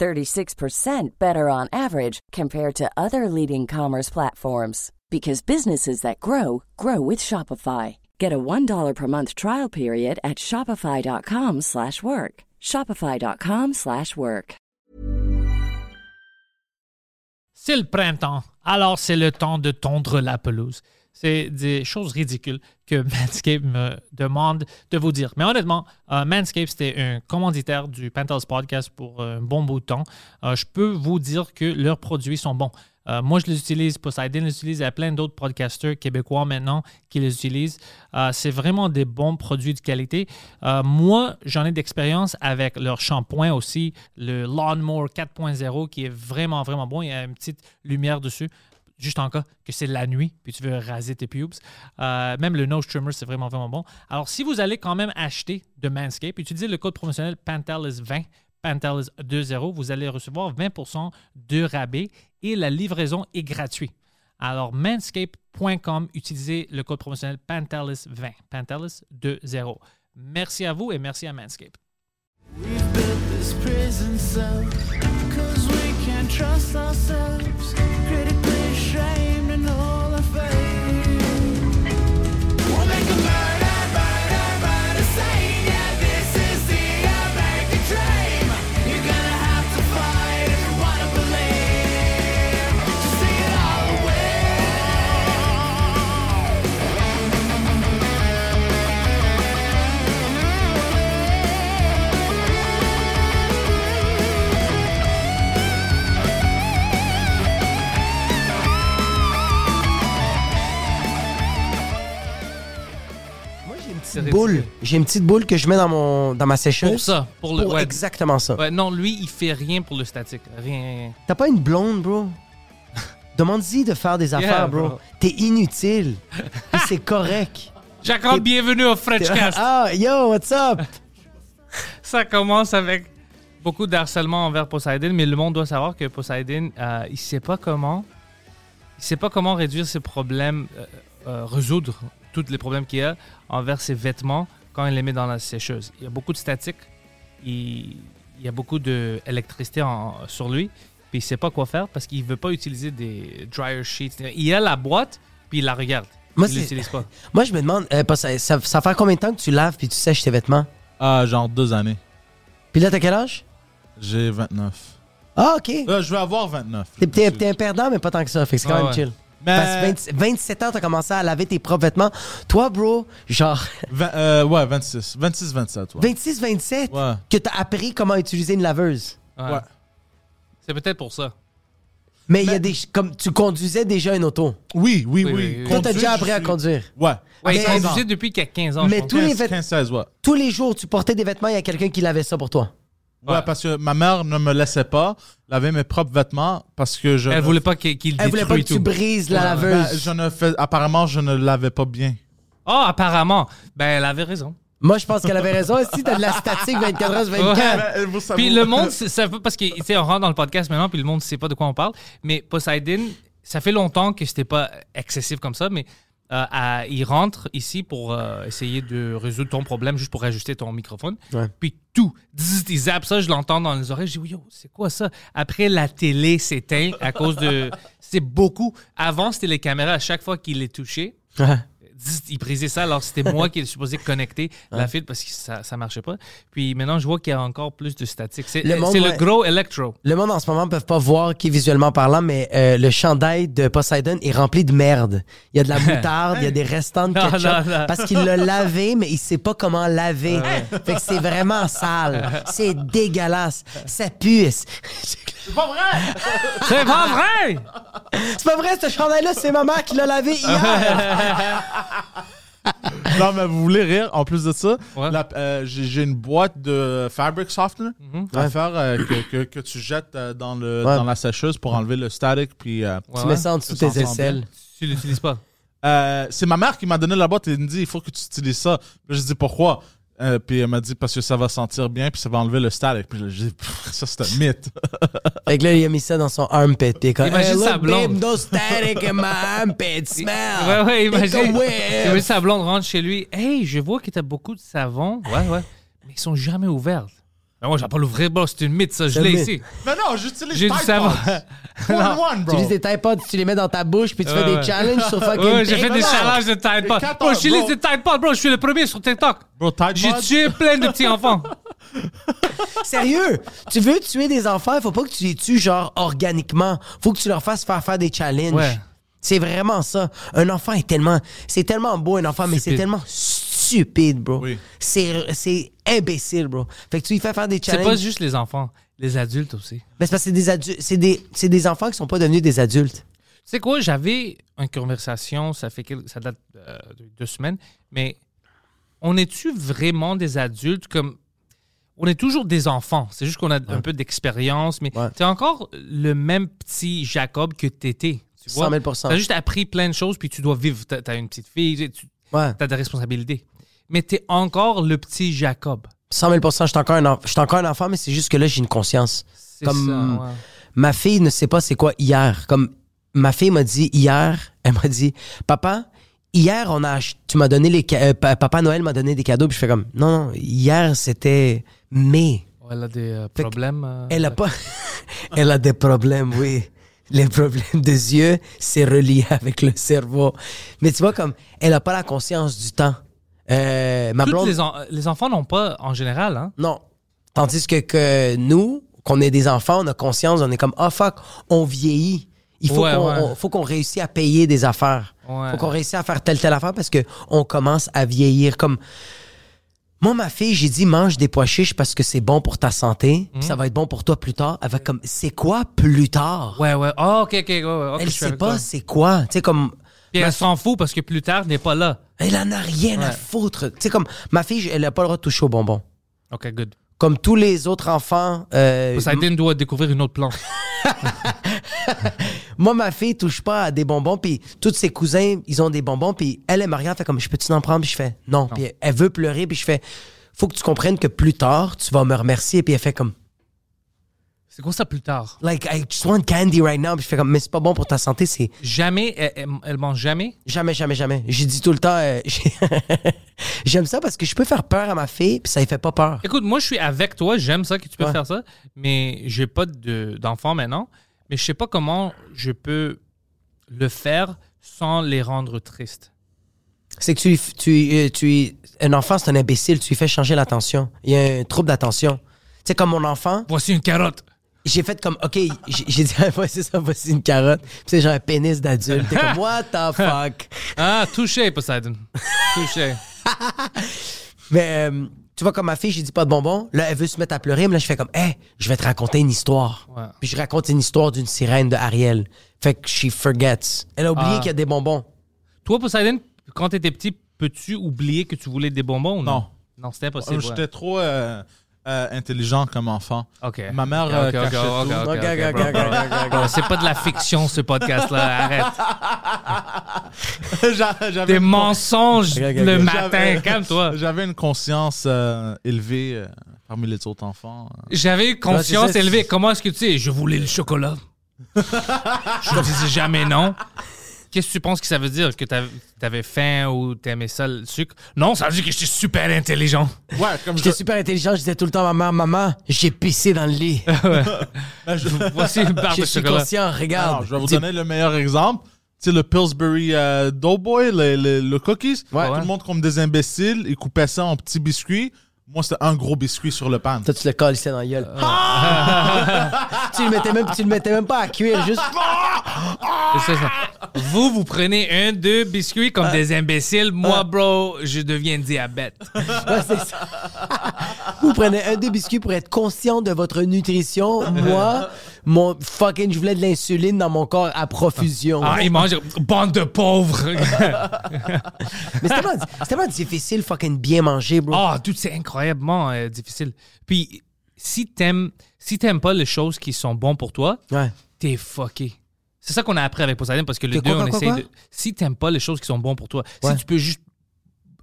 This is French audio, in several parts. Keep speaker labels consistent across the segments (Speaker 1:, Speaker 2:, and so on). Speaker 1: 36% better on average compared to other leading commerce platforms because businesses that grow grow with Shopify. Get a $1 per month trial period at shopify.com/work. slash work. shopify.com/work. slash work.
Speaker 2: C'est le printemps, alors c'est le temps de tondre la pelouse. C'est des choses ridicules que Manscaped me demande de vous dire. Mais honnêtement, euh, Manscaped, c'était un commanditaire du Penthouse Podcast pour un bon bout de temps. Euh, je peux vous dire que leurs produits sont bons. Euh, moi, je les utilise, Poseidon les utilise, il y a plein d'autres podcasters québécois maintenant qui les utilisent. Euh, c'est vraiment des bons produits de qualité. Euh, moi, j'en ai d'expérience avec leur shampoing aussi, le Lawnmower 4.0 qui est vraiment, vraiment bon. Il y a une petite lumière dessus, juste en cas que c'est la nuit, puis tu veux raser tes pubes. Euh, même le nose trimmer, c'est vraiment, vraiment bon. Alors, si vous allez quand même acheter de Manscaped, utilisez le code promotionnel PANTALIS20 Pantelis 2.0, vous allez recevoir 20% de rabais et la livraison est gratuite. Alors, manscape.com, utilisez le code promotionnel Pantelis20, Pantelis 2.0. Merci à vous et merci à Manscape.
Speaker 3: We've built this prison cell because we can't trust ourselves. Critically ashamed and all our fame. We'll make a murder, murder, murder scene. Yeah, this is the American dream. You're gonna have to fight if you wanna believe. Just take it all away.
Speaker 2: Moi, j'ai une petite
Speaker 4: Boule. J'ai une petite boule que je mets dans, mon, dans ma session.
Speaker 2: Pour ça, pour le.
Speaker 4: Pour
Speaker 2: ouais.
Speaker 4: exactement ça.
Speaker 2: Ouais, non, lui, il fait rien pour le statique. Rien.
Speaker 4: T'as pas une blonde, bro? Demande-y de faire des affaires, bro.
Speaker 2: bro.
Speaker 4: T'es inutile. Puis c'est correct.
Speaker 2: Jacob, bienvenue au Frenchcast.
Speaker 4: Ah, yo, what's up?
Speaker 2: Ça commence avec beaucoup de harcèlement envers Poseidon, mais le monde doit savoir que Poseidon, euh, il sait pas comment, il sait pas comment réduire ses problèmes, euh, euh, résoudre tous les problèmes qu'il a envers ses vêtements quand il les met dans la sécheuse. Il y a beaucoup de statique, il, il y a beaucoup d'électricité sur lui, puis il sait pas quoi faire parce qu'il veut pas utiliser des dryer sheets. Il a la boîte, puis il la regarde.
Speaker 4: Moi,
Speaker 2: il
Speaker 4: c'est-
Speaker 2: l'utilise pas.
Speaker 4: Moi, je me demande, euh, parce que ça, ça fait combien de temps que tu laves puis tu sèches tes vêtements?
Speaker 5: Ah, genre deux années.
Speaker 4: Puis là, t'as quel âge?
Speaker 5: J'ai 29.
Speaker 4: Ah, OK.
Speaker 5: Euh, je vais avoir 29.
Speaker 4: T'es- T'es t'es un perdant, mais pas tant que ça. Fait que c'est quand
Speaker 2: Ah
Speaker 4: même
Speaker 2: ouais.
Speaker 4: chill.
Speaker 5: Mais-
Speaker 4: Parce que 20 27 ans, t'as commencé à laver tes propres vêtements. Toi, bro, genre
Speaker 5: Vingt- euh, ouais, 26. 26, 27. Ouais.
Speaker 4: 26, 27,
Speaker 5: Ouais.
Speaker 4: que t'as appris comment utiliser une laveuse.
Speaker 2: Ouais.
Speaker 5: Ouais.
Speaker 2: C'est peut-être pour ça.
Speaker 4: Mais il y a des. Comme tu conduisais déjà une auto.
Speaker 5: Oui, oui, oui.
Speaker 2: Oui, oui, oui.
Speaker 4: Toi, t'as
Speaker 5: Conduire,
Speaker 4: déjà
Speaker 5: je
Speaker 4: appris à
Speaker 5: suis-
Speaker 4: conduire.
Speaker 5: Ouais.
Speaker 2: Ouais, il
Speaker 4: Ah, Mais-
Speaker 2: conduisait depuis qu'il y a 15 ans. je
Speaker 4: Mais
Speaker 2: pense.
Speaker 4: Tous les
Speaker 5: 15,
Speaker 4: vêt-
Speaker 5: 15, 16, ouais. ouais.
Speaker 4: Tous les jours, tu portais des vêtements, il y a quelqu'un qui lavait ça pour toi.
Speaker 2: Ouais.
Speaker 5: parce que ma mère ne me laissait pas laver mes propres vêtements parce que je.
Speaker 2: Elle
Speaker 5: ne-
Speaker 2: voulait pas qu'il qu'il
Speaker 4: Elle voulait pas que
Speaker 2: détruise tout.
Speaker 4: tu brises la
Speaker 5: Ben,
Speaker 4: laveuse.
Speaker 5: je ne fais... Apparemment, je ne lavais pas bien.
Speaker 2: Ah, apparemment. Ben, elle avait raison.
Speaker 4: Moi, je pense qu'elle avait raison. Si t'as de la statique 24 heures sur 24.
Speaker 5: Ben, vous
Speaker 4: Ah
Speaker 5: savez-
Speaker 2: Puis le monde, c'est- ça veut parce que, tu sais, on rentre dans le podcast maintenant, puis le monde sait pas de quoi on parle. Mais Poseidon, ça fait longtemps que c'était pas excessif comme ça, mais euh, à- il rentre ici pour euh, essayer de résoudre ton problème, juste pour ajuster ton microphone.
Speaker 4: Ouais.
Speaker 2: Puis tout, zzz, il zappe ça, je l'entends dans les oreilles, je dis, oui, yo, c'est quoi ça? Après, la télé s'éteint à cause de. C'est beaucoup. Avant, c'était les caméras, à chaque fois qu'il les touchait, Dis- il brisait ça, alors c'était moi qui est supposé connecter la file parce que ça, ça marchait pas. Puis maintenant, je vois qu'il y a encore plus de statique. C'est euh,
Speaker 4: Le
Speaker 2: c'est le,
Speaker 4: monde, ouais.
Speaker 2: gros electro.
Speaker 4: Le monde en ce moment ne peuvent pas voir qui est visuellement parlant, mais euh, le chandail de Poseidon est rempli de merde. Il y a de la moutarde, il y a des restants de
Speaker 2: Non,
Speaker 4: ketchup.
Speaker 2: non, non.
Speaker 4: Parce qu'il l'a lavé, mais il sait pas comment laver. Fait que c'est vraiment sale. C'est dégueulasse. Ça pue. C'est
Speaker 2: C'est pas Ah, vrai!
Speaker 4: pas vrai, ce chandail-là, c'est maman qui l'a lavé hier.
Speaker 5: non, mais vous voulez rire, en plus de ça,
Speaker 2: Ouais.
Speaker 5: la- euh, j'ai j'ai une boîte de fabric softener à
Speaker 2: Mhm.
Speaker 4: Ouais.
Speaker 5: faire euh, que, que, que tu jettes euh, dans, le,
Speaker 4: Ouais.
Speaker 5: dans la sécheuse pour enlever le static. Puis, euh,
Speaker 2: Ouais,
Speaker 4: tu
Speaker 2: ouais.
Speaker 4: mets ça en dessous
Speaker 5: Ça
Speaker 4: de
Speaker 5: sent
Speaker 4: tes aisselles.
Speaker 2: Tu l'utilises pas.
Speaker 5: euh, c'est ma mère qui m'a donné la boîte et elle me dit il faut que tu utilises ça. Puis je dis pourquoi Euh, Puis elle m'a dit parce que ça va sentir bien, puis ça va enlever le static. Puis je dis Pff, ça, c'est un mythe.
Speaker 4: Fait que là, il a mis ça dans son armpit. Puis il est comme,
Speaker 2: Imagine
Speaker 4: hey,
Speaker 2: sa
Speaker 4: look,
Speaker 2: blonde.
Speaker 4: babe, those static in my armpit smell.
Speaker 2: Ouais, ouais, imagine.
Speaker 4: Take a whiff.
Speaker 2: Imagine sa blonde rentre chez lui. Hey, je vois que t'as beaucoup de savon. Ouais, ouais. Mais ils sont jamais ouverts. Ben moi, je vais pas l'ouvrir, bro. C'est une mythe, ça. Je
Speaker 4: C'est
Speaker 2: l'ai
Speaker 4: une
Speaker 2: ici.
Speaker 5: Mais non, j'utilise
Speaker 2: J'ai du
Speaker 5: Tide
Speaker 2: savon.
Speaker 5: Pods. One one,
Speaker 4: Tu
Speaker 5: bro.
Speaker 4: utilises des Tide Pods, tu les mets dans ta bouche, puis tu
Speaker 2: Ouais,
Speaker 4: fais
Speaker 2: ouais.
Speaker 4: des challenges sur fucking
Speaker 2: Ouais, j'ai fait
Speaker 4: Tide
Speaker 2: des
Speaker 4: Pods.
Speaker 2: challenges de Tide Pod.
Speaker 5: Et quatre
Speaker 2: Bro,
Speaker 5: heures,
Speaker 2: je lis
Speaker 5: bro.
Speaker 2: des Tide Pod, bro. Je suis le premier sur TikTok.
Speaker 5: Bro, Tide
Speaker 2: J'ai
Speaker 5: Pods.
Speaker 2: tué plein de petits enfants.
Speaker 4: Sérieux, tu veux tuer des enfants, faut pas que tu les tues genre organiquement. Faut que tu leur fasses faire faire des challenges.
Speaker 2: Ouais.
Speaker 4: C'est vraiment ça. Un enfant est tellement, c'est tellement beau un enfant, mais c'est
Speaker 2: Stupide.
Speaker 4: tellement stupide, bro.
Speaker 5: Oui.
Speaker 4: C'est, c'est imbécile, bro. Fait que tu lui fais faire des
Speaker 2: C'est
Speaker 4: challenges.
Speaker 2: pas juste les enfants, les adultes aussi. Tu
Speaker 4: Mais c'est parce que c'est des adultes, c'est des, c'est des enfants qui sont pas devenus des adultes.
Speaker 2: sais quoi, j'avais une conversation, ça fait quel- ça date euh, de deux semaines, mais on est-tu vraiment des adultes comme on est toujours des enfants, c'est juste qu'on a un peu d'expérience, mais
Speaker 4: Ouais.
Speaker 2: t'es encore le même petit Jacob que t'étais. Tu vois?
Speaker 4: 100 000
Speaker 2: T'as juste appris plein de choses, puis tu dois vivre. T'as t'as une petite fille, tu
Speaker 4: Ouais.
Speaker 2: as des responsabilités. Mais t'es encore le petit Jacob.
Speaker 4: 100 000 je suis encore un, enf- je suis encore un enfant, mais c'est juste que là, j'ai une conscience.
Speaker 2: C'est
Speaker 4: Comme-
Speaker 2: ça, ouais.
Speaker 4: Ma fille ne sait pas c'est quoi hier. Comme ma fille m'a dit hier, elle m'a dit papa, hier on a ach- tu m'as donné les ca- euh, pa- papa Noël m'a donné des cadeaux puis je fais comme non non, hier c'était mai.
Speaker 2: Elle a des euh,
Speaker 4: que-
Speaker 2: problèmes. euh,
Speaker 4: Elle a pas elle a des problèmes, oui. Les problèmes des yeux, c'est relié avec le cerveau. Mais tu vois comme elle a pas la conscience du temps. Euh, ma
Speaker 2: Toutes
Speaker 4: blonde
Speaker 2: les, en- les enfants n'ont pas, en général, hein?
Speaker 4: Non. Tandis que, que nous, qu'on est des enfants, on a conscience, on est comme, ah fuck, on vieillit. Il faut
Speaker 2: Ouais,
Speaker 4: qu'on
Speaker 2: ouais.
Speaker 4: on- faut qu'on réussisse à payer des affaires.
Speaker 2: Ouais.
Speaker 4: faut qu'on réussisse à faire telle, telle affaire parce qu'on commence à vieillir. Comme moi, ma fille, j'ai dit mange des pois chiches parce que c'est bon pour ta santé,
Speaker 2: Hmm.
Speaker 4: puis ça va être bon pour toi plus tard. Avec comme c'est quoi plus tard
Speaker 2: Ouais, ouais. Ah, ok, ok, ouais, ouais. ok, je
Speaker 4: Elle
Speaker 2: suis
Speaker 4: sait
Speaker 2: avec
Speaker 4: pas
Speaker 2: toi.
Speaker 4: c'est quoi. Tu sais comme
Speaker 2: Puis elle s'en fout parce que plus tard, n'est pas là.
Speaker 4: elle en a rien à
Speaker 2: Ouais.
Speaker 4: foutre. Tu sais comme ma fille, elle a pas le droit de toucher aux bonbons.
Speaker 2: Ok, good.
Speaker 4: Comme tous les autres enfants. euh,
Speaker 2: Poseidon doit découvrir une autre plante.
Speaker 4: Moi, ma fille touche pas à des bonbons, puis tous ses cousins, ils ont des bonbons, puis elle, elle me regarde, fait comme, je peux-tu en prendre? Puis je fais, non. Puis elle, elle veut pleurer, puis je fais, faut que tu comprennes que plus tard, tu vas me remercier. Puis elle fait comme,
Speaker 2: C'est quoi ça plus tard?
Speaker 4: like, I just want candy right now. Puis je fais comme, mais c'est pas bon pour ta santé, c'est
Speaker 2: Jamais, elle, elle- elle mange jamais.
Speaker 4: jamais, jamais, jamais. J'ai dit tout le temps, euh, j'ai- j'aime ça parce que je peux faire peur à ma fille, puis ça lui fait pas peur.
Speaker 2: Écoute, moi, je suis avec toi. J'aime ça que tu peux
Speaker 4: Ouais.
Speaker 2: faire ça. Mais j'ai pas de- d'enfants maintenant. Mais je sais pas comment je peux le faire sans les rendre tristes.
Speaker 4: C'est que tu, lui f- tu, euh, tu lui- un enfant, c'est un imbécile, tu lui fais changer l'attention. Il y a un trouble d'attention. Tu sais, comme mon enfant,
Speaker 2: Voici une carotte.
Speaker 4: j'ai fait comme, OK, j'ai j'ai dit, Ah, ouais, c'est ça, voici une carotte. Puis c'est genre un pénis d'adulte. T'es comme, what the fuck?
Speaker 2: Ah, touché, Poseidon. touché.
Speaker 4: Mais euh, tu vois, comme ma fille, j'ai dit pas de bonbons. Là, elle veut se mettre à pleurer, mais là, je fais comme, hé, je vais te raconter une histoire.
Speaker 2: Ouais.
Speaker 4: Puis je raconte une histoire d'une sirène de Ariel. Fait que she forgets. Elle a oublié
Speaker 2: Ah.
Speaker 4: qu'il y a des bonbons.
Speaker 2: Toi, Poseidon, quand t'étais petit, peux-tu oublier que tu voulais des bonbons ou non?
Speaker 5: Non.
Speaker 2: Non, c'était
Speaker 5: Euh,
Speaker 2: impossible. ouais.
Speaker 5: J'étais trop euh, euh, intelligent comme enfant.
Speaker 2: OK.
Speaker 5: Ma mère
Speaker 2: Ok,
Speaker 5: euh,
Speaker 2: ok,
Speaker 5: cachait
Speaker 2: ok,
Speaker 5: tout.
Speaker 2: ok, ok,
Speaker 4: Ok, ok,
Speaker 2: bro,
Speaker 4: ok,
Speaker 2: bro.
Speaker 4: ok, ok.
Speaker 2: Bro, C'est pas de la fiction, ce podcast-là. Arrête.
Speaker 5: J'a- J'avais
Speaker 2: Des
Speaker 5: une-
Speaker 2: mensonges
Speaker 4: ok,
Speaker 2: le
Speaker 4: ok.
Speaker 2: matin.
Speaker 5: J'avais-
Speaker 2: Calme-toi.
Speaker 5: J'avais une conscience euh, élevée euh, parmi les autres enfants.
Speaker 2: J'avais eu
Speaker 4: Non,
Speaker 2: conscience
Speaker 4: c'est ça,
Speaker 2: élevée.
Speaker 4: c'est-
Speaker 2: Comment est-ce que tu sais? Je voulais le chocolat. je ne disais jamais non. Qu'est-ce que tu penses que ça veut dire? Que t'av- t'avais faim ou t'aimais ça, le sucre? Non, ça veut dire que j'étais super intelligent.
Speaker 5: Ouais, comme
Speaker 4: J'étais super intelligent, je disais tout le temps à ma mère, maman, j'ai pissé dans le lit.
Speaker 5: Bah,
Speaker 2: Voici une barre
Speaker 4: je
Speaker 2: de
Speaker 4: suis
Speaker 2: chocolat.
Speaker 4: conscient,
Speaker 5: Alors,
Speaker 4: regarde.
Speaker 5: Ah, je vais vous
Speaker 4: Dis-
Speaker 5: donner le meilleur exemple. Tu sais, le Pillsbury euh, Doughboy, le, le- le cookies. Tout
Speaker 2: Ouais.
Speaker 5: le monde comme des imbéciles. Ils coupaient ça en petits biscuits. Moi, c'était un gros biscuit sur le pan.
Speaker 4: Toi, tu le colles dans la gueule. tu, le mettais même, tu le mettais même pas à cuire, juste.
Speaker 2: C'est ça. Vous, vous prenez un, deux biscuits
Speaker 4: Ah.
Speaker 2: comme des imbéciles. Moi, bro, je deviens diabète.
Speaker 4: Ouais, c'est ça. Vous prenez un des biscuits pour être conscient de votre nutrition. Moi, mon fucking, je voulais de l'insuline dans mon corps à profusion.
Speaker 2: Ah, il mange. Bande de pauvres!
Speaker 4: Mais c'est tellement, c'est tellement difficile fucking bien manger, bro.
Speaker 2: Ah, tout c'est incroyablement euh, difficile. Puis, si t'aimes si t'aimes pas les choses qui sont bonnes pour toi,
Speaker 4: Ouais.
Speaker 2: t'es fucké. C'est ça qu'on a appris avec Poseidon parce que les
Speaker 4: Que
Speaker 2: deux,
Speaker 4: quoi,
Speaker 2: on
Speaker 4: quoi,
Speaker 2: essaye
Speaker 4: quoi,
Speaker 2: de. Si t'aimes pas les choses qui sont bonnes pour toi,
Speaker 4: Ouais.
Speaker 2: si tu peux juste.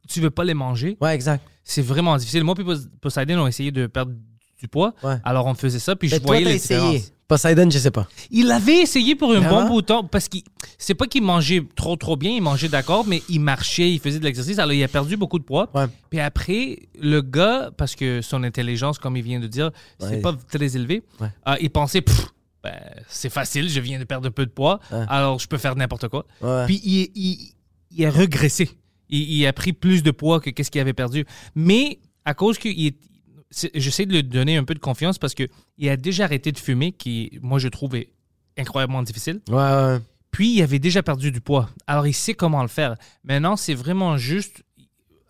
Speaker 2: Tu veux pas les manger,
Speaker 4: Ouais, exact.
Speaker 2: c'est vraiment difficile. Moi, puis Pos- Poseidon, on essayé de perdre du poids.
Speaker 4: Ouais.
Speaker 2: Alors, on faisait ça, puis
Speaker 4: Mais
Speaker 2: je
Speaker 4: toi,
Speaker 2: voyais
Speaker 4: t'as
Speaker 2: les
Speaker 4: essayé.
Speaker 2: différences.
Speaker 4: Poseidon, je sais pas.
Speaker 2: Il avait essayé pour un
Speaker 4: Vraiment?
Speaker 2: bon bout de temps parce que c'est pas qu'il mangeait trop, trop bien, il mangeait d'accord, mais il marchait, il faisait de l'exercice. Alors, il a perdu beaucoup de poids.
Speaker 4: Ouais.
Speaker 2: Puis après, le gars, parce que son intelligence, comme il vient de dire,
Speaker 4: Ouais.
Speaker 2: c'est pas très élevé,
Speaker 4: Ouais.
Speaker 2: euh, il pensait, Pff, ben, c'est facile, je viens de perdre un peu de poids, alors je peux faire n'importe quoi.
Speaker 4: Ouais.
Speaker 2: Puis il, il- il a régressé. Il, il a pris plus de poids que qu'est-ce qu'il avait perdu. Mais à cause que il est- c'est- j'essaie de lui donner un peu de confiance parce que il a déjà arrêté de fumer, qui moi je trouve est incroyablement difficile.
Speaker 4: Ouais, ouais.
Speaker 2: Puis il avait déjà perdu du poids. Alors il sait comment le faire. Maintenant, c'est vraiment juste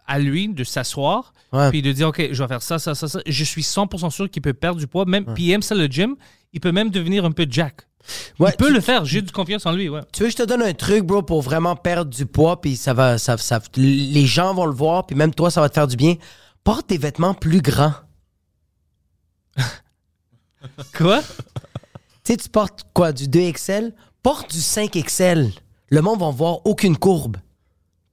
Speaker 2: à lui de s'asseoir
Speaker 4: Ouais.
Speaker 2: puis de dire OK, je vais faire ça ça ça ça. Je suis 100% sûr qu'il peut perdre du poids même puis il aime ça le gym, il peut même devenir un peu Jack.
Speaker 4: Ouais,
Speaker 2: il peut
Speaker 4: tu-
Speaker 2: le faire, j'ai de confiance en lui, ouais.
Speaker 4: Tu veux que je te donne un truc, bro, pour vraiment perdre du poids, puis ça va, ça, ça- les gens vont le voir, puis même toi, ça va te faire du bien. Porte des vêtements plus grands.
Speaker 2: Quoi
Speaker 4: Tu sais, tu portes quoi, du 2XL? Porte du 5XL. Le monde va voir aucune courbe.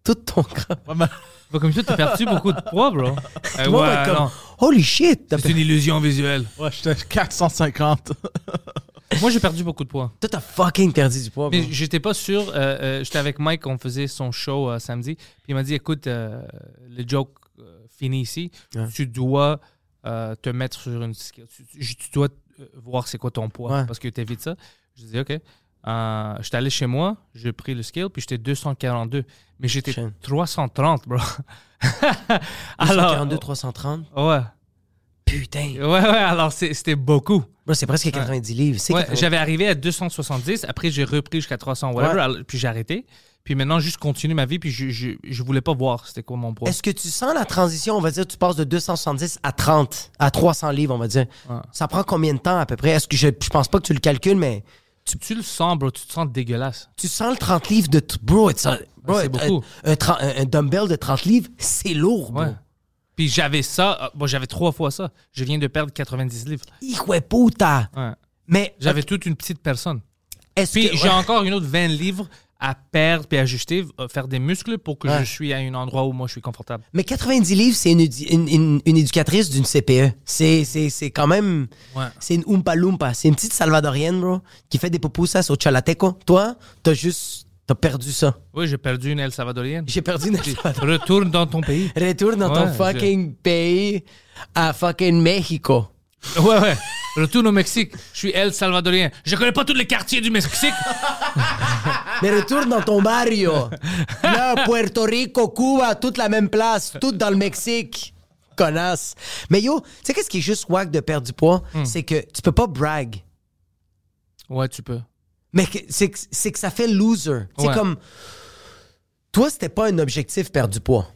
Speaker 4: Tout ton corps.
Speaker 5: Ouais, mais-
Speaker 2: Bah, comme ça, t'as perdu beaucoup de poids, bro. Euh,
Speaker 4: Tout le monde
Speaker 2: ouais,
Speaker 4: va être comme,
Speaker 2: non.
Speaker 4: Holy shit! T'as,
Speaker 2: une illusion visuelle.
Speaker 5: Ouais, j'étais 450.
Speaker 2: Moi, j'ai perdu beaucoup de poids.
Speaker 4: toi, t'as fucking perdu du poids, bro.
Speaker 2: Mais j'étais pas sûr. euh, euh, j'étais avec Mike, on faisait son show euh, samedi. Puis il m'a dit écoute, euh, le joke euh, finit ici.
Speaker 4: Ouais.
Speaker 2: Tu dois euh, te mettre sur une. scale. Tu, tu- tu dois euh, voir c'est quoi ton poids
Speaker 4: Ouais.
Speaker 2: parce que t'évites ça. Je dis ok. Euh, j'étais allé chez moi, j'ai pris le scale, puis j'étais 242. Mais j'étais
Speaker 4: Shame.
Speaker 2: 330, bro. Alors.
Speaker 4: 42, 330.
Speaker 2: Ouais.
Speaker 4: Putain.
Speaker 2: Ouais, ouais, alors c'est- c'était beaucoup.
Speaker 4: Bro, c'est presque 90 livres. C'est
Speaker 2: Ouais,
Speaker 4: 90.
Speaker 2: j'avais arrivé à 270, après j'ai repris jusqu'à 300, whatever,
Speaker 4: Ouais.
Speaker 2: alors- puis j'ai arrêté. Puis maintenant, juste continue ma vie, puis je, je, je voulais pas voir c'était quoi mon poids.
Speaker 4: Est-ce que tu sens la transition? On va dire, tu passes de 270 à 30, à 300 livres, on va dire.
Speaker 2: Ouais.
Speaker 4: Ça prend combien de temps à peu près? Est-ce que je, je pense pas que tu le calcules, mais
Speaker 2: Tu, tu le sens, bro, tu te sens dégueulasse.
Speaker 4: tu sens le 30 livres de. t- Bro, it's a- bro,
Speaker 2: c'est
Speaker 4: un-
Speaker 2: beaucoup.
Speaker 4: Un, tra- un- un dumbbell de 30 livres, c'est lourd, bro.
Speaker 2: Ouais. Puis j'avais ça, euh, bon, j'avais trois fois ça. Je viens de perdre 90 livres.
Speaker 4: Hijo de puta.
Speaker 2: Ouais.
Speaker 4: Mais
Speaker 2: J'avais toute une petite personne.
Speaker 4: est-ce
Speaker 2: Puis
Speaker 4: que-
Speaker 2: j'ai encore une autre 20 livres à perdre puis ajuster, euh, faire des muscles pour que
Speaker 4: Ouais.
Speaker 2: je suis à un endroit où moi je suis confortable.
Speaker 4: Mais 90 livres, c'est une, édu- une- une- une éducatrice d'une CPE. C'est, c'est, c'est quand même...
Speaker 2: Ouais.
Speaker 4: C'est une Oompa Loompa. C'est une petite salvadorienne, bro, qui fait des pupusas au Chalateco. Toi, t'as juste... T'as perdu ça.
Speaker 2: Oui, j'ai perdu une El Salvadorienne.
Speaker 4: J'ai perdu une Salvador-
Speaker 2: Retourne dans ton pays.
Speaker 4: Retourne dans
Speaker 2: Ah,
Speaker 4: ton
Speaker 2: Ouais,
Speaker 4: fucking pays à fucking Mexico.
Speaker 2: Ouais, ouais. Retourne au Mexique. Je suis El Salvadorien. Je connais pas tous les quartiers du Mexique.
Speaker 4: Mais retourne dans ton barrio. Là, Puerto Rico, Cuba, toute la même place, toute dans le Mexique. Connasse. Mais yo, tu sais qu'est-ce qui est juste wack de perdre du poids?
Speaker 2: Hmm.
Speaker 4: C'est que tu peux pas brag.
Speaker 2: Ouais, tu peux.
Speaker 4: Mais que- c'est que- c'est que ça fait loser. Tu sais,
Speaker 2: Ouais.
Speaker 4: comme. Toi, c'était pas un objectif perdre du poids.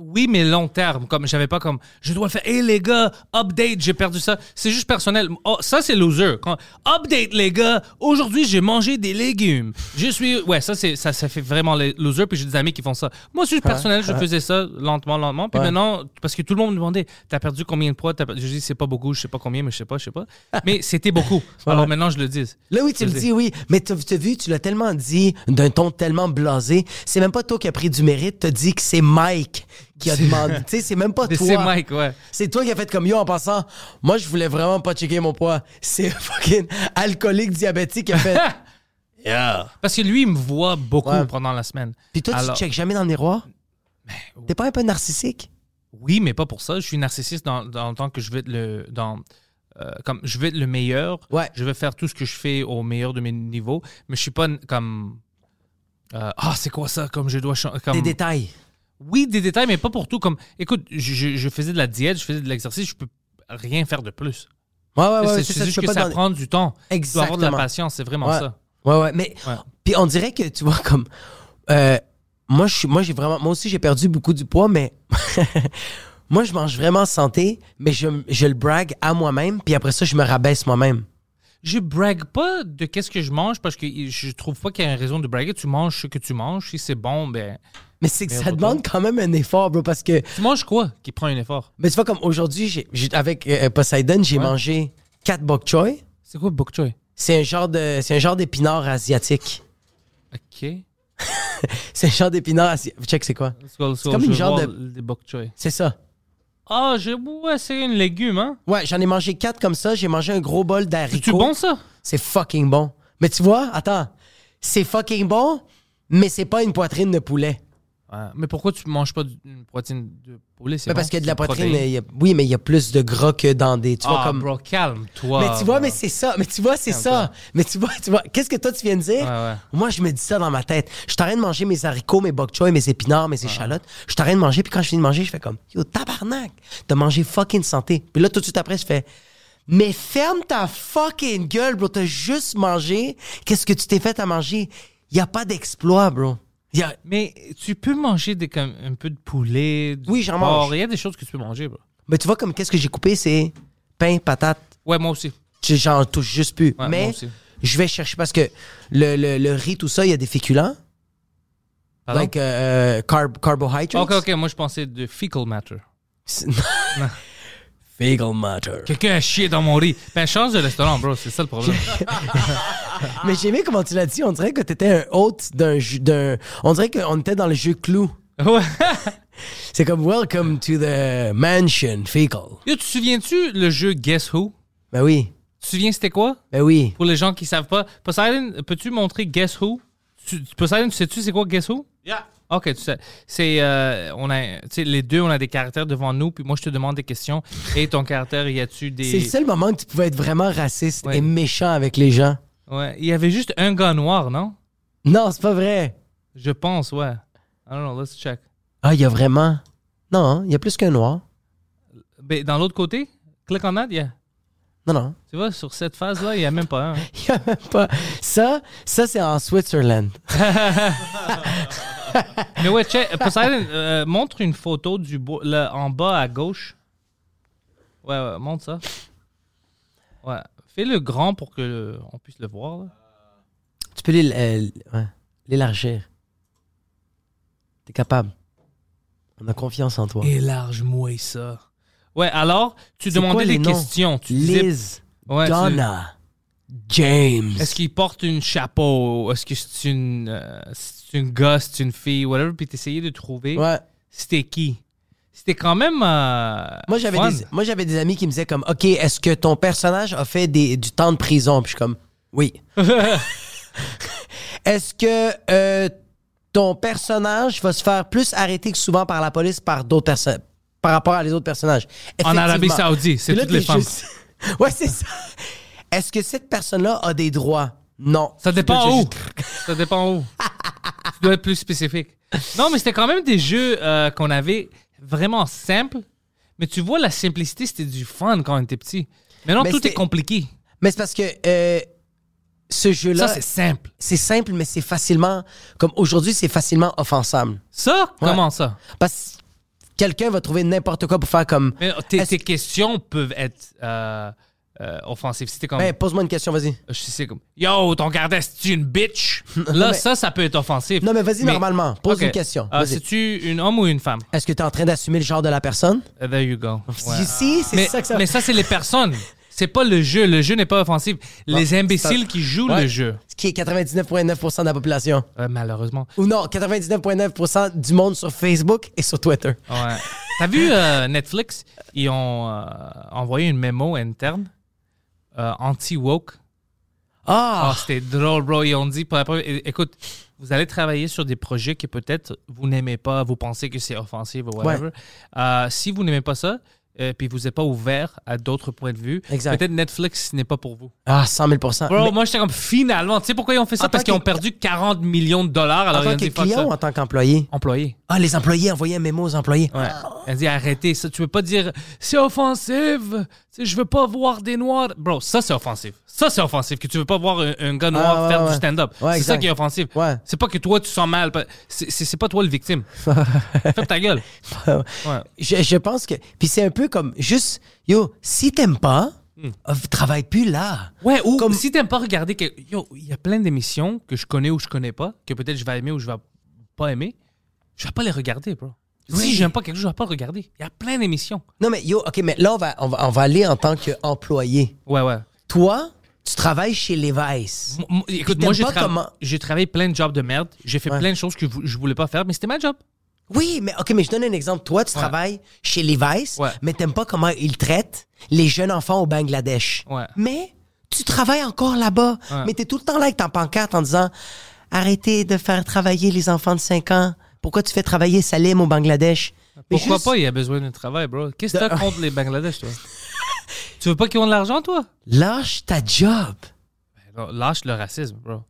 Speaker 2: Oui, mais long terme. Comme j'avais pas comme je dois le faire. Hey les gars, update, j'ai perdu ça. C'est juste personnel. Oh, ça c'est loser. Quand- update les gars. Aujourd'hui j'ai mangé des légumes. Je suis ouais, ça c'est ça ça fait vraiment les loser. Puis j'ai des amis qui font ça. Moi c'est juste personnel. Je faisais ça lentement, lentement. Puis maintenant parce que tout le monde me demandait, t'as perdu combien de poids T'as per- Je dis c'est pas beaucoup. Je sais pas combien, mais je sais pas, je sais pas. Mais c'était beaucoup. Alors maintenant je le dis.
Speaker 4: Là, oui, tu le
Speaker 2: Je
Speaker 4: dis, oui. Mais t'as t'as vu, tu l'as tellement dit d'un ton tellement blasé. C'est même pas toi qui as pris du mérite. T'as dit que c'est Mike qui a demandé. tu sais, c'est même pas
Speaker 2: Mais
Speaker 4: toi.
Speaker 2: C'est Mike, ouais.
Speaker 4: C'est toi qui as fait comme yo en passant. Moi, je voulais vraiment pas checker mon poids. C'est fucking alcoolique diabétique qui a fait.
Speaker 2: Parce que lui, il me voit beaucoup
Speaker 4: Ouais.
Speaker 2: pendant la semaine.
Speaker 4: Puis toi,
Speaker 2: Alors-
Speaker 4: tu checkes jamais dans le miroir? T'es pas un peu narcissique?
Speaker 2: Oui, mais pas pour ça. Je suis narcissiste dans, dans le temps que je veux être le dans euh, comme je veux être le meilleur.
Speaker 4: Ouais.
Speaker 2: Je veux faire tout ce que je fais au meilleur de mes niveaux, mais je suis pas n- comme euh, ah c'est quoi ça comme je dois chan- comme
Speaker 4: Des détails.
Speaker 2: oui des détails mais pas pour tout comme écoute je, je- je faisais de la diète je faisais de l'exercice je peux rien faire de plus
Speaker 4: Ouais, Ah ouais, ouais.
Speaker 2: c'est
Speaker 4: c'est
Speaker 2: c'est
Speaker 4: ça, tu
Speaker 2: juste
Speaker 4: peux
Speaker 2: que
Speaker 4: pas
Speaker 2: ça
Speaker 4: dans-
Speaker 2: prend du temps tu dois avoir de la
Speaker 4: Exactement.
Speaker 2: patience c'est vraiment
Speaker 4: Ouais.
Speaker 2: ça
Speaker 4: Ouais, ouais. Mais
Speaker 2: Ouais.
Speaker 4: puis on dirait que tu vois comme euh, moi, je suis, moi j'ai vraiment, moi aussi j'ai perdu beaucoup du poids, mais moi je mange vraiment santé, mais je, je le brague à moi-même, puis après ça je me rabaisse moi-même.
Speaker 2: je brague pas de qu'est-ce que je mange parce que je trouve pas qu'il y a une raison de braguer. Tu manges ce que tu manges. Si c'est bon, ben.
Speaker 4: Mais c'est que
Speaker 2: Mais
Speaker 4: ça
Speaker 2: on
Speaker 4: demande quand même un effort, bro, parce que.
Speaker 2: Tu manges quoi qui prend un effort?
Speaker 4: Mais tu vois, comme aujourd'hui, j'ai- j'ai- avec euh, Poseidon, j'ai
Speaker 2: Ouais.
Speaker 4: mangé 4 bok choy.
Speaker 2: C'est quoi le bok choy?
Speaker 4: C'est un genre de, c'est un genre d'épinard asiatique.
Speaker 2: Ok. C'est
Speaker 4: C'est un genre d'épinard asiatique. Check, c'est quoi?
Speaker 2: comme
Speaker 4: comme une genre de-
Speaker 2: Des bok choy.
Speaker 4: C'est ça.
Speaker 2: Ah, je... ouais, c'est une légume, hein?
Speaker 4: Ouais, j'en ai mangé 4 comme ça. J'ai mangé un gros bol
Speaker 2: C'est-tu
Speaker 4: d'haricots.
Speaker 2: bon, ça?
Speaker 4: C'est fucking bon. Mais tu vois, attends, c'est fucking bon, mais c'est pas une poitrine de poulet.
Speaker 2: Ouais. Mais pourquoi tu manges pas du- une poitrine de poulet? C'est bon,
Speaker 4: Mais Ben, parce que
Speaker 2: c'est
Speaker 4: de la
Speaker 2: une
Speaker 4: poitrine,
Speaker 2: protéine.
Speaker 4: il y a- oui, mais il y a plus de gras que dans des. Tu vois,
Speaker 2: Ah,
Speaker 4: comme.
Speaker 2: bro, calme-toi.
Speaker 4: mais tu vois,
Speaker 2: bro.
Speaker 4: mais c'est ça. Mais tu vois, c'est ça. Mais tu vois, tu vois. Qu'est-ce que toi, tu viens de dire?
Speaker 2: Ouais, ouais.
Speaker 4: Moi, je me dis ça dans ma tête. Je suis en train de manger mes haricots, mes bok choy, mes épinards, mes échalotes. Je suis en train de manger, puis quand je finis de manger, je fais comme Yo, tabarnak, t'as mangé fucking santé. Puis là, tout de suite après, je fais Mais ferme ta fucking gueule, bro. T'as juste mangé. Qu'est-ce que tu t'es fait à manger? Y a pas d'exploit, bro. Y a-
Speaker 2: Mais tu peux manger des, comme, un peu de poulet. du
Speaker 4: Oui, j'en
Speaker 2: porc.
Speaker 4: mange.
Speaker 2: Il y a des choses que tu peux manger, bro.
Speaker 4: Mais tu vois, comme qu'est-ce que j'ai coupé, c'est pain, patate.
Speaker 2: Ouais, moi aussi.
Speaker 4: Tu- J'en touche juste plus.
Speaker 2: Ouais, moi
Speaker 4: Mais
Speaker 2: aussi.
Speaker 4: je vais chercher parce que le, le, le riz, tout ça, il y a des féculents.
Speaker 2: Pardon?
Speaker 4: Like euh, euh, carb- carbohydrates.
Speaker 2: Ok, ok, moi je pensais de fecal matter.
Speaker 4: Fecal matter.
Speaker 2: Quelqu'un a chié dans mon riz. Ben, change de restaurant, bro, c'est ça le problème.
Speaker 4: Mais j'ai aimé comment tu l'as dit. On dirait que t'étais un hôte d'un jeu. d'un- On dirait qu'on était dans le jeu clou.
Speaker 2: ouais.
Speaker 4: C'est comme Welcome to the mansion, fecal.
Speaker 2: Yo, tu te souviens-tu le jeu Guess Who?
Speaker 4: Ben oui,
Speaker 2: Tu te souviens c'était quoi?
Speaker 4: ben oui.
Speaker 2: Pour les gens qui savent pas. Poseidon, peux-tu montrer Guess Who? Tu, Poseidon, sais-tu c'est quoi Guess Who?
Speaker 6: Yeah.
Speaker 2: Ok, tu sais. C'est, euh, on a, tu sais, les deux, on a des caractères devant nous, puis moi je te demande des questions. Et ton caractère, y a-tu des.
Speaker 4: C'est le seul moment où tu pouvais être vraiment raciste
Speaker 2: Ouais.
Speaker 4: et méchant avec les gens.
Speaker 2: Ouais. Il y avait juste un gars noir, non?
Speaker 4: Non, c'est pas vrai.
Speaker 2: Je pense, ouais. I don't know, let's check.
Speaker 4: Ah, il y a vraiment. Non, il y a plus qu'un noir.
Speaker 2: Ben, dans l'autre côté, click on that, yeah.
Speaker 4: Non, non.
Speaker 2: Tu vois, sur cette phase-là, il n'y a même pas un. hein.
Speaker 4: Il y a même pas. Ça, ça c'est en Switzerland.
Speaker 2: Mais ouais, check, euh, Poseidon, euh, montre une photo du bo- là, en bas à gauche. Ouais, ouais, montre ça. Ouais. Fais le grand pour que euh, on puisse le voir. là.
Speaker 4: Tu peux l'él- euh, ouais, l'élargir. T'es capable. On a confiance en toi.
Speaker 2: Élarge-moi ça. Ouais, alors, tu
Speaker 4: C'est
Speaker 2: demandais
Speaker 4: quoi
Speaker 2: des
Speaker 4: les noms?
Speaker 2: questions. Tu disais,
Speaker 4: Liz,
Speaker 2: ouais, tu-
Speaker 4: Donna, James.
Speaker 2: est-ce qu'il porte une chapeau? Est-ce que c'est une, euh, c'est une gosse, c'est une fille, whatever? Puis t'essayais de trouver
Speaker 4: Ouais.
Speaker 2: c'était qui. C'était quand même. euh,
Speaker 4: Moi, j'avais
Speaker 2: fun.
Speaker 4: des, moi, j'avais des amis qui me disaient comme, OK, est-ce que ton personnage a fait des- du temps de prison? Puis je suis comme, oui. est-ce que euh, ton personnage va se faire plus arrêter que souvent par la police par d'autres personnes, par rapport à les autres personnages?
Speaker 2: En Arabie
Speaker 4: Effectivement.
Speaker 2: Saoudite, c'est
Speaker 4: Puis là,
Speaker 2: toutes les
Speaker 4: t'es
Speaker 2: femmes.
Speaker 4: juste- ouais, c'est ça. Est-ce que cette personne-là a des droits? Non.
Speaker 2: Ça
Speaker 4: Là,
Speaker 2: dépend
Speaker 4: j'ai
Speaker 2: où. Ça dépend où. tu dois être plus spécifique. Non, mais c'était quand même des jeux euh, qu'on avait vraiment simples. Mais tu vois, la simplicité, c'était du fun quand on était petit. Maintenant,
Speaker 4: Mais
Speaker 2: tout est
Speaker 4: c'était-
Speaker 2: compliqué.
Speaker 4: Mais c'est parce que euh, ce jeu-là,
Speaker 2: ça, c'est simple.
Speaker 4: c'est simple, mais c'est facilement. Comme aujourd'hui, c'est facilement offensable.
Speaker 2: Ça, comment ça?
Speaker 4: Parce que quelqu'un va trouver n'importe quoi pour faire comme.
Speaker 2: Mais euh, tes,
Speaker 4: Est-ce-
Speaker 2: tes questions peuvent être euh, euh, offensives. C'était comme,
Speaker 4: Ben, pose-moi une question, vas-y.
Speaker 2: je sais, comme, yo, ton gardien, c'est-tu une bitch? Là,
Speaker 4: mais-
Speaker 2: ça, ça peut être offensif.
Speaker 4: Non, mais vas-y normalement. Pose
Speaker 2: Ok.
Speaker 4: une question.
Speaker 2: Euh,
Speaker 4: Vas-y.
Speaker 2: c'est-tu une homme ou une femme?
Speaker 4: Est-ce que tu es en train d'assumer le genre de la personne?
Speaker 2: Uh, There you go. Ouais.
Speaker 4: Si, c'est
Speaker 2: mais,
Speaker 4: ça que ça
Speaker 2: mais ça, c'est les personnes. C'est pas le jeu. Le jeu n'est pas offensif. Les imbéciles qui jouent
Speaker 4: Ouais.
Speaker 2: le jeu,
Speaker 4: Ce qui est 99,9% de la population.
Speaker 2: Euh, malheureusement.
Speaker 4: Ou non, 99,9% du monde sur Facebook et sur Twitter.
Speaker 2: Ouais. T'as vu euh, Netflix? Ils ont euh, envoyé une mémo interne euh, anti-woke. Ah,
Speaker 4: Ah!
Speaker 2: c'était drôle, bro. Ils ont dit, pour la première- é- écoute, vous allez travailler sur des projets que peut-être vous n'aimez pas, vous pensez que c'est offensif ou whatever. Euh, si vous n'aimez pas ça, euh, puis vous n'êtes pas ouvert à d'autres points de vue,
Speaker 4: Exact.
Speaker 2: peut-être Netflix n'est pas pour vous.
Speaker 4: Ah, 100 000%.
Speaker 2: Bro,
Speaker 4: Mais
Speaker 2: moi j'étais comme finalement, tu sais pourquoi ils ont fait
Speaker 4: En
Speaker 2: ça?
Speaker 4: tant
Speaker 2: Parce qu'ils
Speaker 4: que-
Speaker 2: ont perdu 40 millions de dollars.
Speaker 4: en
Speaker 2: Alors ils ont
Speaker 4: tant que
Speaker 2: dit, fuck
Speaker 4: client
Speaker 2: ça.
Speaker 4: ou en tant qu'employé?
Speaker 2: Employés.
Speaker 4: Ah, les employés envoyaient un mémo aux employés.
Speaker 2: Ouais. Elle dit arrêtez ça. Tu peux pas dire c'est offensif. Tu sais, je veux pas voir des noirs. Bro, ça c'est offensif. Ça c'est offensif que tu veux pas voir un, un gars noir
Speaker 4: Ah, ouais,
Speaker 2: faire
Speaker 4: ouais.
Speaker 2: du stand-up. c'est ça
Speaker 4: Ouais, exact.
Speaker 2: qui est offensif.
Speaker 4: Ouais.
Speaker 2: C'est pas que toi tu sens mal. pa- C'est c'est- c'est pas toi le victime. Fais ta gueule. Ouais.
Speaker 4: Je, je pense que. Puis c'est un peu comme juste, yo, si t'aimes pas, Ah, vous travaillez plus là.
Speaker 2: Hmm. Ouais, ou
Speaker 4: Comme-
Speaker 2: si t'aimes pas regarder. que- Yo, il y a plein d'émissions que je connais ou je connais pas, que peut-être je vais aimer ou je vais pas aimer. Je vais pas les regarder, bro.
Speaker 4: Oui.
Speaker 2: Si j'aime pas quelque chose, je vais pas le regarder. Il y a plein d'émissions.
Speaker 4: Non, mais yo, OK, mais là, on va, on va, on va aller en tant qu'employé.
Speaker 2: Ouais, ouais.
Speaker 4: Toi, tu travailles chez Levi's.
Speaker 2: M- m- écoute,
Speaker 4: t'aimes
Speaker 2: moi, j'ai
Speaker 4: pas
Speaker 2: tra-
Speaker 4: comment-
Speaker 2: j'ai travaillé plein de jobs de merde. J'ai fait
Speaker 4: Ouais.
Speaker 2: plein de choses que vou- je voulais pas faire, mais c'était ma job.
Speaker 4: Oui, mais OK, mais je donne un exemple. Toi, tu travailles chez Levi's,
Speaker 2: Ouais.
Speaker 4: mais t'aimes pas comment ils traitent les jeunes enfants au Bangladesh.
Speaker 2: Ouais.
Speaker 4: Mais tu travailles encore là-bas.
Speaker 2: Ouais.
Speaker 4: Mais t'es tout le temps là avec ta pancarte en disant arrêtez de faire travailler les enfants de 5 ans. Pourquoi tu fais travailler Salim au Bangladesh? Mais
Speaker 2: Pourquoi
Speaker 4: juste-
Speaker 2: pas? Il y a besoin de travail, bro. Qu'est-ce que
Speaker 4: De-
Speaker 2: t'as contre les Bangladesh, toi? tu veux pas qu'ils ont de l'argent, toi?
Speaker 4: Lâche ta job.
Speaker 2: Non, lâche le racisme, bro.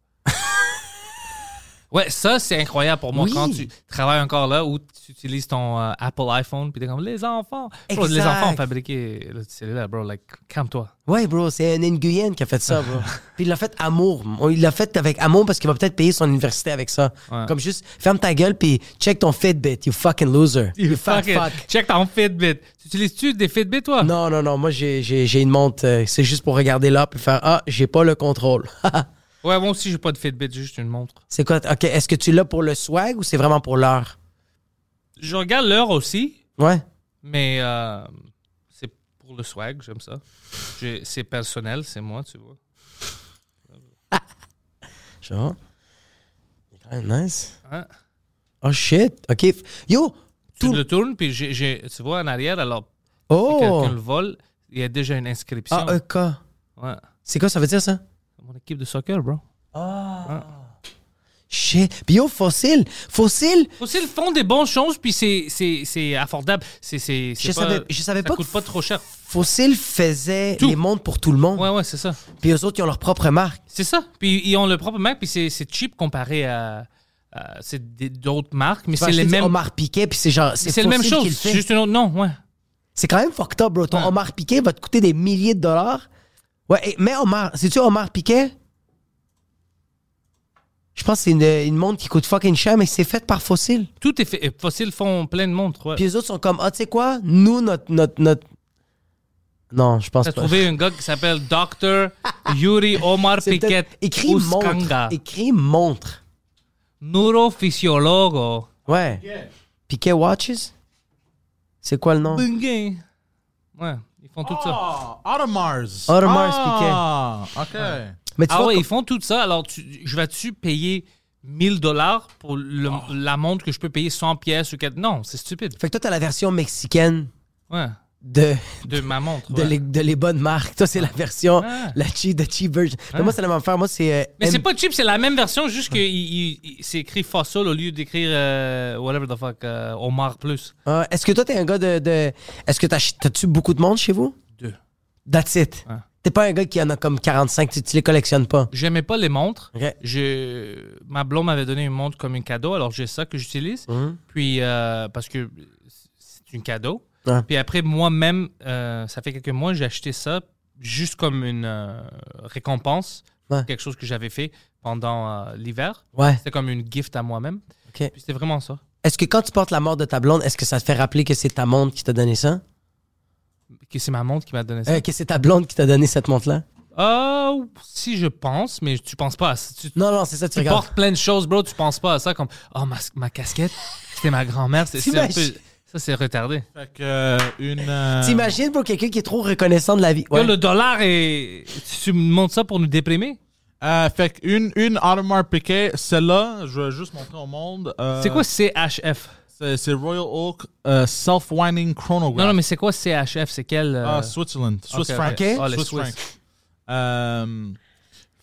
Speaker 2: ouais, ça, c'est incroyable pour moi
Speaker 4: Oui.
Speaker 2: quand tu travailles encore là où tu utilises ton euh, Apple iPhone puis t'es comme les enfants. Bro, les
Speaker 4: Exact.
Speaker 2: enfants ont fabriqué le cellulaire, bro. Like, calme-toi.
Speaker 4: Ouais, bro, c'est un Nguyen qui a fait ça, bro. Puis il l'a fait amour. Il l'a fait avec amour parce qu'il va peut-être payer son université avec ça.
Speaker 2: Ouais.
Speaker 4: Comme juste, ferme ta gueule puis check ton Fitbit, you fucking loser. You, fat
Speaker 2: Fuck it.
Speaker 4: fuck.
Speaker 2: Check ton Fitbit. Tu utilises-tu des Fitbit, toi?
Speaker 4: Non, non, non, moi j'ai- j'ai j'ai une montre, euh, c'est juste pour regarder là puis faire Ah, j'ai pas le contrôle.
Speaker 2: Ouais, moi aussi, j'ai pas de Fitbit, j'ai juste une montre.
Speaker 4: c'est quoi, ok, est-ce que tu l'as pour le swag ou c'est vraiment pour l'heure?
Speaker 2: Je regarde l'heure aussi,
Speaker 4: Ouais.
Speaker 2: mais euh, c'est pour le swag, j'aime ça. J'ai- C'est personnel, c'est moi, tu vois.
Speaker 4: Genre. C'est quand même nice.
Speaker 2: Hein?
Speaker 4: Oh shit, ok. Yo,
Speaker 2: Tu
Speaker 4: Tout-
Speaker 2: le tournes, puis j'ai- j'ai- tu vois en arrière, alors Si
Speaker 4: oh, Ah, euh,
Speaker 2: quelqu'un le vole, il y a déjà une inscription.
Speaker 4: AEK.
Speaker 2: Ouais.
Speaker 4: C'est quoi ça veut dire ça?
Speaker 2: Mon équipe de soccer, bro.
Speaker 4: Shit. Puis yo, fossile, fossile,
Speaker 2: Aussi, ils font des bonnes choses, puis c'est, c'est, c'est affordable. C'est, c'est, c'est
Speaker 4: Je
Speaker 2: pas-
Speaker 4: savais- je savais
Speaker 2: ça
Speaker 4: pas
Speaker 2: coûte
Speaker 4: que-
Speaker 2: pas trop cher.
Speaker 4: Fossil faisait
Speaker 2: Tout.
Speaker 4: les montres pour tout le monde.
Speaker 2: Ouais, ouais, c'est ça.
Speaker 4: Puis eux autres, ils ont leur propre marque.
Speaker 2: C'est ça. Puis ils ont le propre marque, puis c'est, c'est cheap comparé à, à- c'est des- d'autres marques, mais c'est
Speaker 4: Acheter
Speaker 2: les
Speaker 4: du
Speaker 2: mêmes.
Speaker 4: Omar Piquet, puis c'est genre.
Speaker 2: c'est la même
Speaker 4: Fossil qui
Speaker 2: chose.
Speaker 4: le fait.
Speaker 2: C'est juste un autre nom, ouais.
Speaker 4: C'est quand même fucked up, bro. Ton
Speaker 2: Ouais.
Speaker 4: Omar Piquet va te coûter des milliers de dollars. Ouais, et- mais Omar, c'est-tu Omar Piquet? Je pense que c'est une, une montre qui coûte fucking cher, mais c'est faite par Fossil.
Speaker 2: Tout est fait. et Fossil font plein de montres, ouais.
Speaker 4: Puis les autres sont comme, ah, tu sais quoi? Nous, notre. notre, notre... Non, je pense
Speaker 2: T'as
Speaker 4: pas.
Speaker 2: trouvé un gars qui s'appelle Dr. Yuri Omar
Speaker 4: C'est
Speaker 2: Piquet
Speaker 4: peut-être- Écris montre.
Speaker 2: Uskanga.
Speaker 4: Écris montre.
Speaker 2: Neurophysiologue.
Speaker 4: Ouais. Piquet Watches? C'est quoi le nom?
Speaker 2: Bungay. Ouais, ils font tout ça.
Speaker 5: Ah, Automars.
Speaker 4: Automars
Speaker 5: ah, OK.
Speaker 4: Mais tu
Speaker 2: Ah
Speaker 4: vois,
Speaker 2: ouais, ils font tout ça. Alors, tu, je vais-tu payer 1000 dollars pour le-
Speaker 4: Ah!
Speaker 2: la montre que je peux payer 100 pièces ou 4 Non, c'est stupide.
Speaker 4: Fait que toi, t'as la version mexicaine
Speaker 2: Ouais,
Speaker 4: de,
Speaker 2: de ma montre.
Speaker 4: de,
Speaker 2: ouais.
Speaker 4: les, de les bonnes marques. Toi, c'est la version,
Speaker 2: Ah.
Speaker 4: la cheap, the cheap version. Mais moi, c'est la même affaire. Moi, c'est. euh,
Speaker 2: Mais
Speaker 4: M-
Speaker 2: c'est pas cheap, c'est la même version, juste que il- il- il- c'est écrit Fossil au lieu d'écrire euh, whatever the fuck, euh, Omar Plus.
Speaker 4: Ah, Est-ce que toi, t'es un gars de. de- Est-ce que t'as- t'as-tu beaucoup de monde chez vous?
Speaker 2: Deux. Ah.
Speaker 4: That's it.
Speaker 2: Ouais.
Speaker 4: T'es pas un gars qui en a comme 45, tu, tu les collectionnes pas.
Speaker 2: J'aimais pas les montres.
Speaker 4: Ok.
Speaker 2: Je, ma blonde m'avait donné une montre comme un cadeau, alors j'ai ça que j'utilise.
Speaker 4: Mmh.
Speaker 2: Puis, euh, parce que c'est un cadeau.
Speaker 4: Ouais.
Speaker 2: Puis après, moi-même, euh, ça fait quelques mois, j'ai acheté ça juste comme une euh, récompense,
Speaker 4: Ouais.
Speaker 2: quelque chose que j'avais fait pendant euh, l'hiver.
Speaker 4: Ouais.
Speaker 2: C'était comme une gift à moi-même. Puis
Speaker 4: OK.
Speaker 2: c'était vraiment ça.
Speaker 4: Est-ce que quand tu portes la mort de ta blonde, est-ce que ça te fait rappeler que c'est ta montre qui t'a donné ça?
Speaker 2: Que c'est ma montre qui m'a donné ça.
Speaker 4: Euh, que c'est ta blonde qui t'a donné cette montre-là?
Speaker 2: Ah, si je pense, mais tu penses pas à ça. Tu,
Speaker 4: Non, non, c'est ça, tu,
Speaker 2: tu
Speaker 4: regardes.
Speaker 2: portes plein de choses, bro. Tu penses pas à ça comme oh ma, ma casquette, c'était ma grand-mère. C'est c'est un
Speaker 4: T'imagines-
Speaker 2: peu- ça, c'est retardé.
Speaker 5: Fait que euh, une... euh,
Speaker 4: T'imagines pour quelqu'un qui est trop reconnaissant de la vie? Ouais.
Speaker 2: Yo, le dollar est. tu- Tu me montres ça pour nous déprimer.
Speaker 5: euh, fait que une, une Audemars Piguet, celle-là, je vais juste montrer au monde. euh,
Speaker 2: C'est quoi CHF?
Speaker 5: C'est c'est Royal Oak euh, Self-Winding Chronograph.
Speaker 2: Non, non, mais c'est quoi CHF? C'est quel. euh,
Speaker 5: Ah, Switzerland. Swiss
Speaker 2: ok,
Speaker 5: franc.
Speaker 2: ok. Ah, les
Speaker 5: Swiss
Speaker 2: Swiss.
Speaker 5: franc. Euh,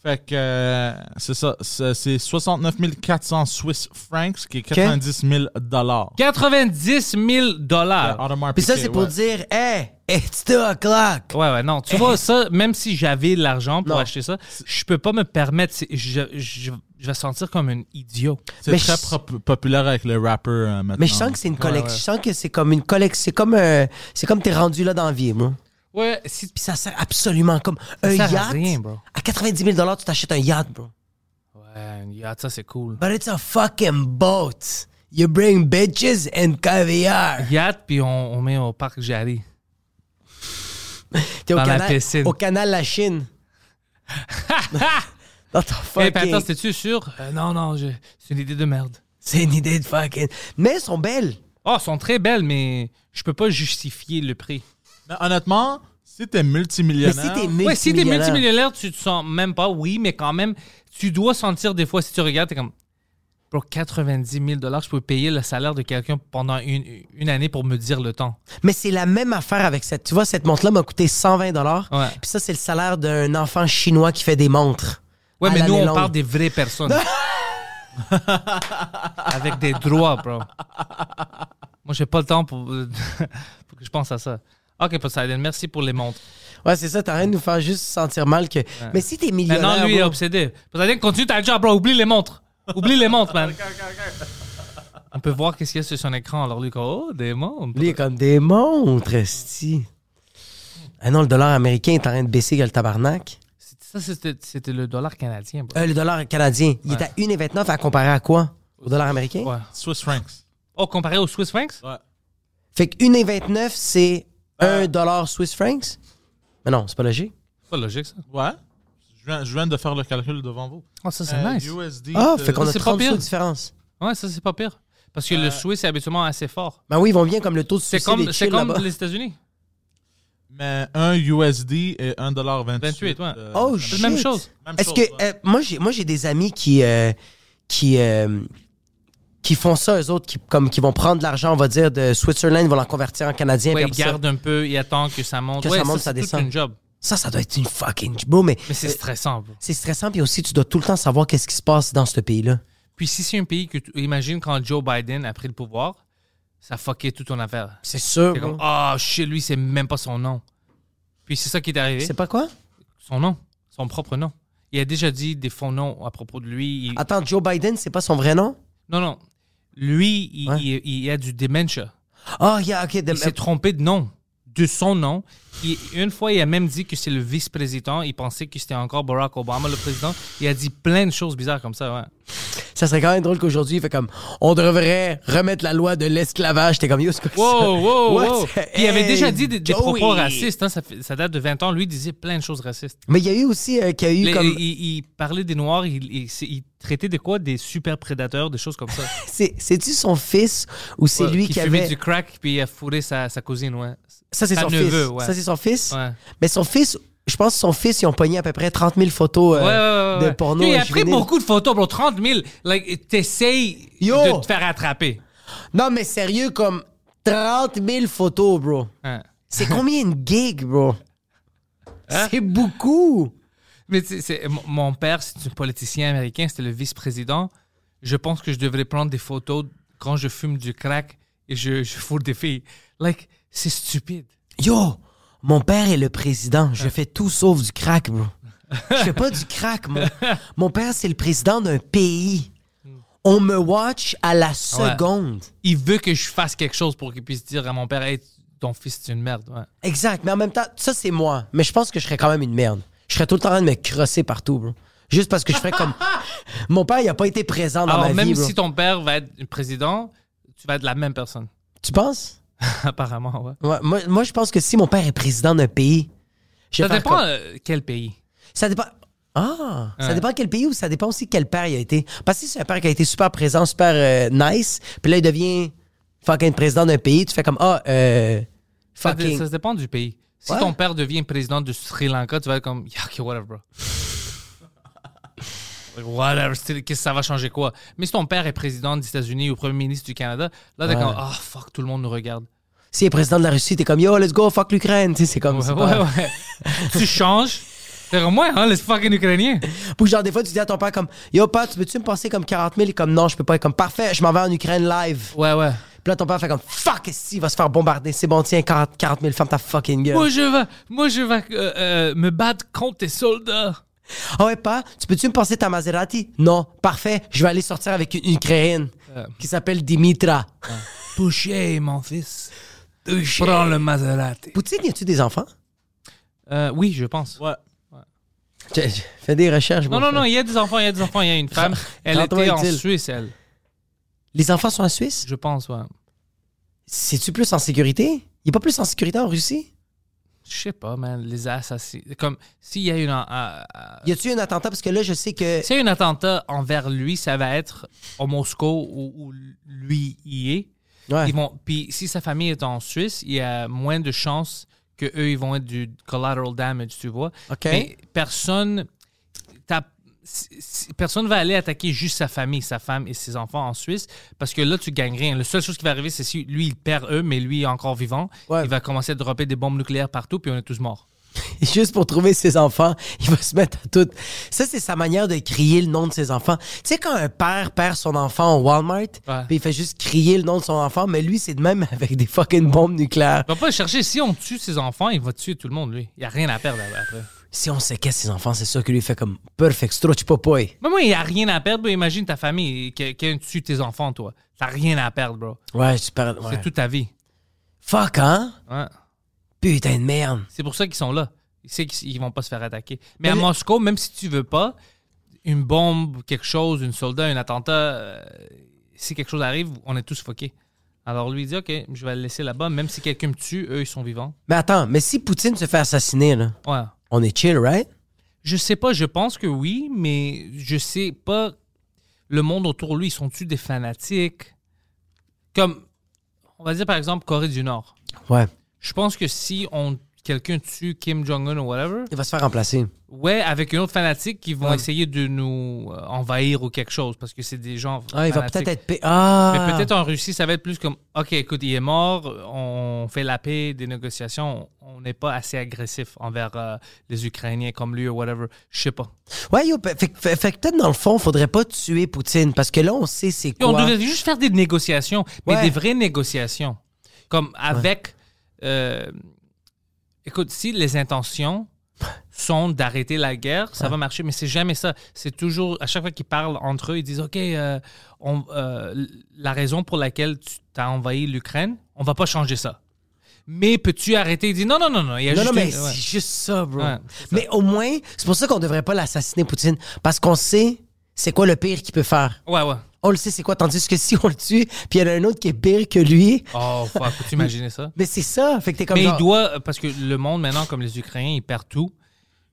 Speaker 5: fait que euh, c'est ça. C'est c'est 69 400 Swiss francs, ce qui est 90 000 dollars. Euh,
Speaker 2: 90 000 dollars.
Speaker 5: Audemars
Speaker 4: Puis ça,
Speaker 5: Piguet,
Speaker 4: c'est pour
Speaker 5: ouais.
Speaker 4: dire, hey, it's two o'clock.
Speaker 2: Ouais, ouais, non. Tu vois, ça, même si j'avais l'argent pour
Speaker 4: ah. Non.
Speaker 2: acheter ça, je peux pas me permettre. c'est- Je, je, je vais sentir comme un idiot.
Speaker 4: Mais
Speaker 5: C'est très
Speaker 4: je-
Speaker 5: prop- populaire avec le rapper euh, maintenant.
Speaker 4: Mais je sens que c'est une collection. Je sens que c'est comme une collection. C'est comme, euh, c'est comme t'es rendu là dans la vie, moi.
Speaker 2: Ouais, si.
Speaker 4: Puis ça sert absolument comme
Speaker 2: Ça
Speaker 4: un
Speaker 2: sert à
Speaker 4: yacht.
Speaker 2: rien, bro.
Speaker 4: À 90 000 tu t'achètes un yacht, bro.
Speaker 2: Ouais, un yacht, ça, c'est cool.
Speaker 4: But it's a fucking boat. You bring bitches and caviar.
Speaker 2: Eh, Yacht, puis on, on met au parc Jarry.
Speaker 4: T'es au,
Speaker 2: Dans la
Speaker 4: canal,
Speaker 2: piscine.
Speaker 4: au canal La Chine. Dans ton
Speaker 2: Hey, Eh, puis attends,
Speaker 4: fucking-
Speaker 2: c'était-tu sûr? Euh, non, non, je- c'est une idée de merde.
Speaker 4: C'est une idée de fucking. Mais elles sont belles.
Speaker 2: Oh, elles sont très belles, mais je peux pas justifier le prix.
Speaker 5: Mais honnêtement, si t'es
Speaker 4: Mais
Speaker 5: multimillionnaire.
Speaker 4: si t'es
Speaker 2: Ouais, si t'es
Speaker 4: multimillionnaire-
Speaker 2: multimillionnaire, tu te sens même pas, oui, mais quand même, tu dois sentir des fois, si tu regardes, t'es comme, pour 90 000 je peux payer le salaire de quelqu'un pendant une, une année pour me dire le temps.
Speaker 4: Mais c'est la même affaire avec cette. Tu vois, cette montre-là m'a coûté 120 dollars.
Speaker 2: Ouais.
Speaker 4: Puis ça, c'est le salaire d'un enfant chinois qui fait des montres.
Speaker 2: Ouais,
Speaker 4: À
Speaker 2: mais nous,
Speaker 4: l'année
Speaker 2: on
Speaker 4: longue.
Speaker 2: parle des vraies personnes. Avec des droits, bro. Moi, j'ai pas le temps pour, pour que je pense à ça. Ok, Poseidon, merci pour les montres.
Speaker 4: Ouais, c'est ça. T'as rien de nous faire juste sentir mal que. Mais si t'es
Speaker 2: Mais
Speaker 4: millionnaire.
Speaker 2: non, lui, il est
Speaker 4: bro,
Speaker 2: obsédé. Poseidon, continue ta job, bro. Oublie les montres. Oublie les montres, man. On peut voir qu'est-ce qu'il y a sur son écran. Alors, lui, il dit, oh, des montres.
Speaker 4: lui, il est comme des montres, esti. Ah non, le dollar américain est en train de baisser que le tabarnak.
Speaker 2: C'est- Ça, c'était c'était le dollar canadien, bro.
Speaker 4: Euh, le dollar canadien, il est à 1,29 à comparer à quoi? Au dollar américain?
Speaker 2: Ouais.
Speaker 5: Swiss francs.
Speaker 2: Oh, comparé aux Swiss francs?
Speaker 5: Ouais.
Speaker 4: Fait que 1,29, c'est
Speaker 2: Euh.
Speaker 4: 1 dollar Swiss francs? Mais non, c'est pas logique.
Speaker 2: C'est pas logique, ça.
Speaker 5: Ouais. Je viens, je viens de faire le calcul devant vous.
Speaker 2: Oh, ça, c'est
Speaker 5: Euh,
Speaker 2: nice.
Speaker 5: USD.
Speaker 4: Ah,
Speaker 5: de-
Speaker 4: fait qu'on a
Speaker 2: euh, c'est pas
Speaker 4: 30 sous
Speaker 2: pire.
Speaker 4: de différence.
Speaker 2: Ouais, ça, c'est pas pire. Parce que le Swiss est habituellement assez fort.
Speaker 4: Ben oui, ils vont bien comme le taux de
Speaker 2: C'est
Speaker 4: suicide
Speaker 2: comme,
Speaker 4: est
Speaker 2: c'est
Speaker 4: chill
Speaker 2: comme
Speaker 4: là-bas.
Speaker 2: les États-Unis.
Speaker 5: Mais un USD et 1,28$.
Speaker 2: 28, ouais.
Speaker 5: euh,
Speaker 4: Oh,
Speaker 2: C'est
Speaker 4: shit.
Speaker 2: la même chose.
Speaker 5: Même
Speaker 4: Est-ce
Speaker 5: chose,
Speaker 4: que euh,
Speaker 5: ouais.
Speaker 4: moi j'ai moi j'ai des amis qui euh, qui euh, qui font ça eux autres qui comme qui vont prendre de l'argent on va dire de Switzerland ils vont l'en convertir en canadien
Speaker 2: Ouais,
Speaker 4: puis
Speaker 2: il
Speaker 4: après ça-
Speaker 2: garde un peu, il attend que ça monte.
Speaker 4: Que
Speaker 2: Ouais,
Speaker 4: ça monte, ça
Speaker 2: c'est toute
Speaker 4: descend.
Speaker 2: une job.
Speaker 4: ça ça doit être une fucking bro mais,
Speaker 2: Mais c'est
Speaker 4: euh,
Speaker 2: stressant. bro.
Speaker 4: c'est stressant puis aussi tu dois tout le temps savoir qu'est-ce qui se passe dans ce pays là
Speaker 2: Puis si c'est un pays que tu imagines quand Joe Biden a pris le pouvoir, ça fuckait toute ton affaire.
Speaker 4: c'est sûr
Speaker 2: C'est comme
Speaker 4: bro.
Speaker 2: ah chez lui c'est même pas son nom. Puis c'est ça qui est arrivé.
Speaker 4: c'est pas quoi
Speaker 2: Son nom, son propre nom. Il a déjà dit des faux noms à propos de lui. Il-
Speaker 4: attends Joe Biden c'est pas son vrai nom
Speaker 2: Non non, lui il,
Speaker 4: Ouais.
Speaker 2: il- il a du dementia.
Speaker 4: ah yeah ok de-
Speaker 2: Il s'est trompé de nom, de son nom. Il- une fois, il a même dit que c'est le vice-président. Il pensait que c'était encore Barack Obama, le président. Il a dit plein de choses bizarres comme ça, ouais.
Speaker 4: ça serait quand même drôle qu'aujourd'hui il fait comme on devrait remettre la loi de l'esclavage t'es comme yo c'est quoi ça?
Speaker 2: Wow, wow,
Speaker 4: What?
Speaker 2: wow. Puis il avait
Speaker 4: Hey,
Speaker 2: déjà dit des, des propos
Speaker 4: Joey.
Speaker 2: racistes. hein, ça, fait- ça date de 20 ans. Lui, il disait plein de choses racistes.
Speaker 4: mais il y a eu aussi euh, qu'il y a eu
Speaker 2: Les-
Speaker 4: comme
Speaker 2: il, il parlait des Noirs. Il, il- c'est- il traitait de quoi? Des super prédateurs, des choses comme ça.
Speaker 4: C'est- C'est-tu son fils ou c'est
Speaker 2: Ouais,
Speaker 4: lui
Speaker 2: qui,
Speaker 4: qui,
Speaker 2: fumait
Speaker 4: avait.
Speaker 2: du crack puis il a fourré sa, sa cousine, ouais.
Speaker 4: Ça, c'est
Speaker 2: Sa
Speaker 4: son
Speaker 2: neveu,
Speaker 4: fils.
Speaker 2: ouais.
Speaker 4: Ça, c'est son fils.
Speaker 2: Ouais.
Speaker 4: Mais son fils, je pense que son fils, ils ont pogné à peu près 30 000 photos euh,
Speaker 2: Ouais, ouais, ouais, ouais.
Speaker 4: de porno.
Speaker 2: Yo, il a pris
Speaker 4: juvénile.
Speaker 2: beaucoup de photos, bro. 30 000. Like, T'essayes
Speaker 4: Yo.
Speaker 2: de te faire attraper.
Speaker 4: Non, mais sérieux, comme 30 000 photos, bro.
Speaker 2: Ouais.
Speaker 4: C'est combien une gig, bro?
Speaker 2: Hein?
Speaker 4: C'est beaucoup.
Speaker 2: Mais tu sais, c'est- mon- mon père, c'est un politicien américain, c'était le vice-président. Je pense que je devrais prendre des photos quand je fume du crack et je, je fourre des filles. Like, c'est stupide.
Speaker 4: Yo, mon père est le président. Je fais tout sauf du crack, bro. Je fais pas du crack, mon. Mon père, c'est le président d'un pays. On me watch à la seconde.
Speaker 2: Il veut que je fasse quelque chose pour qu'il puisse dire à mon père, hey, ton fils, c'est une merde. Ouais.
Speaker 4: Exact, mais en même temps, ça c'est moi. Mais je pense que je serais quand même une merde. Je serais tout le temps en train de me crosser partout, bro. Juste parce que je ferais comme. Mon père, il a pas été présent dans
Speaker 2: Alors,
Speaker 4: ma
Speaker 2: Ah, même
Speaker 4: vie, bro.
Speaker 2: si ton père va être président, tu vas être la même personne.
Speaker 4: Tu penses?
Speaker 2: Apparemment, ouais.
Speaker 4: Ouais, moi, moi, je pense que si mon père est président d'un pays. Je vais
Speaker 2: Ça
Speaker 4: faire
Speaker 2: dépend
Speaker 4: comme-
Speaker 2: euh, quel pays.
Speaker 4: Ça dépend. Ah, ça
Speaker 2: Ouais.
Speaker 4: dépend quel pays ou ça dépend aussi quel père il a été. Parce que si c'est un père qui a été super présent, super euh, nice, puis là, il devient fucking président d'un pays, tu fais comme. Ah, euh.
Speaker 2: Ça, dé-
Speaker 4: Fucking.
Speaker 2: ça dépend du pays. Si
Speaker 4: Ouais.
Speaker 2: ton père devient président du Sri Lanka, tu vas être comme, yeah, ok, whatever, bro. Like, whatever, c'est- qu'est-ce que ça va changer quoi? Mais si ton père est président des États-Unis ou premier ministre du Canada, là, t'es
Speaker 4: Ouais.
Speaker 2: comme, oh fuck, tout le monde nous regarde.
Speaker 4: S'il est président de la Russie, t'es comme yo, let's go, fuck l'Ukraine. Tu sais, c'est comme.
Speaker 2: Ouais,
Speaker 4: c'est
Speaker 2: ouais,
Speaker 4: pas-
Speaker 2: ouais. tu changes. T'es comme, ouais, hein, les fucking Ukrainiens.
Speaker 4: Puis genre, des fois, tu dis à ton père comme Yo, père, tu peux-tu me passer comme 40 000 Et comme non, je peux pas. Et comme parfait, je m'en vais en Ukraine live.
Speaker 2: Ouais, ouais.
Speaker 4: Puis là, ton père fait comme Fuck, si, il va se faire bombarder. C'est bon, tiens, 40, 40 000 ferme ta fucking gueule.
Speaker 2: Moi, je vais, moi, je vais euh, euh, me battre contre tes soldats.
Speaker 4: Ah ouais, père, tu peux-tu me passer ta Maserati Non, parfait, je vais aller sortir avec une Ukrainienne
Speaker 2: Euh.
Speaker 4: qui s'appelle Dimitra.
Speaker 2: Touché, mon fils. Prends le Maserati.
Speaker 4: Poutine, y a-tu des enfants
Speaker 2: Euh, oui, je pense.
Speaker 5: Ouais.
Speaker 4: Je- je Fais des recherches.
Speaker 2: Non,
Speaker 4: mon
Speaker 2: non,
Speaker 4: frère.
Speaker 2: non, il y a des enfants, il y a des enfants, il y a une femme. Elle
Speaker 4: Rends-toi
Speaker 2: était en
Speaker 4: utile.
Speaker 2: Suisse, elle.
Speaker 4: Les enfants sont en Suisse
Speaker 2: Je pense, ouais.
Speaker 4: C'est-tu plus en sécurité Il est pas plus en sécurité en Russie
Speaker 2: Je sais pas, man. Les assassins. Comme, s'il y a une. euh, euh,
Speaker 4: Y a-tu un attentat? Parce que là, je sais que.
Speaker 2: S'il y a un attentat envers lui, ça va être au Moscou où, où lui y est.
Speaker 4: Ouais.
Speaker 2: Ils vont, puis si sa famille est en Suisse, il y a moins de chances que eux ils vont être du collateral damage, tu vois.
Speaker 4: OK.
Speaker 2: Mais personne, t'as- si- si- personne va aller attaquer juste sa famille, sa femme et ses enfants en Suisse, parce que là tu gagnes rien. La seule chose qui va arriver, c'est si lui il perd eux, mais lui est encore vivant,
Speaker 4: Ouais.
Speaker 2: il va commencer à dropper des bombes nucléaires partout, puis on est tous morts.
Speaker 4: Juste pour trouver ses enfants, il va se mettre à tout. Ça, c'est sa manière de crier le nom de ses enfants. Tu sais, quand un père perd son enfant au Walmart,
Speaker 2: Ouais.
Speaker 4: puis il fait juste crier le nom de son enfant, mais lui, c'est de même avec des fucking bombes nucléaires.
Speaker 2: Il va pas le chercher. Si on tue ses enfants, il va tuer tout le monde lui. Il y a rien à perdre après.
Speaker 4: Si on séquestre ses enfants, c'est sûr que lui fait comme perfect tu popoy.
Speaker 2: Mais moi, il n'y a rien à perdre. bro. Imagine ta famille, que- quelqu'un tue tes enfants, toi. T'as rien à perdre, bro.
Speaker 4: Ouais, super.
Speaker 2: C'est toute ta vie.
Speaker 4: Fuck, hein?
Speaker 2: Ouais.
Speaker 4: Putain de merde.
Speaker 2: C'est pour ça qu'ils sont là. Ils savent qu'ils vont pas se faire attaquer. Mais,
Speaker 4: Mais
Speaker 2: à
Speaker 4: le-
Speaker 2: Moscou, même si tu veux pas, une bombe, quelque chose, une soldat, un attentat, euh, si quelque chose arrive, on est tous foqués. Alors lui, il dit, OK, je vais le laisser là-bas. Même si quelqu'un me tue, eux, ils sont vivants.
Speaker 4: Mais attends, mais si Poutine se fait assassiner, là,
Speaker 2: Ouais.
Speaker 4: on est chill, right?
Speaker 2: Je sais pas, je pense que oui, mais je sais pas. Le monde autour de lui, ils sont-tu des fanatiques? Comme, on va dire par exemple Corée du Nord.
Speaker 4: Ouais.
Speaker 2: Je pense que si on quelqu'un tue Kim Jong-un ou whatever,
Speaker 4: Il va se faire remplacer.
Speaker 2: ouais, avec une autre fanatique, qui vont
Speaker 4: Ouais.
Speaker 2: essayer de nous euh, envahir ou quelque chose parce que c'est des gens.
Speaker 4: Ah, il va
Speaker 2: fanatiques.
Speaker 4: peut-être être. pa- Ah!
Speaker 2: Mais peut-être en Russie, ça va être plus comme OK, écoute, il est mort, on fait la paix, des négociations, on n'est pas assez agressif envers euh, les Ukrainiens comme lui ou whatever. Je sais pas.
Speaker 4: Ouais, yo, fait, fait- fait- fait que peut-être dans le fond, faudrait pas tuer Poutine parce que là, on sait c'est
Speaker 2: Et on
Speaker 4: quoi.
Speaker 2: devrait juste faire des négociations, mais
Speaker 4: Ouais.
Speaker 2: des vraies négociations. Comme avec. euh, écoute, si les intentions sont d'arrêter la guerre, ça va marcher, mais c'est jamais ça. C'est toujours, à chaque fois qu'ils parlent entre eux, ils disent OK, euh, on- euh, l- la raison pour laquelle tu as envahi l'Ukraine, on va pas changer ça. Mais peux-tu arrêter Il dit non, non, non, non. Il y a
Speaker 4: Non,
Speaker 2: juste
Speaker 4: non, mais
Speaker 2: une- ouais.
Speaker 4: c'est juste ça, bro.
Speaker 2: Ouais, c'est ça.
Speaker 4: mais au moins, c'est pour ça qu'on devrait pas l'assassiner, Poutine, parce qu'on sait c'est quoi le pire qu'il peut faire.
Speaker 2: Ouais, ouais.
Speaker 4: On le sait c'est quoi, tandis que si on le tue, puis il y en a un autre qui est pire que lui,
Speaker 2: Oh, fuck, peux-tu imaginer ça?
Speaker 4: mais c'est ça. Fait que t'es comme.
Speaker 2: Mais
Speaker 4: genre-
Speaker 2: il doit, parce que le monde maintenant, comme les Ukrainiens, ils perdent tout.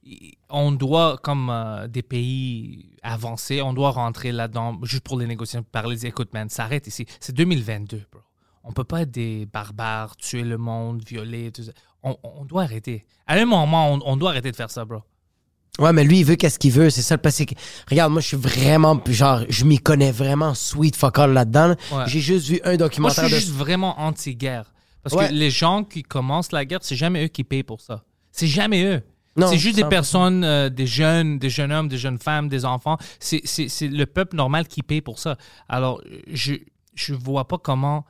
Speaker 2: Il- On doit, comme euh, des pays avancés, on doit rentrer là-dedans juste pour les négociations, parler, dire, écoute, man, s'arrête ici. C'est 2022, bro. On peut pas être des barbares, tuer le monde, violer, tout ça. On, on doit arrêter. À un moment, on, on doit arrêter de faire ça, bro.
Speaker 4: Ouais, mais lui, il veut qu'est-ce qu'il veut. C'est ça le passé. Regarde, moi, je suis vraiment, genre, je m'y connais vraiment sweet fuck all là-dedans. là.
Speaker 2: Ouais.
Speaker 4: J'ai juste vu un
Speaker 2: Moi, je
Speaker 4: documentaire
Speaker 2: suis
Speaker 4: de.
Speaker 2: juste vraiment anti-guerre. Parce
Speaker 4: Ouais.
Speaker 2: que les gens qui commencent la guerre, c'est jamais eux qui payent pour ça. C'est jamais eux.
Speaker 4: Non,
Speaker 2: C'est juste des
Speaker 4: 100%.
Speaker 2: personnes, euh, des jeunes, des jeunes hommes, des jeunes femmes, des enfants. C'est- C'est c'est le peuple normal qui paye pour ça. Alors, je je vois pas comment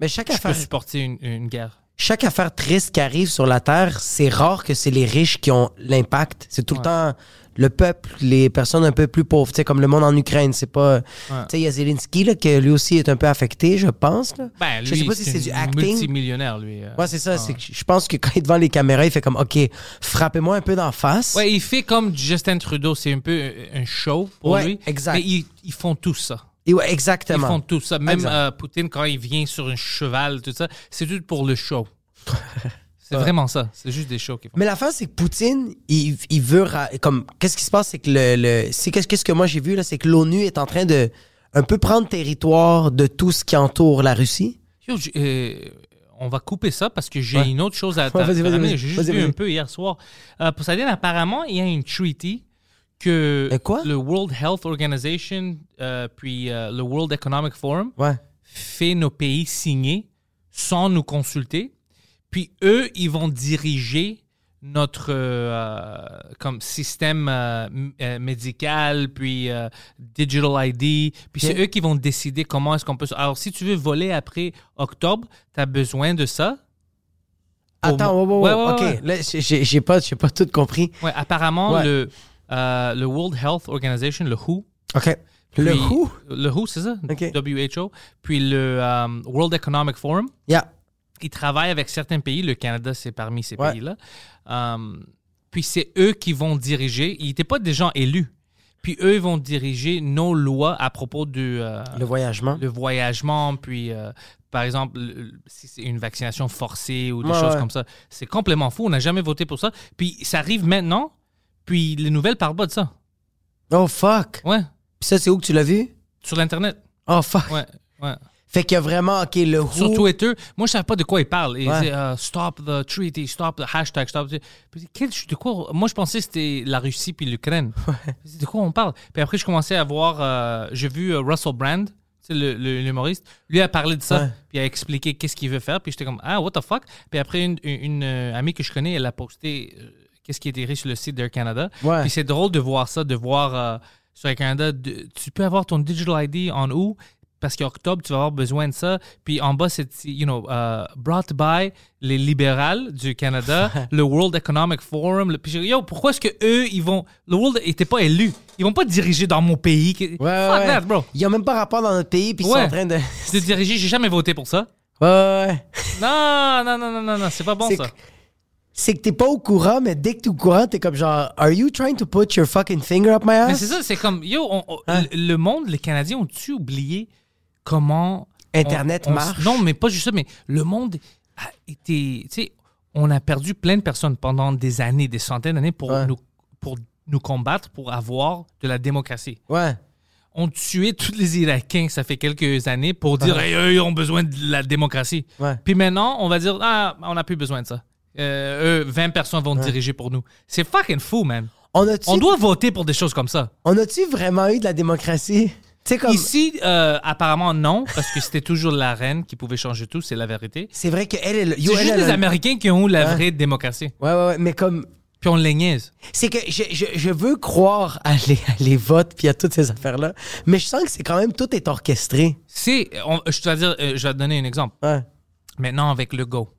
Speaker 4: Mais chaque
Speaker 2: je peux
Speaker 4: affaire,
Speaker 2: supporter une, une guerre.
Speaker 4: chaque affaire triste qui arrive sur la Terre, c'est rare que c'est les riches qui ont l'impact. C'est tout le
Speaker 2: Ouais.
Speaker 4: temps le peuple, les personnes un peu plus pauvres. Tu sais, comme le monde en Ukraine, c'est pas. Tu sais, il y a Zelensky, là, que lui aussi est un peu affecté, je pense. Là.
Speaker 2: Ben, lui,
Speaker 4: je sais pas si c'est du
Speaker 2: une
Speaker 4: acting.
Speaker 2: multimillionnaire, lui. euh.
Speaker 4: Ouais, c'est ça. c'est que je pense que quand il est devant les caméras, il fait comme, OK, frappez-moi un peu d'en face.
Speaker 2: Ouais, il fait comme Justin Trudeau. C'est un peu un un show pour
Speaker 4: Ouais,
Speaker 2: lui.
Speaker 4: exact.
Speaker 2: Mais ils, ils font tout ça.
Speaker 4: Et ouais, exactement.
Speaker 2: Ils font tout ça. Même
Speaker 4: Exact.
Speaker 2: euh, Poutine, quand il vient sur un cheval, tout ça, c'est tout pour le show. c'est vraiment ça. C'est juste des shows qu'ils font.
Speaker 4: Mais la fin, c'est que Poutine, il, il veut. ra- Comme, qu'est-ce qui se passe, c'est que le. le- c'est qu'est-ce qu'est-ce que moi j'ai vu, là, c'est que l'ONU est en train de un peu prendre territoire de tout ce qui entoure la Russie.
Speaker 2: Yo, j- euh, on va couper ça parce que j'ai
Speaker 4: Ouais.
Speaker 2: une autre chose à
Speaker 4: Ouais, vas-y, vas-y,
Speaker 2: t'amener.
Speaker 4: vas-y.
Speaker 2: J'ai juste
Speaker 4: Vas-y,
Speaker 2: vu
Speaker 4: vas-y.
Speaker 2: un peu hier soir. Euh, pour ça dire, apparemment, il y a une treaty que
Speaker 4: Le Euh, quoi?
Speaker 2: le World Health Organization euh, puis euh, le World Economic Forum
Speaker 4: Ouais.
Speaker 2: fait nos pays signer sans nous consulter. Puis eux, ils vont diriger notre euh, comme système euh, m- euh, médical, puis euh, Digital ID. Puis c'est
Speaker 4: Ok.
Speaker 2: eux qui vont décider comment est-ce qu'on peut... Alors, si tu veux voler après octobre, tu as besoin de ça.
Speaker 4: Attends, ouais, ouais, ouais,
Speaker 2: Ouais, ouais,
Speaker 4: ok.
Speaker 2: ouais.
Speaker 4: Là, j'ai- j'ai j'ai pas, j'ai pas tout compris.
Speaker 2: Ouais, apparemment,
Speaker 4: Ouais.
Speaker 2: Le, euh, le World Health Organization, le WHO,
Speaker 4: Ok. Le
Speaker 2: puis-
Speaker 4: coup.
Speaker 2: le WHO, c'est ça?
Speaker 4: Ok.
Speaker 2: WHO. Puis le euh, World Economic Forum,
Speaker 4: Yeah.
Speaker 2: ils travaillent avec certains pays. Le Canada, c'est parmi ces
Speaker 4: Ouais.
Speaker 2: pays-là. Euh, puis c'est eux qui vont diriger. Ils n'étaient pas des gens élus. Puis eux, ils vont diriger nos lois à propos du euh,
Speaker 4: Ah. Le voyagement.
Speaker 2: le voyagement, puis euh, par exemple, le- le- si c'est une vaccination forcée ou des
Speaker 4: Ouais,
Speaker 2: choses
Speaker 4: ouais.
Speaker 2: comme ça. C'est complètement fou. On n'a jamais voté pour ça. Puis ça arrive maintenant, puis les nouvelles parlent pas de ça.
Speaker 4: Oh fuck.
Speaker 2: Ouais,
Speaker 4: Puis ça, c'est où que tu l'as vu?
Speaker 2: sur l'Internet.
Speaker 4: Oh fuck.
Speaker 2: Ouais, ouais.
Speaker 4: Fait qu'il y a vraiment, OK, le
Speaker 2: Sur
Speaker 4: who-
Speaker 2: Twitter, moi, je savais pas de quoi ils parlent. Ils
Speaker 4: Ouais.
Speaker 2: disaient euh, Stop the treaty, stop the hashtag, stop the... Puis je dis, Quel- de quoi... Moi, je pensais que c'était la Russie puis l'Ukraine. Je dis, De quoi on parle? Puis après, je commençais à voir... euh, J'ai vu euh, Russell Brand, c'est le, le- l'humoriste. Lui a parlé de ça,
Speaker 4: Ouais.
Speaker 2: puis a expliqué qu'est-ce qu'il veut faire. Puis j'étais comme, ah, what the fuck? Puis après, une, une- une, euh, amie que je connais, elle a posté euh, qu'est-ce qui est écrit sur le site d'Air Canada.
Speaker 4: Ouais.
Speaker 2: Puis c'est drôle de voir ça, de voir euh, sur Air Canada, de- tu peux avoir ton digital ID en où parce qu'en octobre, tu vas avoir besoin de ça. Puis en bas, c'est, you know, euh, brought by les libérales du Canada, le World Economic Forum. Le, puis je dis, yo, pourquoi est-ce que eux, ils vont. Le World n'était pas élu. Ils vont pas diriger dans mon pays. Que- Fuck
Speaker 4: Ouais, ouais, ouais.
Speaker 2: that, bro.
Speaker 4: Il y a même pas rapport dans notre pays, puis ils
Speaker 2: Ouais.
Speaker 4: sont en train de. Ouais,
Speaker 2: C'est dirigé, j'ai jamais voté pour ça.
Speaker 4: ouais, ouais.
Speaker 2: Non, non, non, non, non, non, c'est pas bon
Speaker 4: C'est
Speaker 2: ça.
Speaker 4: que- C'est que t'es pas au courant, mais dès que t'es au courant, t'es comme genre, Are you trying to put your fucking finger up my ass?
Speaker 2: Mais c'est ça, c'est comme, yo, on- on-
Speaker 4: Hein?
Speaker 2: le le monde, les Canadiens ont-tu oublié comment.
Speaker 4: Internet
Speaker 2: on- on s-
Speaker 4: marche.
Speaker 2: non, mais pas juste ça, mais le monde a été. Tu sais, on a perdu plein de personnes pendant des années, des centaines d'années pour,
Speaker 4: Ouais.
Speaker 2: nous, pour nous combattre, pour avoir de la démocratie.
Speaker 4: Ouais.
Speaker 2: On tuait tous les Irakiens, ça fait quelques années, pour dire, hey, eux, ils ont besoin de la démocratie.
Speaker 4: Ouais.
Speaker 2: Puis maintenant, on va dire, ah, on n'a plus besoin de ça. Euh, eux, 20 personnes vont diriger pour nous. C'est fucking fou, man.
Speaker 4: On a-tu
Speaker 2: On doit voter pour des choses comme ça.
Speaker 4: on a-tu vraiment eu de la démocratie? Tu sais, comme.
Speaker 2: Ici, euh, apparemment, non, parce que c'était toujours la reine qui pouvait changer tout, c'est la vérité.
Speaker 4: C'est vrai que elle, elle, yo,
Speaker 2: C'est
Speaker 4: elle,
Speaker 2: juste
Speaker 4: elle
Speaker 2: les
Speaker 4: a- Hein?
Speaker 2: Américains qui ont eu la vraie démocratie.
Speaker 4: Ouais, ouais, ouais, mais comme.
Speaker 2: Puis on les niaise.
Speaker 4: C'est que je, je, je veux croire à les, à les votes puis à toutes ces affaires-là, mais je sens que c'est quand même tout est orchestré.
Speaker 2: C'est, on- je dois dire, euh, je vais te donner un exemple.
Speaker 4: Ouais.
Speaker 2: Maintenant, avec le Go.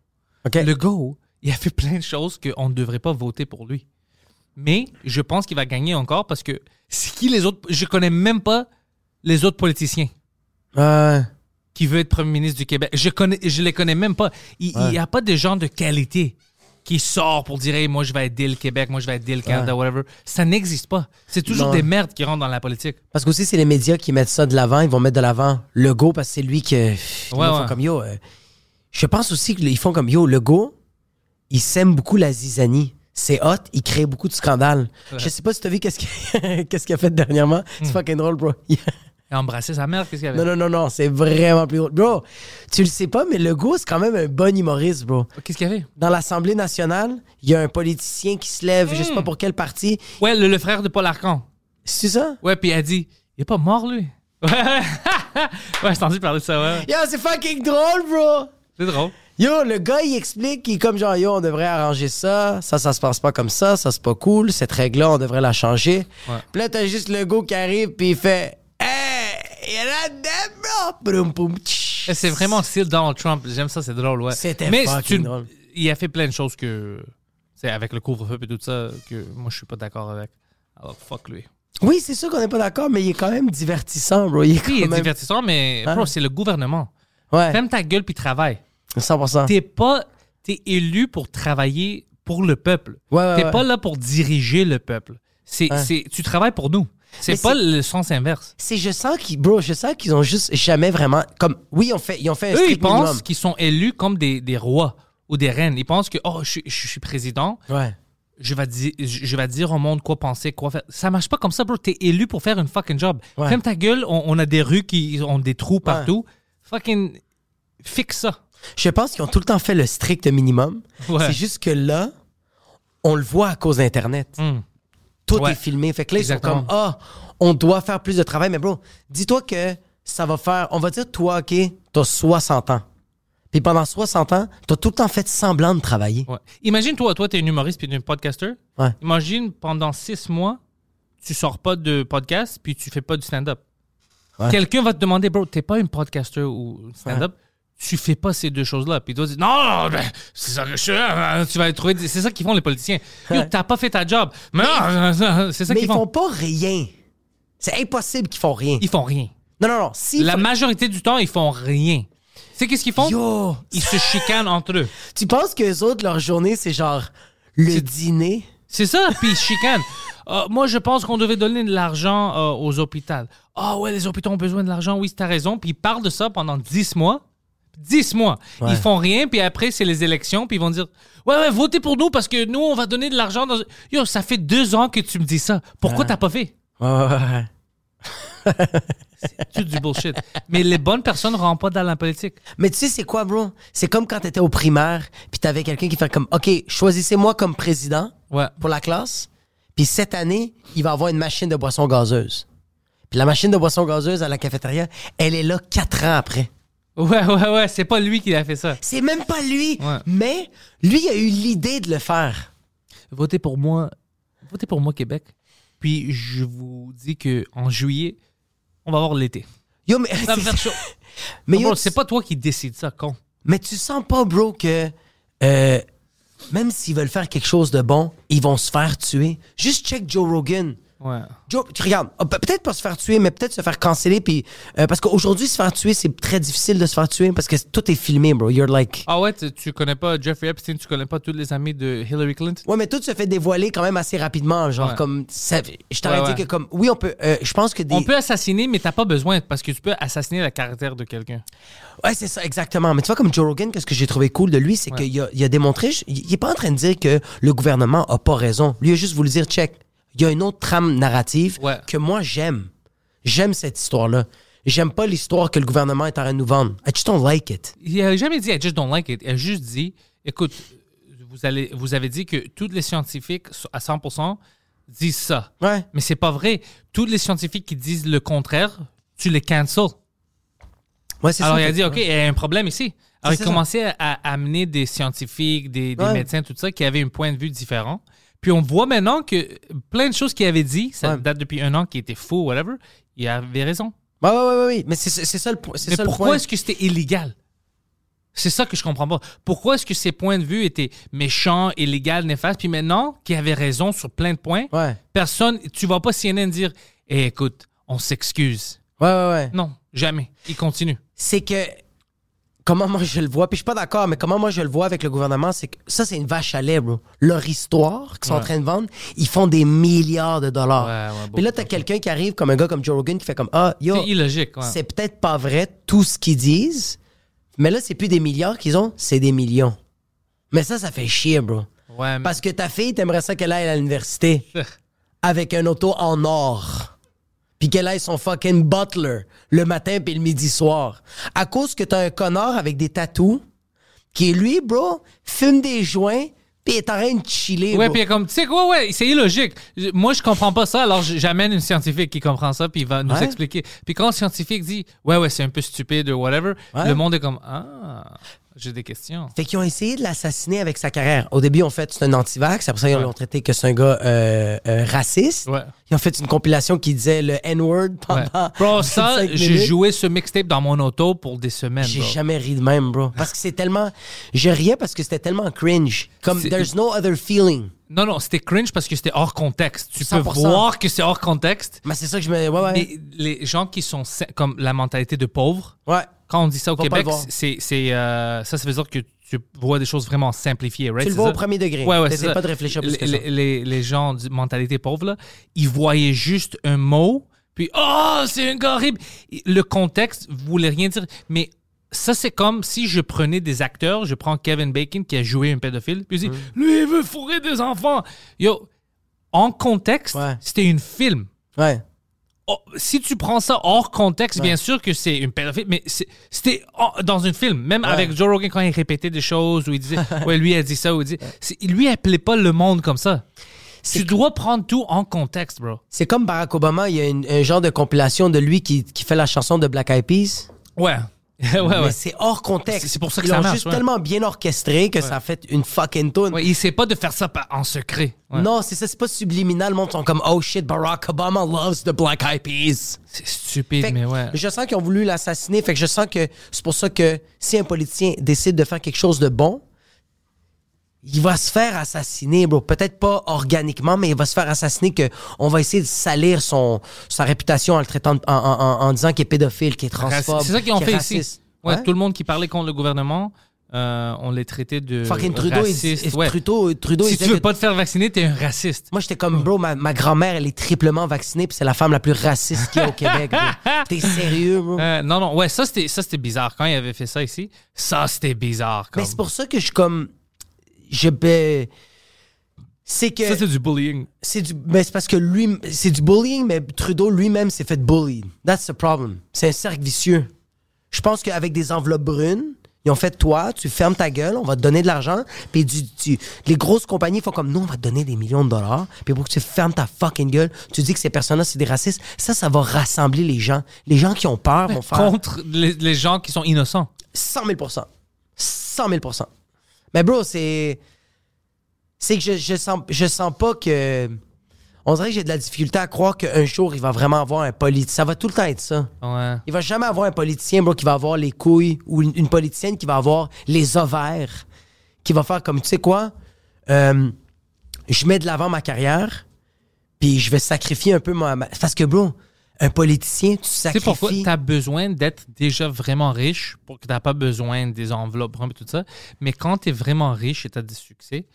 Speaker 4: OK.
Speaker 2: Le Go, il a fait plein de choses qu'on ne devrait pas voter pour lui. Mais je pense qu'il va gagner encore parce que c'est qui les autres. Je connais même pas les autres politiciens
Speaker 4: Ouais.
Speaker 2: qui veulent être premier ministre du Québec. Je connais, je les connais même pas. Il n'y a pas de gens de qualité qui sort pour dire Hey, moi je vais aider le Québec, moi je vais aider le Canada, whatever. Ça n'existe pas. C'est toujours
Speaker 4: Non.
Speaker 2: des merdes qui rentrent dans la politique.
Speaker 4: Parce qu'aussi, c'est les médias qui mettent ça de l'avant. Ils vont mettre de l'avant le go parce que c'est lui que. ils font
Speaker 2: ouais.
Speaker 4: comme yo. euh, je pense aussi qu'ils font comme yo. Le go, il sème beaucoup la zizanie. C'est hot, il crée beaucoup de scandales. Je sais pas si t'as vu qu'est-ce qu'il qu'est-ce qu'il a fait dernièrement.
Speaker 2: Hmm.
Speaker 4: C'est fucking drôle, bro. Il-
Speaker 2: Et embrasser sa mère, qu'est-ce qu'il y avait?
Speaker 4: non, non, non, non, c'est vraiment plus drôle. Bro, tu le sais pas, mais le go, c'est quand même un bon humoriste, bro.
Speaker 2: Qu'est-ce qu'il y avait?
Speaker 4: Dans l'Assemblée nationale, il y a un politicien qui se lève, je sais
Speaker 2: Hmm.
Speaker 4: pas pour quel parti.
Speaker 2: Ouais, le, le frère de Paul Arcand.
Speaker 4: C'est ça?
Speaker 2: Ouais, puis elle dit Il est pas mort, lui. Ouais, ouais, j'ai entendu parler de ça, ouais.
Speaker 4: Yo, c'est fucking drôle, bro!
Speaker 2: C'est drôle.
Speaker 4: Yo, le gars, il explique qu'il est comme genre, yo, on devrait arranger ça, ça, ça se passe pas comme ça, ça, c'est pas cool, cette règle-là, on devrait la changer.
Speaker 2: Ouais.
Speaker 4: Puis là, t'as juste le gars qui arrive, puis il fait, hey, il y en a dedans, bro! Broum, poum, tch.
Speaker 2: Et C'est vraiment style Donald Trump. J'aime ça, c'est drôle, ouais.
Speaker 4: C'était
Speaker 2: Mais
Speaker 4: fucking
Speaker 2: c'est une-
Speaker 4: drôle.
Speaker 2: il a fait plein de choses que. C'est avec le couvre-feu et tout ça que moi je suis pas d'accord avec. Alors fuck lui.
Speaker 4: Oui, c'est sûr qu'on n'est pas d'accord, mais il est quand même divertissant, bro. Il est quand
Speaker 2: Oui, il est
Speaker 4: même...
Speaker 2: divertissant, mais
Speaker 4: Hein?
Speaker 2: bro, c'est le gouvernement.
Speaker 4: Ouais,
Speaker 2: Ferme ta gueule puis travaille.
Speaker 4: 100%.
Speaker 2: T'es pas. T'es élu pour travailler pour le peuple.
Speaker 4: Ouais, ouais,
Speaker 2: T'es
Speaker 4: Ah ouais.
Speaker 2: pas là pour diriger le peuple. C'est,
Speaker 4: Hein?
Speaker 2: c'est, tu travailles pour nous.
Speaker 4: Mais
Speaker 2: C'est pas le sens inverse.
Speaker 4: C'est, je sens qu'ils, bro, je sens qu'ils ont juste jamais vraiment, comme, oui, on fait, ils ont fait un
Speaker 2: Eux, ils
Speaker 4: strict Eh, minimum.
Speaker 2: pensent qu'ils sont élus comme des, des rois ou des reines. Ils pensent que, oh, je, je suis président,
Speaker 4: Ouais.
Speaker 2: je vais, di- je je vais dire au monde quoi penser, quoi faire. Ça marche pas comme ça, bro. T'es élu pour faire une fucking job.
Speaker 4: Ouais.
Speaker 2: Ferme ta gueule, on, on a des rues qui ont des trous partout. Fucking fixe ça.
Speaker 4: Je pense qu'ils ont tout le temps fait le strict minimum.
Speaker 2: Ouais.
Speaker 4: C'est juste que là, on le voit à cause d'Internet.
Speaker 2: Hmm.
Speaker 4: Tout
Speaker 2: Ouais.
Speaker 4: est filmé. Fait que là, ils sont
Speaker 2: Exactement.
Speaker 4: comme, ah, on doit faire plus de travail. Mais bro, dis-toi que ça va faire, on va dire, toi, OK, t'as 60 ans. Puis pendant 60 ans, t'as tout le temps fait semblant de travailler.
Speaker 2: Ouais. Imagine, toi, toi, t'es un humoriste puis t'es un podcaster.
Speaker 4: Ouais.
Speaker 2: Imagine, pendant six mois, tu sors pas de podcast puis tu fais pas du stand-up.
Speaker 4: Ouais.
Speaker 2: Quelqu'un va te demander, bro, t'es pas un podcaster ou un stand-up, tu fais pas ces deux choses-là. Puis toi, tu dis, non, non, ben, c'est ça que je suis, euh, tu vas trouver. des- C'est ça qu'ils font les politiciens. Yo, t'as pas fait ta job. Mais non, euh, c'est ça
Speaker 4: Mais
Speaker 2: qu'ils
Speaker 4: ils
Speaker 2: font.
Speaker 4: font pas rien. C'est impossible qu'ils font rien.
Speaker 2: Ils font rien.
Speaker 4: Non, non, non. Si
Speaker 2: La majorité du temps, ils font rien. Tu sais qu'est-ce qu'ils font?
Speaker 4: Yo!
Speaker 2: Ils se chicanent entre eux.
Speaker 4: Tu penses que les autres, leur journée, c'est genre le
Speaker 2: C'est-
Speaker 4: dîner?
Speaker 2: C'est ça, puis ils se chicanent. Euh, moi, je pense qu'on devait donner de l'argent euh, aux hôpitaux. Ah ouais, les hôpitaux ont besoin de l'argent. Oui, t'as raison. Puis ils parlent de ça pendant 10 mois. 10 mois.
Speaker 4: Ouais.
Speaker 2: Ils font rien, puis après, c'est les élections, puis ils vont dire Ouais, ouais, votez pour nous parce que nous, on va donner de l'argent. Dans... Yo, ça fait deux ans que tu me dis ça. Pourquoi t'as pas fait
Speaker 4: Ouais, ouais, ouais.
Speaker 2: C'est tout du bullshit. Mais les bonnes personnes ne rentrent pas dans la politique.
Speaker 4: Mais tu sais, c'est quoi, bro? C'est comme quand t'étais au primaire, puis t'avais quelqu'un qui fait comme, OK, choisissez-moi comme président
Speaker 2: Ouais.
Speaker 4: pour la classe, puis cette année, il va avoir une machine de boisson gazeuse. Puis la machine de boisson gazeuse à la cafétéria, elle est là quatre ans après.
Speaker 2: Ouais, ouais, ouais. C'est pas lui qui a fait ça.
Speaker 4: C'est même pas lui,
Speaker 2: Ouais.
Speaker 4: mais lui, il a eu l'idée de le faire.
Speaker 2: Votez pour moi. Votez pour moi, Québec. Puis je vous dis que en juillet, on va avoir l'été.
Speaker 4: Yo, mais,
Speaker 2: Ça va faire chaud.
Speaker 4: mais,
Speaker 2: Mais
Speaker 4: yo,
Speaker 2: bon,
Speaker 4: tu-
Speaker 2: c'est pas toi qui décide ça, con.
Speaker 4: mais tu sens pas, bro, que euh, même s'ils veulent faire quelque chose de bon, ils vont se faire tuer. Juste check Joe Rogan.
Speaker 2: Ouais.
Speaker 4: Joe, tu regardes, oh, pe- peut-être pas se faire tuer, mais peut-être se faire canceller. Puis, euh, parce qu'aujourd'hui, se faire tuer, c'est très difficile de se faire tuer parce que tout est filmé, bro. You're like.
Speaker 2: Ah ouais, tu, tu connais pas Jeffrey Epstein, tu connais pas tous les amis de Hillary Clinton?
Speaker 4: Ouais, mais tout se fait dévoiler quand même assez rapidement. Genre,
Speaker 2: Ouais.
Speaker 4: comme. ça- je t'aurais
Speaker 2: Ouais,
Speaker 4: dit
Speaker 2: ouais.
Speaker 4: que, comme. Oui, on peut. euh, je pense que des.
Speaker 2: On peut assassiner, mais t'as pas besoin parce que tu peux assassiner le caractère de quelqu'un.
Speaker 4: Ouais, c'est ça, exactement. Mais tu vois, comme Joe Rogan, qu'est-ce que j'ai trouvé cool de lui, c'est qu'il a, il a démontré. je- Il est pas en train de dire que le gouvernement a pas raison. Lui, il a juste voulu dire, check, il y a une autre trame narrative
Speaker 2: Ouais.
Speaker 4: que moi, j'aime. J'aime cette histoire-là. J'aime pas l'histoire que le gouvernement est en train de nous vendre. I just don't like it.
Speaker 2: Il a jamais dit I just don't like it. Il a juste dit écoute, vous, allez, vous avez dit que tous les scientifiques à 100% disent ça.
Speaker 4: Ouais.
Speaker 2: Mais c'est pas vrai. Tous les scientifiques qui disent le contraire, tu les cancels.
Speaker 4: Ouais, c'est
Speaker 2: Alors,
Speaker 4: ça.
Speaker 2: il a dit, OK, il y a un problème ici. Alors,
Speaker 4: C'est
Speaker 2: il
Speaker 4: ça.
Speaker 2: commençait à amener des scientifiques, des, des
Speaker 4: Ouais.
Speaker 2: médecins, tout ça, qui avaient un point de vue différent. Puis on voit maintenant que plein de choses qu'il avait dit, ça
Speaker 4: Ouais.
Speaker 2: date depuis un an, qui étaient faux, whatever, il avait raison.
Speaker 4: Ouais, ouais, ouais, ouais, ouais. Mais c'est c'est ça le point. c'est
Speaker 2: Mais
Speaker 4: ça le
Speaker 2: pourquoi
Speaker 4: point.
Speaker 2: est-ce que c'était illégal? C'est ça que je comprends pas. Pourquoi est-ce que ces points de vue étaient méchants, illégaux, néfastes, puis maintenant, qu'il avait raison sur plein de points,
Speaker 4: Ouais.
Speaker 2: personne, tu vas pas CNN dire, Eh, écoute, on s'excuse.
Speaker 4: Ouais, ouais, ouais.
Speaker 2: Non, jamais. Il continue.
Speaker 4: C'est que. Comment moi je le vois, puis je suis pas d'accord, mais comment moi je le vois avec le gouvernement, c'est que ça, c'est une vache à lait, bro. Leur histoire qu'ils sont en train de vendre, ils font des milliards de dollars.
Speaker 2: Ouais, ouais,
Speaker 4: puis là,
Speaker 2: beaucoup
Speaker 4: t'as quelqu'un qui arrive, comme un gars comme Joe Rogan, qui fait comme Ah, yo,
Speaker 2: C'est illogique. ouais.
Speaker 4: c'est peut-être pas vrai tout ce qu'ils disent, mais là, c'est plus des milliards qu'ils ont, c'est des millions. Mais ça, ça fait chier, bro.
Speaker 2: Ouais, mais-
Speaker 4: Parce que ta fille, t'aimerais ça qu'elle aille à l'université avec un auto en or. Puis qu'elle aille son fucking butler le matin puis le midi soir. À cause que t'as un connard avec des tatous qui, lui, bro, fume des joints puis est en train de chiller,
Speaker 2: Ouais,
Speaker 4: bro.
Speaker 2: puis il est comme, tu sais quoi, ouais, c'est illogique. Je- Moi, je comprends pas ça, alors j- j'amène une scientifique qui comprend ça, puis il va nous
Speaker 4: Ouais.
Speaker 2: expliquer. Puis quand le scientifique dit, ouais, ouais, c'est un peu stupide, ou whatever,
Speaker 4: Ouais.
Speaker 2: le monde est comme, ah, j'ai des questions.
Speaker 4: Fait qu'ils ont essayé de l'assassiner avec sa carrière. Au début, on fait c'est un anti-vax. Après ça, ils l'ont traité que c'est un gars euh, euh, raciste.
Speaker 2: Ouais.
Speaker 4: Ils ont fait une compilation qui disait le N-word
Speaker 2: Ouais.
Speaker 4: pendant.
Speaker 2: Bro, ça,
Speaker 4: 25
Speaker 2: j'ai
Speaker 4: minutes.
Speaker 2: joué ce mixtape dans mon auto pour des semaines.
Speaker 4: J'ai
Speaker 2: bro.
Speaker 4: jamais ri de même, bro. Parce que c'est tellement. Je riais parce que c'était tellement cringe. Comme
Speaker 2: C'est-
Speaker 4: there's no other feeling.
Speaker 2: Non, non, c'était cringe parce que c'était hors contexte. Tu peux
Speaker 4: 100%.
Speaker 2: voir que c'est hors contexte.
Speaker 4: Mais c'est ça que je me. Ouais, ouais.
Speaker 2: Mais les gens qui sont sa- comme la mentalité de pauvre,
Speaker 4: Ouais.
Speaker 2: quand on dit ça au
Speaker 4: Faut pas
Speaker 2: Québec,
Speaker 4: le voir.
Speaker 2: c'est, c'est, euh, ça, ça veut dire que tu vois des choses vraiment simplifiées, right?
Speaker 4: Tu le
Speaker 2: C'est
Speaker 4: vois
Speaker 2: ça?
Speaker 4: au premier degré.
Speaker 2: Ouais, ouais,
Speaker 4: T'essaies
Speaker 2: c'est ça.
Speaker 4: pas de réfléchir plus
Speaker 2: les,
Speaker 4: que ça.
Speaker 2: les- les- les gens de mentalité pauvre, là, ils voyaient juste un mot, puis « Oh, c'est un gars horrible! » Le contexte voulait rien dire, mais ça, c'est comme si je prenais des acteurs, je prends Kevin Bacon qui a joué un pédophile, puis
Speaker 4: Mm.
Speaker 2: je dis Lui, il veut fourrer des enfants! » Yo, en contexte,
Speaker 4: Ouais.
Speaker 2: c'était un film.
Speaker 4: Ouais.
Speaker 2: Oh, si tu prends ça hors contexte, bien sûr que c'est une pédophile, mais c'est- c'était en- dans un film. Même avec Joe Rogan, quand il répétait des choses, où il disait, ouais, lui a dit ça, ou il dit, c'est- lui appelait pas le monde comme ça. Tu dois prendre tout en contexte, bro.
Speaker 4: C'est comme Barack Obama, il y a une- un genre de compilation de lui qui, qui fait la chanson de Black Eyed Peas.
Speaker 2: Ouais. ouais, Ah ouais.
Speaker 4: Mais c'est hors contexte.
Speaker 2: C'est- c'est pour ça que
Speaker 4: Ils
Speaker 2: ça
Speaker 4: l'ont
Speaker 2: marche,
Speaker 4: juste
Speaker 2: ouais.
Speaker 4: tellement bien orchestré que ça a fait une fucking tune.
Speaker 2: Ouais, il sait pas de faire ça par- en secret. Ouais.
Speaker 4: Non, c'est ça, c'est pas subliminal. Le monde sont comme Oh shit, Barack Obama loves the Black Eyed Peas.
Speaker 2: C'est stupide,
Speaker 4: Fait que
Speaker 2: mais ouais.
Speaker 4: Je sens qu'ils ont voulu l'assassiner. Fait que je sens que c'est pour ça que si un politicien décide de faire quelque chose de bon, il va se faire assassiner, bro. Peut-être pas organiquement, mais il va se faire assassiner que on va essayer de salir son, sa réputation en le traitant de- en, en- en- en disant qu'il est pédophile, qu'il est
Speaker 2: Raci-
Speaker 4: transphobe.
Speaker 2: C'est ça qu'ils ont
Speaker 4: qu'il est
Speaker 2: fait
Speaker 4: raciste.
Speaker 2: ici. Ouais,
Speaker 4: Ouais.
Speaker 2: Tout le monde qui parlait contre le gouvernement, euh, on les traitait de
Speaker 4: Fucking Trudeau, il-
Speaker 2: racistes.
Speaker 4: il-
Speaker 2: Ouais.
Speaker 4: Trudeau, Trudeau, il
Speaker 2: Si tu
Speaker 4: disait
Speaker 2: veux
Speaker 4: que-
Speaker 2: pas te faire vacciner, t'es un raciste.
Speaker 4: Moi, j'étais comme, bro, ma, ma grand-mère, elle est triplement vaccinée, puis c'est la femme la plus raciste qu'il y a au Québec. bro. T'es sérieux, bro?
Speaker 2: Euh, non, non, ouais, ça c'était, ça c'était bizarre. Quand il avait fait ça ici, ça c'était bizarre. Comme.
Speaker 4: Mais c'est pour ça que je suis comme. Je. ben, C'est que.
Speaker 2: Ça c'est du bullying.
Speaker 4: C'est du. Mais c'est parce que lui. C'est du bullying, mais Trudeau lui-même s'est fait bully. That's the problem. C'est un cercle vicieux. Je pense qu'avec des enveloppes brunes, ils ont fait toi, tu fermes ta gueule, on va te donner de l'argent. Puis du- tu- les grosses compagnies font comme nous, on va te donner des millions de dollars. Puis pour que tu fermes ta fucking gueule, tu dis que ces personnes-là, c'est des racistes. Ça, ça va rassembler les gens. Les gens qui ont peur, mon frère.
Speaker 2: Contre les, les gens qui sont innocents.
Speaker 4: 100 000 100 000 Mais bro, c'est. C'est que je, je, sens, je sens pas que. On dirait que j'ai de la difficulté à croire qu'un jour, il va vraiment avoir un politicien. Ça va tout le temps être ça.
Speaker 2: Ouais.
Speaker 4: Il va jamais avoir un politicien, bro, qui va avoir les couilles ou une, une politicienne qui va avoir les ovaires, qui va faire comme, tu sais quoi, euh, je mets de l'avant ma carrière, puis je vais sacrifier un peu ma. ma- Parce que, bro, un politicien, tu
Speaker 2: Tu
Speaker 4: sacrifies.
Speaker 2: sais pourquoi tu as besoin d'être déjà vraiment riche pour que tu n'as pas besoin des enveloppes brunes et tout ça. Mais quand tu es vraiment riche et tu as du succès,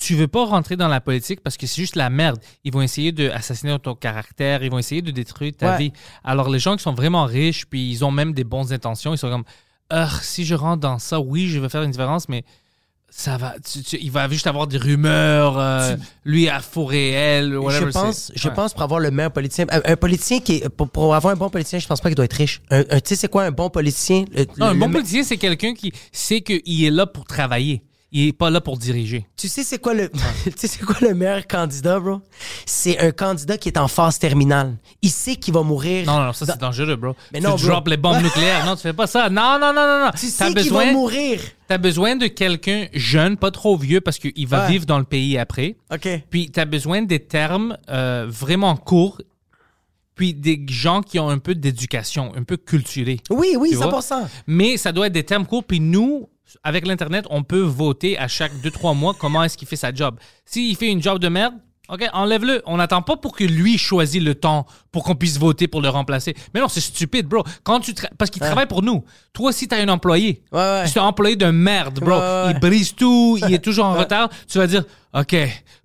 Speaker 2: tu veux pas rentrer dans la politique parce que c'est juste la merde. Ils vont essayer d'assassiner ton caractère, ils vont essayer de détruire ta
Speaker 4: Ouais.
Speaker 2: vie. Alors les gens qui sont vraiment riches, puis ils ont même des bonnes intentions, ils sont comme, Ah, si je rentre dans ça, oui, je veux faire une différence, mais ça va, tu- tu- il va juste avoir des rumeurs, euh, lui à faux réel, whatever.
Speaker 4: je pense,
Speaker 2: c'est-
Speaker 4: je
Speaker 2: Ouais.
Speaker 4: pense pour avoir le meilleur politicien. Un, un politicien qui est, pour, pour avoir un bon politicien, je pense pas qu'il doit être riche. Un- un- tu sais, c'est quoi un bon politicien? Le-
Speaker 2: Non, un
Speaker 4: le-
Speaker 2: bon
Speaker 4: le-
Speaker 2: politicien, c'est quelqu'un qui sait qu'il est là pour travailler. Il n'est pas là pour diriger.
Speaker 4: Tu sais, c'est quoi le, tu sais, c'est quoi le meilleur candidat, bro? C'est un candidat qui est en phase terminale. Il sait qu'il va mourir.
Speaker 2: Non, non, non, ça,
Speaker 4: dans-
Speaker 2: c'est dangereux, bro.
Speaker 4: Mais
Speaker 2: tu
Speaker 4: non, bro.
Speaker 2: drops les bombes nucléaires. Non, tu fais pas ça. Non, non, non, non, non.
Speaker 4: Tu
Speaker 2: T'as
Speaker 4: sais qu'il va
Speaker 2: besoin,
Speaker 4: mourir.
Speaker 2: t'as besoin de quelqu'un jeune, pas trop vieux, parce qu'il va
Speaker 4: Ouais.
Speaker 2: vivre dans le pays après.
Speaker 4: OK.
Speaker 2: Puis, tu as besoin des termes euh, vraiment courts. Puis, des gens qui ont un peu d'éducation, un peu culturés.
Speaker 4: Oui, oui,
Speaker 2: Tu vois?
Speaker 4: 100%.
Speaker 2: Mais ça doit être des termes courts. Puis nous, avec l'Internet, on peut voter à chaque 2-3 mois comment est-ce qu'il fait sa job. S'il fait une job de merde, OK, enlève-le. On n'attend pas pour que lui choisisse le temps pour qu'on puisse voter pour le remplacer. Mais non, c'est stupide, bro. Quand tu tra- Parce qu'il travaille pour nous. Toi aussi, tu as un employé.
Speaker 4: Ouais, ouais.
Speaker 2: C'est un employé de merde, bro.
Speaker 4: Ouais, ouais.
Speaker 2: Il brise tout, il est toujours en retard. Tu vas dire, OK,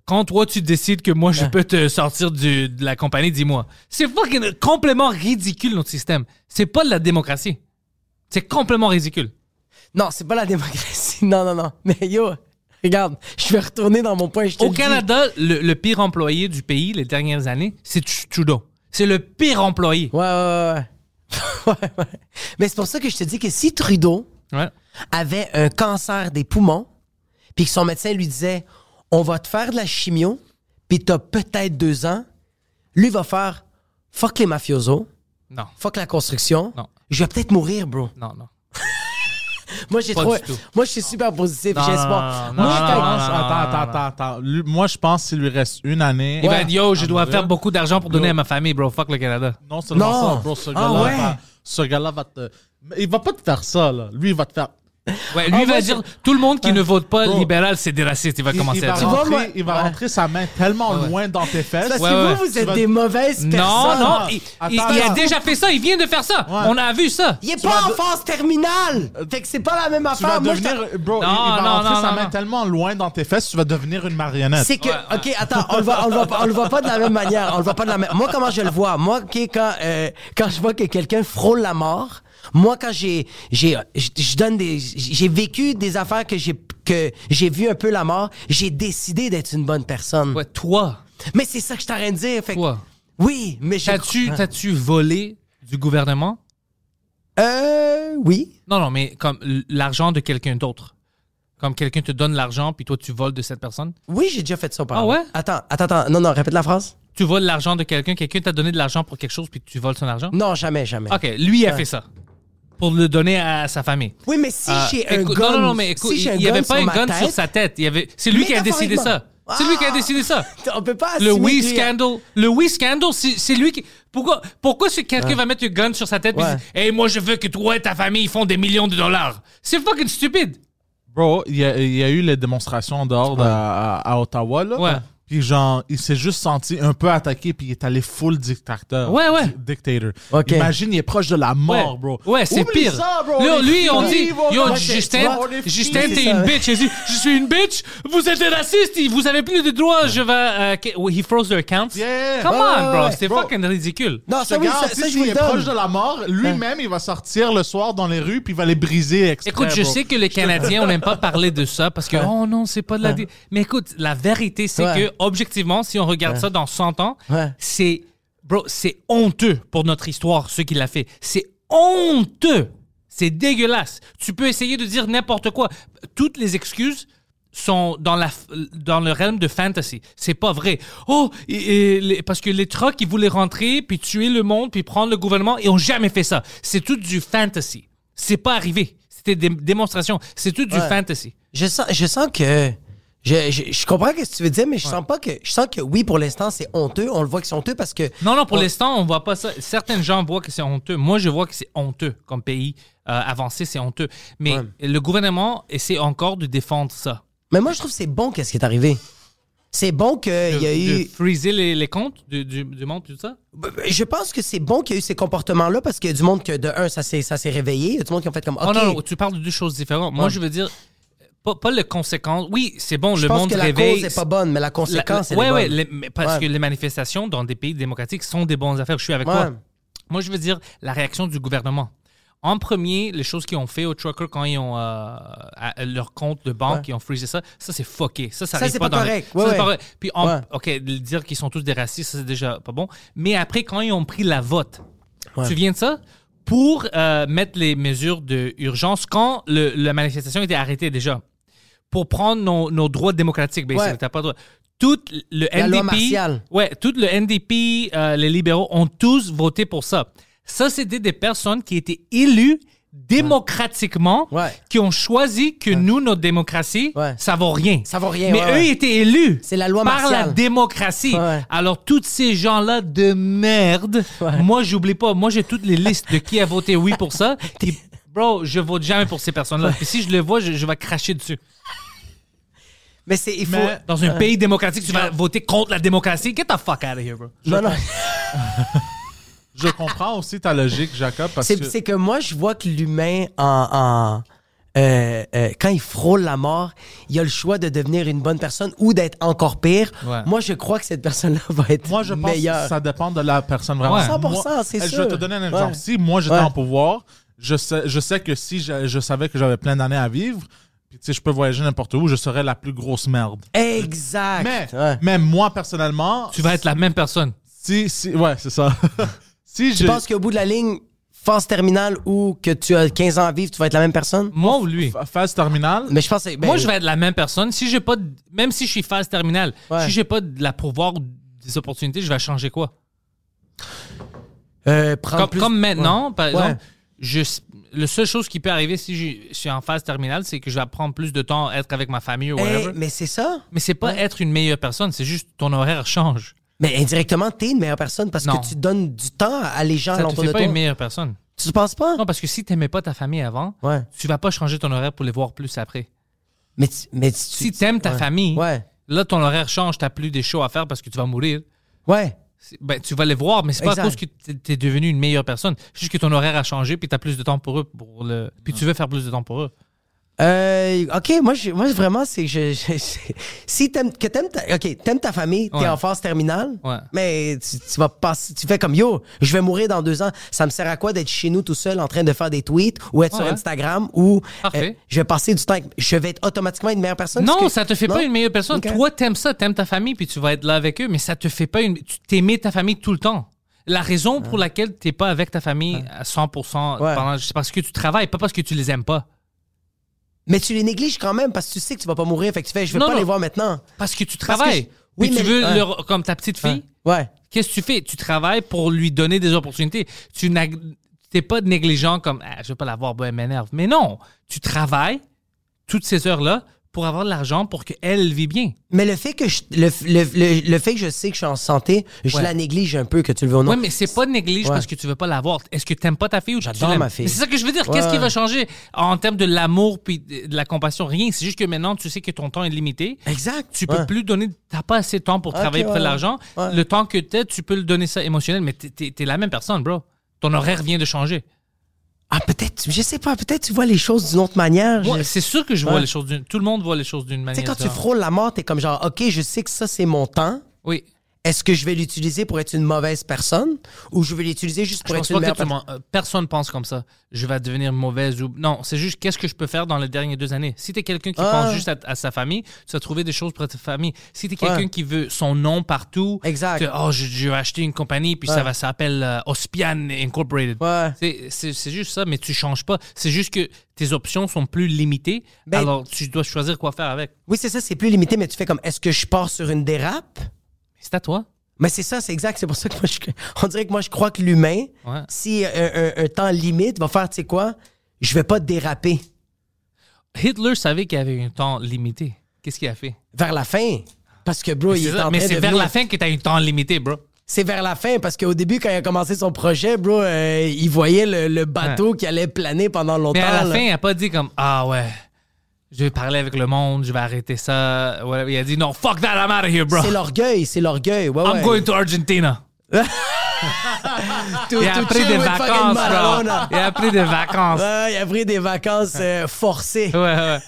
Speaker 2: quand toi, tu décides que moi, je peux te sortir du- de la compagnie, dis-moi. C'est fucking complètement ridicule, notre système. C'est pas de la démocratie. C'est complètement ridicule.
Speaker 4: Non, c'est pas la démocratie. Non, non, non. Mais yo, regarde, je vais retourner dans mon point. Je te
Speaker 2: Au
Speaker 4: le dis.
Speaker 2: Canada, le, le pire employé du pays les dernières années, c'est Tr- Trudeau. C'est le pire employé.
Speaker 4: Ouais, ouais, ouais. ouais, ouais. Mais c'est pour ça que je te dis que si Trudeau
Speaker 2: Ouais.
Speaker 4: avait un cancer des poumons, puis que son médecin lui disait On va te faire de la chimio, puis t'as peut-être deux ans, lui va faire Fuck les mafiosos,
Speaker 2: Non,
Speaker 4: fuck la construction,
Speaker 2: Non.
Speaker 4: je vais peut-être mourir, bro.
Speaker 2: non, non.
Speaker 4: Moi, j'ai
Speaker 2: Pas
Speaker 4: trop.
Speaker 2: du tout.
Speaker 4: Moi, je suis super positif,
Speaker 2: Non,
Speaker 4: j'ai
Speaker 2: non,
Speaker 4: espoir.
Speaker 2: non, non,
Speaker 4: Moi,
Speaker 2: non,
Speaker 4: quand-
Speaker 2: non, non, non.
Speaker 5: Attends, attends, attends, attends. Lui- Moi, je pense qu'il lui reste une année.
Speaker 2: Il va dire, yo, je
Speaker 5: à
Speaker 2: dois
Speaker 5: mourir.
Speaker 2: faire beaucoup d'argent pour donner à ma famille, bro. Fuck le Canada.
Speaker 5: Non seulement
Speaker 4: Non.
Speaker 5: ça, bro, ce
Speaker 4: Ah,
Speaker 5: gars-là
Speaker 4: ouais.
Speaker 5: va- ce gars-là va te... Mais Il va pas te faire ça, là. Lui, il va te faire...
Speaker 2: Ouais, lui
Speaker 5: Ah, moi,
Speaker 2: va
Speaker 5: je-
Speaker 2: dire, tout le monde qui ne vote pas
Speaker 5: Bro.
Speaker 2: libéral, c'est des racistes. Il va
Speaker 5: Il,
Speaker 2: commencer
Speaker 5: il va,
Speaker 2: à
Speaker 4: Tu
Speaker 2: dire.
Speaker 4: vois,
Speaker 5: rentrer,
Speaker 4: moi-
Speaker 5: il va
Speaker 4: Ouais.
Speaker 5: rentrer sa main tellement loin dans tes fesses.
Speaker 4: Parce
Speaker 2: Ouais,
Speaker 4: que
Speaker 2: ouais.
Speaker 4: vous, vous
Speaker 5: Tu
Speaker 4: êtes
Speaker 5: vas-
Speaker 4: des mauvaises personnes. Ah.
Speaker 2: Non, non, il,
Speaker 5: Attends,
Speaker 2: il- il a
Speaker 5: attends.
Speaker 2: déjà fait ça, il vient de faire ça.
Speaker 5: Ouais.
Speaker 2: On a vu ça.
Speaker 4: Il est
Speaker 5: vas
Speaker 4: pas en
Speaker 5: de-
Speaker 4: phase terminale!
Speaker 2: Euh,
Speaker 4: Fait que c'est pas la même
Speaker 5: Tu vas
Speaker 4: affaire. Moi, je t'a-
Speaker 5: devenir... Bro, il,
Speaker 2: Non,
Speaker 5: il va
Speaker 2: non,
Speaker 5: rentrer
Speaker 2: non,
Speaker 5: sa
Speaker 2: non,
Speaker 5: main
Speaker 2: non.
Speaker 5: tellement loin dans tes fesses, tu vas devenir une
Speaker 2: Ah,
Speaker 5: marionnette.
Speaker 4: C'est que, ok, attends, on le voit, on le voit, pas- on le voit pas de la même manière. On le voit pas de la même. Moi, comment je le vois Moi, ok, quand euh, quand je vois que quelqu'un frôle la mort, moi, quand j'ai j'ai je je donne des, j'ai vécu des affaires que j'ai que j'ai vu un peu la mort, j'ai décidé d'être une bonne personne.
Speaker 2: Ouais, toi,
Speaker 4: Mais c'est ça que je t'arrête de dire. Fait que-
Speaker 2: toi,
Speaker 4: oui, mais j'ai.
Speaker 2: t'as-tu t'as-tu volé du gouvernement?
Speaker 4: Euh, oui.
Speaker 2: Non, non, mais comme l- l'argent de quelqu'un d'autre. Comme quelqu'un te donne l'argent, puis toi, tu voles de cette personne.
Speaker 4: Oui, j'ai déjà fait ça. par
Speaker 2: Ah ouais?
Speaker 4: Attends, attends, attends. Non, non, répète la phrase.
Speaker 2: Tu voles l'argent de quelqu'un, quelqu'un t'a donné de l'argent pour quelque chose, puis tu voles son argent.
Speaker 4: Non, jamais, jamais.
Speaker 2: OK, lui il a fait ça. Pour le donner à sa famille.
Speaker 4: Oui, mais si
Speaker 2: Ah,
Speaker 4: j'ai un
Speaker 2: écoute- non,
Speaker 4: gun,
Speaker 2: non, non, mais écoute,
Speaker 4: si j'ai un
Speaker 2: il n'y avait
Speaker 4: gun
Speaker 2: pas
Speaker 4: sur
Speaker 2: un
Speaker 4: ma
Speaker 2: gun
Speaker 4: tête,
Speaker 2: sur sa tête. Il y avait, c'est lui qui a décidé ça.
Speaker 4: Métaphoriquement.
Speaker 2: C'est lui qui a
Speaker 4: Ah!
Speaker 2: décidé ça.
Speaker 4: On peut pas
Speaker 2: Le
Speaker 4: assumer
Speaker 2: oui
Speaker 4: que lui-
Speaker 2: scandal, le oui scandal, c'est c'est lui qui. Pourquoi, pourquoi ce quelqu'un va mettre un gun sur sa tête et
Speaker 4: Ouais.
Speaker 2: dit, hey, moi je veux que toi et ta famille font des millions de dollars. C'est fucking stupide.
Speaker 5: Bro, il y, a, il y a eu les démonstrations en dehors de- à, à Ottawa, là.
Speaker 2: Ouais.
Speaker 5: Puis Puis genre, il s'est juste senti un peu attaqué, puis il est allé full dictateur.
Speaker 2: Ouais, ouais.
Speaker 5: Di- Dictator.
Speaker 4: Ok.
Speaker 5: Imagine, il est proche de la
Speaker 2: Ouais,
Speaker 5: mort, bro.
Speaker 2: ouais c'est
Speaker 5: Oublie
Speaker 2: pire.
Speaker 5: ça, bro,
Speaker 2: Là,
Speaker 5: on est
Speaker 2: lui, on
Speaker 5: finis,
Speaker 2: dit,
Speaker 5: bro,
Speaker 2: yo,
Speaker 5: on est-
Speaker 2: Justin,
Speaker 5: on est
Speaker 2: Justin,
Speaker 5: finis.
Speaker 2: t'es une bitch. Il dit, je suis une bitch. Vous êtes des racistes. Vous avez plus de droits. Je vais. euh, que- well, he froze their accounts.
Speaker 5: Yeah.
Speaker 2: Come
Speaker 5: Ouais,
Speaker 2: on,
Speaker 4: ouais,
Speaker 2: bro.
Speaker 4: ouais.
Speaker 2: C'était
Speaker 5: Bro.
Speaker 2: fucking ridicule.
Speaker 4: Non,
Speaker 5: Je
Speaker 4: ça,
Speaker 5: te
Speaker 4: oui, ça,
Speaker 5: garantis,
Speaker 4: ça, je
Speaker 5: s'il
Speaker 4: vous le
Speaker 5: est proche
Speaker 4: donne.
Speaker 5: de la mort, lui-même, il va sortir le soir dans les rues, puis il va les briser exprès,
Speaker 2: Écoute, je
Speaker 5: bro.
Speaker 2: sais que les Canadiens, on n'aime pas parler de ça parce que, oh non, c'est pas de la. di- Mais écoute, la vérité, c'est
Speaker 4: Ouais.
Speaker 2: que, objectivement, si on regarde ça dans 100 ans,
Speaker 4: Ouais.
Speaker 2: c'est. Bro, c'est honteux pour notre histoire, ce qu'il a fait. C'est honteux. C'est dégueulasse. Tu peux essayer de dire n'importe quoi. Toutes les excuses sont dans, la, f- dans le realm de fantasy. C'est pas vrai. Oh, et- et les- parce que les trucks, ils voulaient rentrer, puis tuer le monde, puis prendre le gouvernement, ils ont jamais fait ça. C'est tout du fantasy. C'est pas arrivé. C'était des démonstrations. C'est tout du
Speaker 4: Ouais.
Speaker 2: fantasy.
Speaker 4: Je sens, je sens que. Je, je, je comprends ce que tu veux dire, mais je sens pas que. Je sens que oui, pour l'instant, c'est honteux. On le voit que c'est honteux parce que.
Speaker 2: Non, non, pour
Speaker 4: on-
Speaker 2: l'instant, on voit pas ça. Certains gens voient que c'est honteux. Moi, je vois que c'est honteux comme pays euh, avancé, c'est honteux. Mais le gouvernement essaie encore de défendre ça.
Speaker 4: Mais moi, je trouve que c'est bon qu'est-ce qui est arrivé. C'est bon qu'il
Speaker 2: De,
Speaker 4: y a eu.
Speaker 2: de freezer les, les comptes du, du, du monde, tout ça.
Speaker 4: Je pense que c'est bon qu'il y ait eu ces comportements-là parce qu'il y a du monde que, de un, ça s'est ça s'est réveillé. Il y a du monde qui ont fait comme. OK.
Speaker 2: Oh non, non, tu parles de deux choses différentes. Moi,
Speaker 4: Ouais.
Speaker 2: je veux dire, pas, pas les conséquences. Oui, c'est bon,
Speaker 4: je
Speaker 2: le
Speaker 4: pense
Speaker 2: monde
Speaker 4: que
Speaker 2: réveille.
Speaker 4: la cause est pas bonne, mais la conséquence
Speaker 2: Oui,
Speaker 4: est
Speaker 2: oui,
Speaker 4: bonne.
Speaker 2: parce
Speaker 4: Ouais.
Speaker 2: que les manifestations dans des pays démocratiques sont des bonnes affaires. Je suis avec
Speaker 4: Ouais.
Speaker 2: toi. Moi, je veux dire la réaction du gouvernement. En premier, les choses qu'ils ont fait aux truckers quand ils ont euh, à- à leur compte de banque,
Speaker 4: Ouais.
Speaker 2: ils ont freezé ça, ça c'est fucké. Ça, ça,
Speaker 4: Ça,
Speaker 2: arrive
Speaker 4: c'est
Speaker 2: pas,
Speaker 4: pas
Speaker 2: dans les-
Speaker 4: correct.
Speaker 2: ça,
Speaker 4: Ouais,
Speaker 2: c'est
Speaker 4: ouais.
Speaker 2: pas correct. Puis, en-
Speaker 4: Ouais.
Speaker 2: OK, de dire qu'ils sont tous des racistes, ça c'est déjà pas bon. Mais après, quand ils ont pris la vote,
Speaker 4: Ouais.
Speaker 2: tu te souviens de ça? Pour euh, mettre les mesures d'urgence quand le- la manifestation était arrêtée déjà pour prendre nos, nos droits démocratiques. basically.
Speaker 4: Ouais.
Speaker 2: T'as pas le droit. Tout le
Speaker 4: La
Speaker 2: NDP,
Speaker 4: loi martiale.
Speaker 2: ouais, tout le NDP, euh, les libéraux ont tous voté pour ça. Ça, c'était des personnes qui étaient élues démocratiquement,
Speaker 4: Ouais.
Speaker 2: qui ont choisi que nous, notre démocratie,
Speaker 4: Ouais.
Speaker 2: ça vaut rien.
Speaker 4: Ça vaut rien,
Speaker 2: Mais
Speaker 4: ouais,
Speaker 2: eux
Speaker 4: ouais.
Speaker 2: étaient élus
Speaker 4: C'est la loi
Speaker 2: par la
Speaker 4: martiale.
Speaker 2: démocratie.
Speaker 4: Ouais.
Speaker 2: Alors, tous ces gens-là de merde,
Speaker 4: Ouais.
Speaker 2: moi, j'oublie pas, moi, j'ai toutes les listes de qui a voté oui pour ça. Puis, bro, je vote jamais pour ces personnes-là. Puis si je le vois, je, je vais cracher dessus.
Speaker 4: Mais euh, c'est. Il faut.
Speaker 5: Mais-
Speaker 2: Dans un pays démocratique, tu vas voter contre la démocratie. Get the fuck out of here, bro.
Speaker 4: Non, non.
Speaker 5: Je comprends aussi ta logique, Jacob, parce
Speaker 4: C'est
Speaker 5: que...
Speaker 4: c'est que moi, je vois que l'humain, en, en, euh, euh, quand il frôle la mort, il a le choix de devenir une bonne personne ou d'être encore pire.
Speaker 2: Ouais.
Speaker 4: Moi, je crois que cette personne-là va être
Speaker 5: Moi, je pense
Speaker 4: meilleure.
Speaker 5: que ça dépend de la personne vraiment.
Speaker 2: Ouais.
Speaker 4: 100%,
Speaker 5: Moi,
Speaker 4: c'est
Speaker 5: je
Speaker 4: sûr.
Speaker 5: vais te donner un exemple.
Speaker 4: Ouais.
Speaker 5: Si moi, j'étais
Speaker 4: Ouais.
Speaker 5: en pouvoir, je sais, je sais que si je, je savais que j'avais plein d'années à vivre, puis tu sais, je peux voyager n'importe où, je serais la plus grosse merde.
Speaker 4: Exact.
Speaker 5: Mais,
Speaker 4: Ah, Ouais.
Speaker 5: mais moi, personnellement,
Speaker 2: Tu vas être la même personne.
Speaker 5: si, si, ouais, c'est ça. si
Speaker 4: Tu
Speaker 5: je,
Speaker 4: penses qu'au bout de la ligne, phase terminale ou que tu as 15 ans à vivre, tu vas être la même personne?
Speaker 2: Moi ou lui?
Speaker 5: fa- phase terminale,
Speaker 4: Mais je pense que. ben,
Speaker 2: Moi, je vais être la même personne. Si j'ai pas, de- même si je suis phase terminale,
Speaker 4: Ouais.
Speaker 2: si j'ai pas de la pouvoir ou des opportunités, je vais changer quoi?
Speaker 4: euh, prendre
Speaker 2: Comme,
Speaker 4: plus-
Speaker 2: comme maintenant, par exemple,
Speaker 4: Ouais.
Speaker 2: je, la seule chose qui peut arriver si je, je suis en phase terminale, c'est que je vais prendre plus de temps à être avec ma famille ou
Speaker 4: Eh,
Speaker 2: whatever. mais
Speaker 4: mais c'est ça.
Speaker 2: c'est pas être une meilleure personne, c'est juste ton horaire change.
Speaker 4: Mais indirectement, t'es une meilleure personne parce
Speaker 2: Non.
Speaker 4: que tu donnes du temps à les gens à
Speaker 2: Ça te
Speaker 4: l'entour de
Speaker 2: fait pas
Speaker 4: toi.
Speaker 2: une meilleure personne.
Speaker 4: Tu penses pas?
Speaker 2: Non, parce que si t'aimais pas ta famille avant,
Speaker 4: Ouais.
Speaker 2: tu vas pas changer ton horaire pour les voir plus après.
Speaker 4: Mais, tu- mais tu-
Speaker 2: Si t'aimes ta
Speaker 4: ouais.
Speaker 2: famille,
Speaker 4: Ouais.
Speaker 2: là, ton horaire change, t'as plus des shows à faire parce que tu vas mourir.
Speaker 4: Ouais.
Speaker 2: C'est- Ben, tu vas les voir, mais c'est pas
Speaker 4: Exact.
Speaker 2: à cause que t'es- t'es devenu une meilleure personne. C'est juste que ton horaire a changé, puis t'as plus de temps pour eux. Pour le... Puis tu veux faire plus de temps pour eux.
Speaker 4: Euh, ok, moi, je- moi vraiment, c'est. Je, je- je- si t'aimes que t'aimes ta, ok, t'aimes ta famille, t'es
Speaker 2: Ouais.
Speaker 4: en phase terminale,
Speaker 2: Ouais.
Speaker 4: mais tu, tu vas passer, tu fais comme yo, je vais mourir dans deux ans. Ça me sert à quoi d'être chez nous tout seul en train de faire des tweets ou être sur
Speaker 2: Ouais.
Speaker 4: Instagram ou euh,
Speaker 2: Parfait.
Speaker 4: je vais passer du temps, avec- je vais être automatiquement une meilleure personne.
Speaker 2: Non,
Speaker 4: parce que-
Speaker 2: ça te fait
Speaker 4: Non?
Speaker 2: pas une meilleure personne.
Speaker 4: Ok.
Speaker 2: Toi, t'aimes ça, t'aimes ta famille, puis tu vas être là avec eux, mais ça te fait pas une. Tu t'aimais ta famille tout le temps. La raison pour laquelle t'es pas avec ta famille à 100%,
Speaker 4: Ouais.
Speaker 2: pendant- c'est parce que tu travailles, pas parce que tu les aimes pas.
Speaker 4: Mais tu les négliges quand même parce que tu sais que tu vas pas mourir, fait que tu fais, je vais
Speaker 2: Non,
Speaker 4: pas
Speaker 2: non.
Speaker 4: les voir maintenant.
Speaker 2: Parce que tu
Speaker 4: Parce que
Speaker 2: travailles.
Speaker 4: je- oui,
Speaker 2: puis tu
Speaker 4: mais-
Speaker 2: veux,
Speaker 4: ouais.
Speaker 2: leur- comme ta petite fille,
Speaker 4: Ouais.
Speaker 2: qu'est-ce que tu fais? Tu travailles pour lui donner des opportunités. Tu n'as- t'es pas négligent comme, ah, je vais pas l'avoir, ben, elle m'énerve. Mais non, tu travailles toutes ces heures-là pour avoir de l'argent pour qu'elle vit bien.
Speaker 4: Mais le fait que je, le, le- le- le fait que je sais que je suis en santé, je
Speaker 2: Ouais.
Speaker 4: la néglige un peu, que tu le veux ou non.
Speaker 2: Oui, mais c'est pas néglige
Speaker 4: Ouais.
Speaker 2: parce que tu veux pas l'avoir. Est-ce que t'aimes pas ta fille ou tu
Speaker 4: J'adore
Speaker 2: l'aimes?
Speaker 4: ma fille.
Speaker 2: Mais C'est ça que je veux dire.
Speaker 4: Ouais.
Speaker 2: Qu'est-ce qui va changer en termes de l'amour puis de de la compassion? Rien. C'est juste que maintenant, tu sais que ton temps est limité.
Speaker 4: Exact.
Speaker 2: Tu peux
Speaker 4: Ouais.
Speaker 2: plus donner. T'as pas assez de temps pour
Speaker 4: Ok,
Speaker 2: travailler pour faire de
Speaker 4: ouais.
Speaker 2: l'argent.
Speaker 4: Ouais.
Speaker 2: Le temps que t'as, tu peux le donner ça émotionnel, mais t'es- t'es t'es la même personne, bro. Ton horaire vient de changer.
Speaker 4: Ah, peut-être, je sais pas, peut-être tu vois les choses d'une autre manière.
Speaker 2: Moi,
Speaker 4: Je-
Speaker 2: c'est sûr que je vois
Speaker 4: Ouais.
Speaker 2: les choses d'une. Tout le monde voit les choses d'une
Speaker 4: Tu
Speaker 2: manière.
Speaker 4: sais, quand tu
Speaker 2: différente.
Speaker 4: frôles la mort, t'es comme genre, OK, je sais que ça, c'est mon temps.
Speaker 2: Oui.
Speaker 4: Est-ce que je vais l'utiliser pour être une mauvaise personne ou je vais l'utiliser juste pour
Speaker 2: Je
Speaker 4: être
Speaker 2: pense
Speaker 4: une
Speaker 2: pas
Speaker 4: meilleure
Speaker 2: que tout le
Speaker 4: personne?
Speaker 2: monde- euh, personne pense comme ça. Je vais devenir mauvaise ou non. C'est juste qu'est-ce que je peux faire dans les dernières deux années. Si t'es quelqu'un qui
Speaker 4: Ah.
Speaker 2: pense juste à, à sa famille, tu vas trouver des choses pour ta famille. Si t'es quelqu'un
Speaker 4: Ouais.
Speaker 2: qui veut son nom partout,
Speaker 4: Exact.
Speaker 2: tu- oh je, je vais acheter une compagnie puis ça
Speaker 4: Ouais.
Speaker 2: va s'appeler euh, Ospian Incorporated.
Speaker 4: Ouais.
Speaker 2: C'est- C'est c'est juste ça, mais tu changes pas. C'est juste que tes options sont plus limitées.
Speaker 4: Ben-
Speaker 2: alors tu dois choisir quoi faire avec.
Speaker 4: Oui, c'est ça, c'est plus limité, mais tu fais comme, est-ce que je pars sur une dérape?
Speaker 2: C'est à toi.
Speaker 4: Mais c'est ça, c'est exact. C'est pour ça que moi, je- on dirait que moi, je crois que l'humain,
Speaker 2: Ouais.
Speaker 4: si un, un- un temps limite, va faire, tu sais quoi, je vais pas déraper
Speaker 2: Hitler savait qu'il y avait un temps limité. Qu'est-ce qu'il a fait?
Speaker 4: vers la fin. Parce que, bro, il
Speaker 2: C'est
Speaker 4: est
Speaker 2: ça,
Speaker 4: en
Speaker 2: Mais
Speaker 4: train
Speaker 2: c'est
Speaker 4: de
Speaker 2: vers
Speaker 4: venir-
Speaker 2: la fin que t'as un temps limité, bro.
Speaker 4: C'est vers la fin, parce qu'au début, quand il a commencé son projet, bro, euh, il voyait le, le bateau qui allait planer pendant longtemps.
Speaker 2: Mais à la
Speaker 4: là.
Speaker 2: fin, il n'a pas dit comme Ah ouais, je vais parler avec le monde, je vais arrêter ça. Whatever. Il a dit Non, fuck that, I'm out of here, bro.
Speaker 4: C'est l'orgueil, c'est l'orgueil. Ouais,
Speaker 2: I'm
Speaker 4: ouais.
Speaker 2: going to Argentina.
Speaker 4: To-
Speaker 2: Il a
Speaker 4: to
Speaker 2: pris
Speaker 4: chill
Speaker 2: des
Speaker 4: with fucking
Speaker 2: vacances, bro.
Speaker 4: Maradona.
Speaker 2: Il a pris des vacances.
Speaker 4: Ouais, il a pris des vacances euh, forcées.
Speaker 2: Ouais, ouais.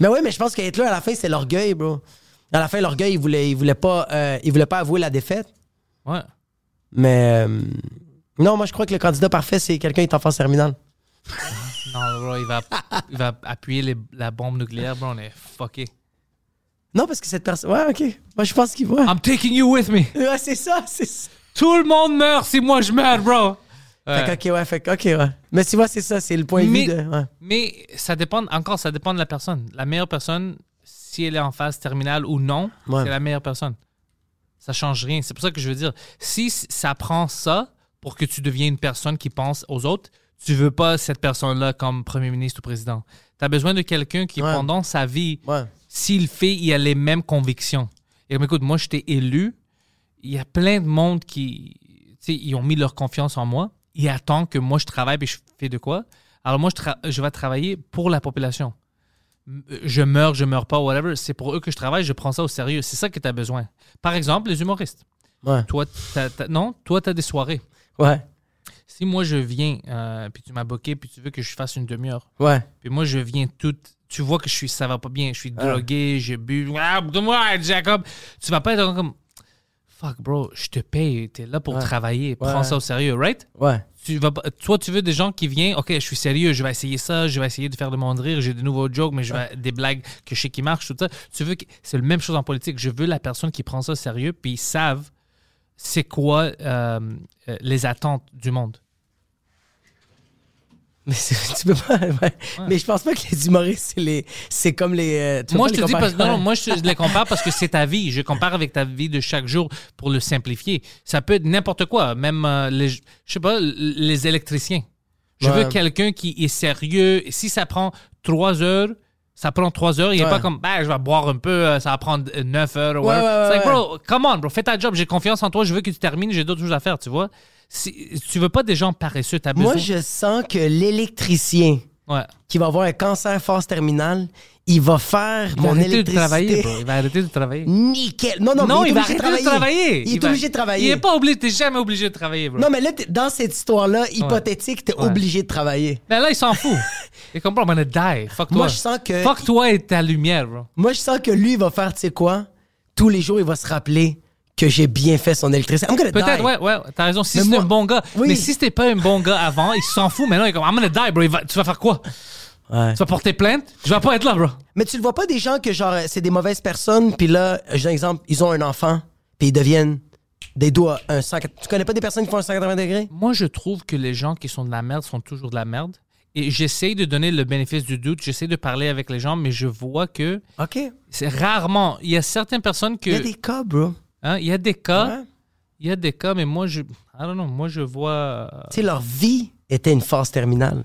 Speaker 4: Mais ouais, mais je pense que Hitler, à la fin, c'est l'orgueil, bro. À la fin, l'orgueil, il voulait, il voulait pas, euh, il voulait pas avouer la défaite.
Speaker 2: Ouais.
Speaker 4: Mais euh, non, moi, je crois que le candidat parfait, c'est quelqu'un qui est en phase terminale.
Speaker 2: Non, bro, il va, il va appuyer les- la bombe nucléaire, bro. On est fucké.
Speaker 4: Non, parce que cette personne. Ouais, ok. Moi, je pense qu'il voit.
Speaker 2: I'm taking you with me.
Speaker 4: Ouais, c'est ça, c'est ça.
Speaker 2: Tout le monde meurt si moi je meurs, bro. Ouais.
Speaker 4: Fait que, ok, ouais, fait que, ok, ouais. Mais tu vois, c'est ça, c'est le point de
Speaker 2: Mais-
Speaker 4: vue de. ouais.
Speaker 2: Mais ça dépend, encore, ça dépend de la personne. La meilleure personne, si elle est en phase terminale ou non,
Speaker 4: Ouais.
Speaker 2: c'est la meilleure personne. Ça change rien. C'est pour ça que je veux dire, si c- ça prend ça pour que tu deviennes une personne qui pense aux autres, tu veux pas cette personne-là comme premier ministre ou président. Tu as besoin de quelqu'un qui,
Speaker 4: Ouais.
Speaker 2: pendant sa vie,
Speaker 4: Ouais.
Speaker 2: s'il fait, il a les mêmes convictions. Et écoute, moi, je t'ai élu. Il y a plein de monde qui, tu sais, ils ont mis leur confiance en moi. Ils attendent que moi, je travaille et je fais de quoi. Alors moi, je, tra- je vais travailler pour la population. M- Je meurs, je meurs pas, whatever. C'est pour eux que je travaille, je prends ça au sérieux. C'est ça que tu as besoin. Par exemple, les humoristes.
Speaker 4: Ouais.
Speaker 2: Toi, t'as- t'as- non, toi, tu as des soirées.
Speaker 4: Ouais.
Speaker 2: Si moi, je viens, euh, puis tu m'as booké, puis tu veux que je fasse une demi-heure,
Speaker 4: Ouais.
Speaker 2: puis moi, je viens tout. Tu vois que je suis, ça va pas bien. Je
Speaker 4: Ah.
Speaker 2: suis drogué, j'ai bu. Ah, moi, Jacob. Tu vas pas être comme. Fuck, bro, je te paye. T'es là pour travailler. Prends
Speaker 4: Ouais.
Speaker 2: ça au sérieux, right?
Speaker 4: Ouais.
Speaker 2: Tu vas pas- toi, tu veux des gens qui viennent. Ok, je suis sérieux. Je vais essayer ça. Je vais essayer de faire de mon rire. J'ai des nouveaux jokes, mais je vais des blagues que je sais qui marchent, tout ça. Tu veux que. C'est la même chose en politique. Je veux la personne qui prend ça au sérieux, puis ils savent c'est quoi euh, euh, les attentes du monde.
Speaker 4: Mais c'est- tu peux pas. ouais. Mais je pense pas que les humoristes, c'est les. C'est comme les. euh, tu peux
Speaker 2: Moi,
Speaker 4: pas
Speaker 2: je te
Speaker 4: les
Speaker 2: dis, parce, non,
Speaker 4: comparer.
Speaker 2: non, moi, je, te- je les compare parce que c'est ta vie. Je compare avec ta vie de chaque jour pour le simplifier. Ça peut être n'importe quoi, même euh, les, je sais pas, l- les électriciens. Je
Speaker 4: Ouais.
Speaker 2: veux quelqu'un qui est sérieux. Si ça prend trois heures, ça prend trois heures. Il n'est
Speaker 4: Ouais.
Speaker 2: pas comme, ben, je vais boire un peu, euh, ça va prendre euh, neuf heures.
Speaker 4: Ouais,
Speaker 2: whatever.
Speaker 4: ouais,
Speaker 2: C'est
Speaker 4: ouais,
Speaker 2: like, bro, come on, bro, fais ta job. J'ai confiance en toi. Je veux que tu termines. J'ai d'autres choses à faire, tu vois. Si, tu veux pas des gens paresseux, t'as besoin.
Speaker 4: Moi, je sens que l'électricien
Speaker 2: Ouais.
Speaker 4: qui va avoir un cancer phase terminale, il va faire
Speaker 2: Il va
Speaker 4: mon
Speaker 2: arrêter de
Speaker 4: électricité.
Speaker 2: travailler, bro. Il va arrêter de travailler.
Speaker 4: Nickel. Non, non,
Speaker 2: Non,
Speaker 4: mais
Speaker 2: il,
Speaker 4: il, est
Speaker 2: va
Speaker 4: obligé
Speaker 2: arrêter de travailler.
Speaker 4: Il est
Speaker 2: va-
Speaker 4: obligé de travailler.
Speaker 2: Il n'est pas obligé, t'es jamais obligé de travailler, bro.
Speaker 4: Non, mais là, t'es- dans cette histoire-là, hypothétique, t'es
Speaker 2: Ouais.
Speaker 4: obligé de travailler.
Speaker 2: Mais là, il s'en fout. il comprend, I'm gonna die. Fuck toi.
Speaker 4: Moi, je sens que-
Speaker 2: Fuck toi et ta lumière, bro.
Speaker 4: Moi, je sens que lui, il va faire, tu sais quoi? Tous les jours, il va se rappeler que j'ai bien fait son électricité. I'm gonna
Speaker 2: Peut-être,
Speaker 4: die.
Speaker 2: ouais, ouais, t'as raison. Si
Speaker 4: Mais
Speaker 2: c'est
Speaker 4: moi-
Speaker 2: un bon gars.
Speaker 4: Oui.
Speaker 2: Mais si c'était pas un bon gars avant, il s'en fout. Maintenant, il est comme, I'm gonna die, bro. Il va- Tu vas faire quoi?
Speaker 4: Ouais.
Speaker 2: Tu vas porter plainte? Je vais pas être là, bro.
Speaker 4: Mais tu le vois pas des gens que, genre, c'est des mauvaises personnes, puis là, je donne un exemple, ils ont un enfant, puis ils deviennent des doigts un 100... Tu connais pas des personnes qui font un 180 degrés?
Speaker 2: Moi, je trouve que les gens qui sont de la merde sont toujours de la merde. Et j'essaye de donner le bénéfice du doute. J'essaie de parler avec les gens, mais je vois que
Speaker 4: OK.
Speaker 2: c'est rarement. Il y a certaines personnes que.
Speaker 4: Il y a des cas, bro.
Speaker 2: hein, il y a des cas.
Speaker 4: Ouais.
Speaker 2: Il y a des cas, mais moi, je. I don't know. Moi, je vois. euh,
Speaker 4: Tu sais, leur vie était une phase terminale.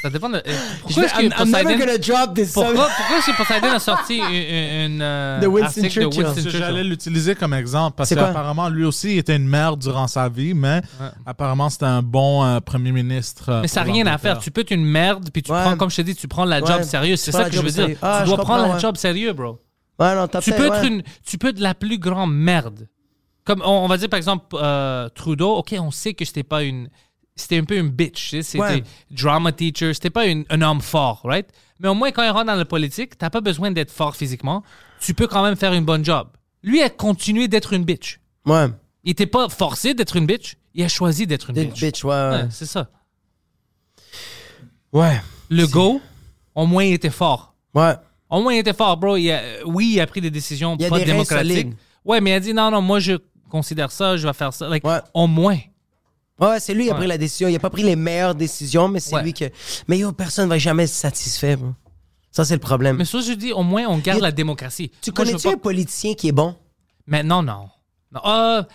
Speaker 2: Ça dépend de. euh,
Speaker 4: Je
Speaker 2: Pourquoi
Speaker 4: vais-
Speaker 2: est-ce que
Speaker 4: I'm, I'm never
Speaker 2: Poseidon-
Speaker 4: gonna drop this song.
Speaker 2: Pourquoi, pourquoi est-ce que Poseidon a sorti une, une, une, euh,
Speaker 4: De Winston
Speaker 2: article
Speaker 4: Churchill.
Speaker 2: De Winston
Speaker 5: Parce que J'allais
Speaker 2: Churchill.
Speaker 5: l'utiliser comme exemple parce
Speaker 4: C'est quoi?
Speaker 5: qu'apparemment, lui aussi, il était une merde durant sa vie, mais apparemment, c'était un bon euh, premier ministre. euh,
Speaker 2: Mais ça n'a
Speaker 5: pour
Speaker 2: rien à
Speaker 5: l'Angleterre.
Speaker 2: faire. Tu peux être une merde, puis tu
Speaker 4: Ouais.
Speaker 2: prends, comme je te dis, tu prends la
Speaker 4: Ouais.
Speaker 2: job sérieux. C'est
Speaker 4: Tu prends
Speaker 2: ça
Speaker 4: la
Speaker 2: que je veux
Speaker 4: job
Speaker 2: dire.
Speaker 4: sérieux. Ah,
Speaker 2: tu
Speaker 4: je
Speaker 2: dois prendre
Speaker 4: comprends,
Speaker 2: la
Speaker 4: ouais.
Speaker 2: job sérieux, bro.
Speaker 4: Ouais, non, t'as
Speaker 2: Tu
Speaker 4: peut-être,
Speaker 2: peux,
Speaker 4: ouais.
Speaker 2: être une, tu peux être la plus grande merde. Comme on, on va dire, par exemple, euh, Trudeau, OK, on sait que c'était pas une... C'était un peu une bitch. tu sais, C'était
Speaker 4: Ouais.
Speaker 2: drama teacher. C'était pas une- un homme fort, right? Mais au moins, quand il rentre dans la politique, t'as pas besoin d'être fort physiquement. Tu peux quand même faire une bonne job. Lui a continué d'être une bitch.
Speaker 4: Ouais,
Speaker 2: Il était pas forcé d'être une bitch. Il a choisi d'être une
Speaker 4: Dead
Speaker 2: bitch.
Speaker 4: bitch, ouais, ouais.
Speaker 2: Ouais, c'est ça.
Speaker 4: Ouais,
Speaker 2: Le go, au moins, il était fort.
Speaker 4: ouais.
Speaker 2: Au moins, il était fort, bro. Il a- euh, oui, il a pris des décisions
Speaker 4: Il y a
Speaker 2: pas
Speaker 4: des reins
Speaker 2: démocratiques.
Speaker 4: solides.
Speaker 2: Ouais, mais il a dit non, non, moi, je considère ça, je vais faire ça. Like,
Speaker 4: Ouais.
Speaker 2: Au moins.
Speaker 4: Ouais, ouais, c'est lui qui a
Speaker 2: Ouais.
Speaker 4: pris la décision. Il a pas pris les meilleures décisions, mais c'est
Speaker 2: Ouais.
Speaker 4: lui que. Mais yo, personne va jamais se satisfait. bro. Ça, c'est le problème.
Speaker 2: Mais ça, je dis, au moins, on garde
Speaker 4: Il-
Speaker 2: la démocratie.
Speaker 4: tu
Speaker 2: Moi, je
Speaker 4: connais-tu
Speaker 2: veux
Speaker 4: un
Speaker 2: pas-
Speaker 4: politicien qui est bon?
Speaker 2: Mais non, non. Non. Ah,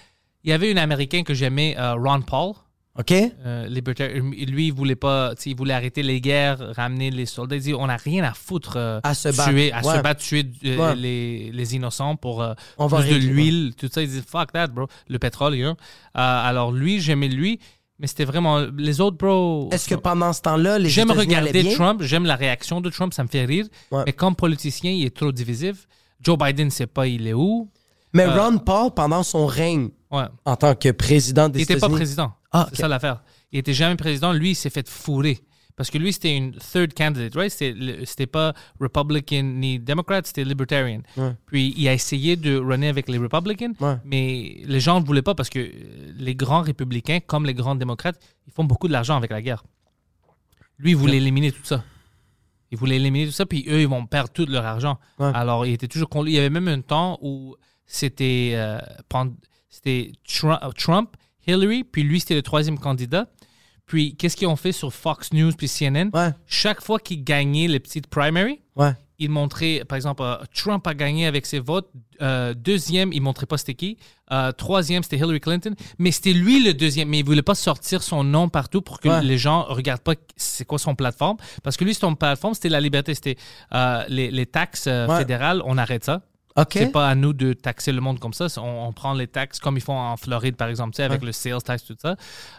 Speaker 2: il y avait un Américain que j'aimais, euh, Ron Paul.
Speaker 4: OK?
Speaker 2: euh, libertaire. Lui, il voulait pas, tu sais, il voulait arrêter les guerres, ramener les soldats. Il dit, on n'a rien à foutre euh,
Speaker 4: À se battre.
Speaker 2: tuer, à
Speaker 4: Ouais.
Speaker 2: se battre, tuer euh,
Speaker 4: Ouais.
Speaker 2: les, les innocents pour euh,
Speaker 4: On va
Speaker 2: plus de
Speaker 4: régler,
Speaker 2: l'huile, tout ça. Il dit, fuck that, bro. Le pétrole, you know. Euh, alors lui, j'aimais lui, mais c'était vraiment les autres, bro.
Speaker 4: Est-ce que pendant ce temps-là, les
Speaker 2: J'aime
Speaker 4: États-Unis allaient
Speaker 2: regarder
Speaker 4: bien?
Speaker 2: Trump, j'aime la réaction de Trump, ça me fait rire.
Speaker 4: Ouais.
Speaker 2: Mais comme politicien, il est trop divisif. Joe Biden, sait pas il est où.
Speaker 4: Mais
Speaker 2: Euh,
Speaker 4: Ron Paul, pendant son règne
Speaker 2: Ouais.
Speaker 4: en tant que président des
Speaker 2: Il n'était pas
Speaker 4: États-Unis.
Speaker 2: président.
Speaker 4: Ah, ok.
Speaker 2: C'est ça l'affaire. Il n'était jamais président. Lui, il s'est fait fourrer. Parce que lui, c'était une third candidate, right? C'était le- C'était pas Republican ni Democrat, c'était Libertarian.
Speaker 4: Ouais.
Speaker 2: Puis il a essayé de runner avec les Republicans,
Speaker 4: Ouais.
Speaker 2: mais les gens ne voulaient pas parce que euh, les grands républicains, comme les grands démocrates, ils font beaucoup de l'argent avec la guerre. Lui, il voulait éliminer tout ça. Il voulait éliminer tout ça, puis eux, ils vont perdre tout leur argent.
Speaker 4: Ouais.
Speaker 2: Alors, il était toujours contre. Il y avait même un temps où c'était euh, pend- c'était Tru- euh, Trump, Hillary, puis lui, c'était le troisième candidat. Puis, qu'est-ce qu'ils ont fait sur Fox News puis CNN?
Speaker 4: Ouais.
Speaker 2: Chaque fois qu'ils gagnaient les petites primaries,
Speaker 4: Ouais.
Speaker 2: ils montraient, par exemple, euh, Trump a gagné avec ses votes. Euh, deuxième, ils montraient pas c'était qui. Euh, troisième, c'était Hillary Clinton. Mais c'était lui le deuxième. Mais il voulait pas sortir son nom partout pour que
Speaker 4: Ouais.
Speaker 2: les gens regardent pas c'est quoi son plateforme. Parce que lui, son plateforme, c'était la liberté. C'était euh, les, les taxes euh,
Speaker 4: Ouais.
Speaker 2: fédérales. On arrête ça.
Speaker 4: OK.
Speaker 2: C'est pas à nous de taxer le monde comme ça. C'est- On, on prend les taxes comme ils font en Floride, par exemple, tu sais, avec le sales tax, tout ça.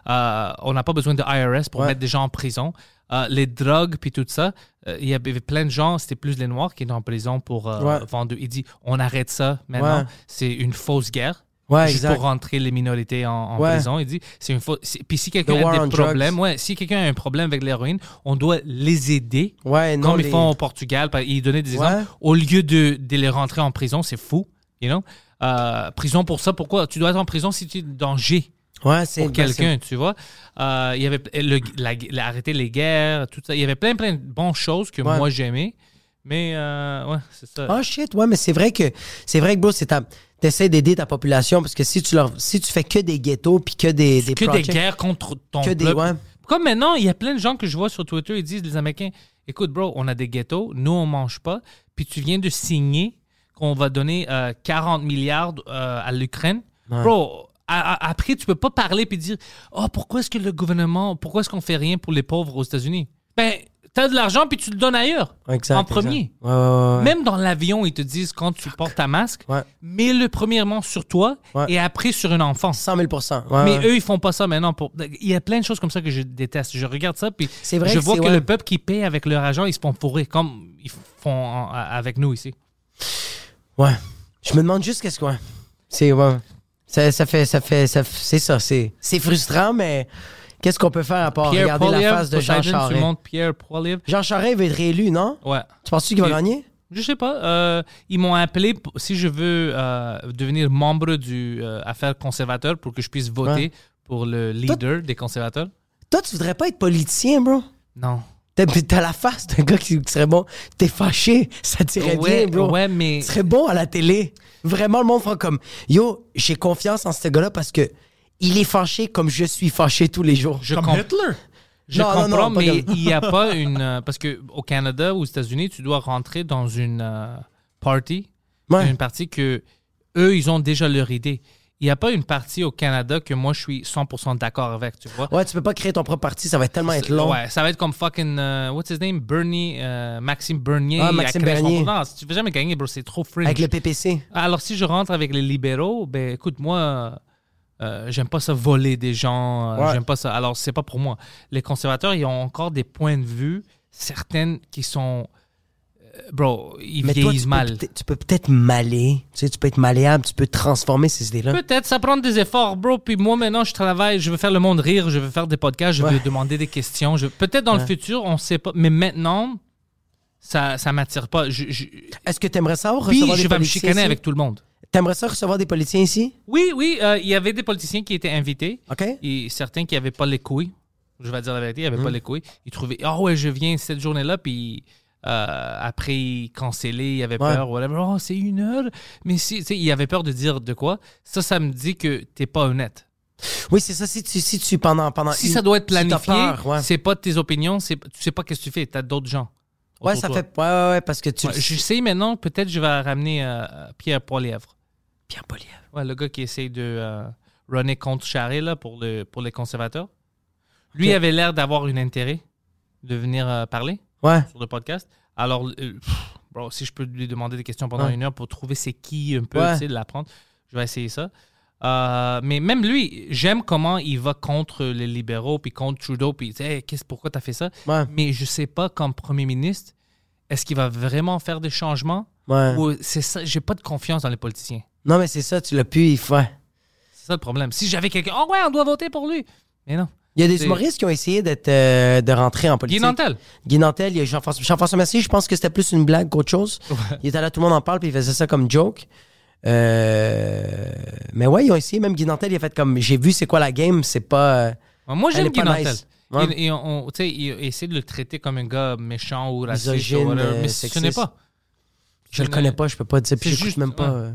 Speaker 2: Euh, on n'a pas besoin de IRS pour
Speaker 4: Ouais.
Speaker 2: mettre des gens en prison. Euh, les drogues, puis tout ça, euh, il y avait plein de gens, c'était plus les Noirs qui étaient en prison pour euh,
Speaker 4: Ouais.
Speaker 2: vendre. Il dit, on arrête ça maintenant.
Speaker 4: Ouais.
Speaker 2: C'est une fausse guerre.
Speaker 4: Ouais,
Speaker 2: juste
Speaker 4: exact.
Speaker 2: pour rentrer les minorités en, en
Speaker 4: Ouais.
Speaker 2: prison. Il dit, c'est une fausse... c'est- Puis si
Speaker 4: The
Speaker 2: quelqu'un
Speaker 4: war
Speaker 2: a
Speaker 4: on
Speaker 2: des
Speaker 4: drugs.
Speaker 2: problèmes, ouais, si quelqu'un a un problème avec l'héroïne, on doit les aider
Speaker 4: Ouais, non,
Speaker 2: comme
Speaker 4: les-
Speaker 2: ils font au Portugal, par- ils donnaient des
Speaker 4: Ouais.
Speaker 2: exemples. Au lieu de, de les rentrer en prison, c'est fou. You know? Euh, prison pour ça, pourquoi Tu dois être en prison si tu es en danger
Speaker 4: Ouais, c'est
Speaker 2: pour quelqu'un, tu vois. Euh, il y avait le, la- la- arrêter les guerres, tout ça. Il y avait plein, plein de bonnes choses que
Speaker 4: Ouais.
Speaker 2: moi j'aimais. Mais euh, ouais, c'est ça.
Speaker 4: Ah shit, ouais, mais c'est vrai que c'est vrai que bro, c'est ta t'essaies d'aider ta population parce que si tu leur si tu fais que des ghettos puis que des des
Speaker 2: que
Speaker 4: projects-
Speaker 2: des guerres contre ton
Speaker 4: que des-
Speaker 2: peuple.
Speaker 4: ouais.
Speaker 2: Comme maintenant, il y a plein de gens que je vois sur Twitter, ils disent les Américains, écoute, bro, on a des ghettos, nous, on mange pas, puis tu viens de signer qu'on va donner euh, 40 milliards euh, à l'Ukraine. Bro, a- a- après, tu peux pas parler puis dire, oh, pourquoi est-ce que le gouvernement, pourquoi est-ce qu'on fait rien pour les pauvres aux États-Unis? Ben, t'as de l'argent puis tu le donnes ailleurs.
Speaker 4: Exact,
Speaker 2: en
Speaker 4: exact.
Speaker 2: premier.
Speaker 4: Ouais, ouais, ouais, ouais.
Speaker 2: Même dans l'avion, ils te disent quand tu portes ta masque,
Speaker 4: Ouais.
Speaker 2: mets-le premièrement sur toi
Speaker 4: Ouais.
Speaker 2: et après sur une enfant.
Speaker 4: 100 000 ouais,
Speaker 2: Mais
Speaker 4: ouais.
Speaker 2: eux, ils font pas ça maintenant. Pour... Il y a plein de choses comme ça que je déteste. Je regarde ça, puis
Speaker 4: C'est vrai
Speaker 2: je
Speaker 4: que
Speaker 2: vois
Speaker 4: c'est-
Speaker 2: que
Speaker 4: ouais.
Speaker 2: le peuple qui paie avec leur argent, ils se font fourrer, comme ils font en- à- avec nous ici.
Speaker 4: Ouais. Je me demande juste qu'est-ce que ouais. c'est ouais. Ça, ça fait ça fait ça f- c'est ça, c'est c'est frustrant mais qu'est-ce qu'on peut faire à part regarder Ah, la
Speaker 2: Poilievre,
Speaker 4: face de Jean
Speaker 2: Poseidon, Tu
Speaker 4: Charest?
Speaker 2: montes Pierre Poilievre.
Speaker 4: Jean Charest va être réélu, non
Speaker 2: Ouais.
Speaker 4: Tu penses-tu qu'il va
Speaker 2: Et-
Speaker 4: gagner
Speaker 2: Je sais pas. euh, ils m'ont appelé p- si je veux euh, devenir membre du euh, affaire conservateur pour que je puisse voter
Speaker 4: Ouais.
Speaker 2: pour le leader des conservateurs.
Speaker 4: Toi, tu voudrais pas être politicien, bro
Speaker 2: Non.
Speaker 4: T'as t'as la face d'un gars qui, qui serait bon. T'es fâché, ça dirait
Speaker 2: ouais,
Speaker 4: bien, bro.
Speaker 2: ouais, mais
Speaker 4: Il serait bon à la télé. Vraiment, le monde fera comme Yo, j'ai confiance en ce gars-là parce que il est fâché comme je suis fâché tous les jours.
Speaker 2: je
Speaker 5: Comme
Speaker 2: comprends.
Speaker 5: Hitler.
Speaker 2: Je
Speaker 4: Non, non,
Speaker 2: comprends,
Speaker 4: non, pas
Speaker 2: mais
Speaker 4: comme-
Speaker 2: il n'y a pas une. euh, parce qu'au Canada, aux États-Unis, tu dois rentrer dans une euh, party,
Speaker 4: Ouais.
Speaker 2: une partie que eux, ils ont déjà leur idée. il n'y a pas une partie au Canada que moi, je suis 100% d'accord avec, tu vois.
Speaker 4: Ouais, tu peux pas créer ton propre parti, ça va tellement être long.
Speaker 2: Ouais, ça va être comme fucking, euh, what's his name, Bernie, euh, Maxime Bernier.
Speaker 4: Ah,
Speaker 2: il a
Speaker 4: Maxime
Speaker 2: créé son-
Speaker 4: Bernier.
Speaker 2: Non, si tu veux jamais gagner, bro, c'est trop fringe.
Speaker 4: Avec le PPC.
Speaker 2: Alors, si je rentre avec les libéraux, ben écoute, moi, euh, j'aime pas ça voler des gens. euh,
Speaker 4: Ouais.
Speaker 2: J'aime pas ça. Alors, c'est pas pour moi. Les conservateurs, ils ont encore des points de vue, certaines qui sont. euh, Bro, ils
Speaker 4: Mais toi, tu
Speaker 2: vieillissent
Speaker 4: peux,
Speaker 2: mal.
Speaker 4: peut-être- tu peux peut-être malléer. Tu sais, tu peux être malléable, tu peux transformer ces idées-là.
Speaker 2: Peut-être, ça prend des efforts, bro. Puis moi, maintenant, je travaille, je veux faire le monde rire, je veux faire des podcasts, je veux
Speaker 4: Ouais.
Speaker 2: demander des questions. Je... Peut-être dans le
Speaker 4: Ouais.
Speaker 2: futur, on sait pas. Mais maintenant, ça, ça m'attire pas. Je, je...
Speaker 4: Est-ce que t'aimerais ça recevoir
Speaker 2: Puis, je
Speaker 4: des
Speaker 2: vais me
Speaker 4: politiciens
Speaker 2: chicaner
Speaker 4: ici?
Speaker 2: avec tout le monde.
Speaker 4: T'aimerais ça recevoir des politiciens ici?
Speaker 2: Oui, oui, euh, il y avait des politiciens qui étaient invités.
Speaker 4: OK?
Speaker 2: Et certains qui n'avaient pas les couilles, je vais dire la vérité, ils n'avaient pas
Speaker 4: Hmm.
Speaker 2: les couilles. Ils trouvaient, ah ouais, je viens cette journée-là, puis euh, après, ils cancellaient, ils avaient
Speaker 4: Ouais.
Speaker 2: peur, whatever. Oh, c'est une heure. Mais si, tu sais, ils avaient peur de dire de quoi. Ça, ça me dit que t'es pas honnête.
Speaker 4: Oui, c'est ça. Si tu, si tu pendant, pendant
Speaker 2: Si
Speaker 4: une-
Speaker 2: ça doit être
Speaker 4: si t'as
Speaker 2: planifié,
Speaker 4: peur, ouais.
Speaker 2: c'est pas tes opinions, c'est, tu sais pas qu'est-ce que tu fais, t'as d'autres gens. autour
Speaker 4: Ouais,
Speaker 2: de
Speaker 4: ça
Speaker 2: toi.
Speaker 4: fait. Ouais, ouais, ouais, parce que tu.
Speaker 2: Ouais, je sais maintenant, peut-être je vais ramener euh, Pierre Poilievre.
Speaker 4: Pierre Poilievre.
Speaker 2: Ouais, le gars qui essaye de euh, runner contre Charest là, pour, le, pour les conservateurs. Lui
Speaker 4: Ok.
Speaker 2: avait l'air d'avoir un intérêt de venir euh, parler
Speaker 4: Ouais.
Speaker 2: sur le podcast. Alors, euh, pff, bro, si je peux lui demander des questions pendant
Speaker 4: Ouais.
Speaker 2: une heure pour trouver c'est qui un peu,
Speaker 4: Ouais.
Speaker 2: tu sais, de l'apprendre, je vais essayer ça. Euh, mais même lui, j'aime comment il va contre les libéraux, puis contre Trudeau, puis il dit, Hey, qu'est-ce, pourquoi t'as fait ça?
Speaker 4: Ouais.
Speaker 2: Mais je sais pas, comme premier ministre, est-ce qu'il va vraiment faire des changements?
Speaker 4: Ouais.
Speaker 2: Ou c'est ça, j'ai pas de confiance dans les politiciens.
Speaker 4: Non, mais c'est ça, tu l'as pu. Il faut.
Speaker 2: C'est ça le problème. Si j'avais quelqu'un, oh ouais, on doit voter pour lui. Mais non.
Speaker 4: Il y a des
Speaker 2: C'est-
Speaker 4: humoristes qui ont essayé d'être, euh, de rentrer en
Speaker 2: Guy
Speaker 4: politique.
Speaker 2: Nantel.
Speaker 4: Guy Nantel, il y a Jean-François, Jean-François Mercier, je pense que c'était plus une blague qu'autre chose. Il était là, tout le monde en parle, puis il faisait ça comme joke. Euh, mais ouais, ils ont essayé, même Guy Nantel, il a fait comme, j'ai vu c'est quoi la game, c'est pas... euh,
Speaker 2: Moi,
Speaker 4: Elle
Speaker 2: j'aime
Speaker 4: est
Speaker 2: Guy
Speaker 4: pas
Speaker 2: Nantel.
Speaker 4: nice. Ouais.
Speaker 2: Et, et on, tu sais, il essaie de le traiter comme un gars méchant ou raciste ou
Speaker 4: Misogyne,
Speaker 2: whatever, mais ce
Speaker 4: euh, sexiste.
Speaker 2: n'est pas.
Speaker 4: je le
Speaker 2: Mais-
Speaker 4: connais pas, je peux pas dire, puis
Speaker 2: c'est
Speaker 4: j'écoute
Speaker 2: juste-
Speaker 4: même pas...
Speaker 2: ouais.
Speaker 4: euh.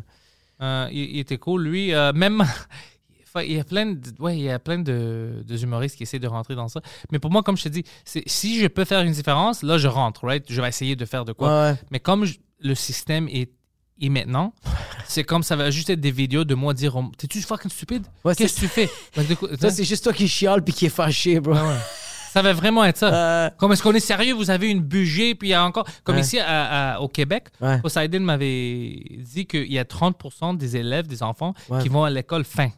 Speaker 2: Euh, il, il était cool. Lui, euh, même. enfin, Il y a plein de, ouais, il y a plein de, de humoristes qui essaient de rentrer dans ça. Mais pour moi, comme je te dis, c'est- si je peux faire une différence, là, je rentre, right? Je vais essayer de faire de quoi.
Speaker 4: Ouais, ouais.
Speaker 2: Mais comme je- le système est, est maintenant, c'est comme ça va juste être des vidéos de moi dire au- T'es-tu fucking stupide
Speaker 4: Ouais,
Speaker 2: Qu'est-ce que tu fais Donc, du coup,
Speaker 4: Ça, c'est juste toi qui chiale puis qui est fâché, bro.
Speaker 2: Ça va vraiment être ça.
Speaker 4: Euh,
Speaker 2: Comme est-ce qu'on est sérieux Vous avez une bugée, puis il y a encore. Comme
Speaker 4: Ouais.
Speaker 2: ici à- à- au Québec,
Speaker 4: Ouais.
Speaker 2: Poseidon m'avait dit qu'il y a 30% des élèves, des enfants,
Speaker 4: Ouais.
Speaker 2: qui vont à l'école faim.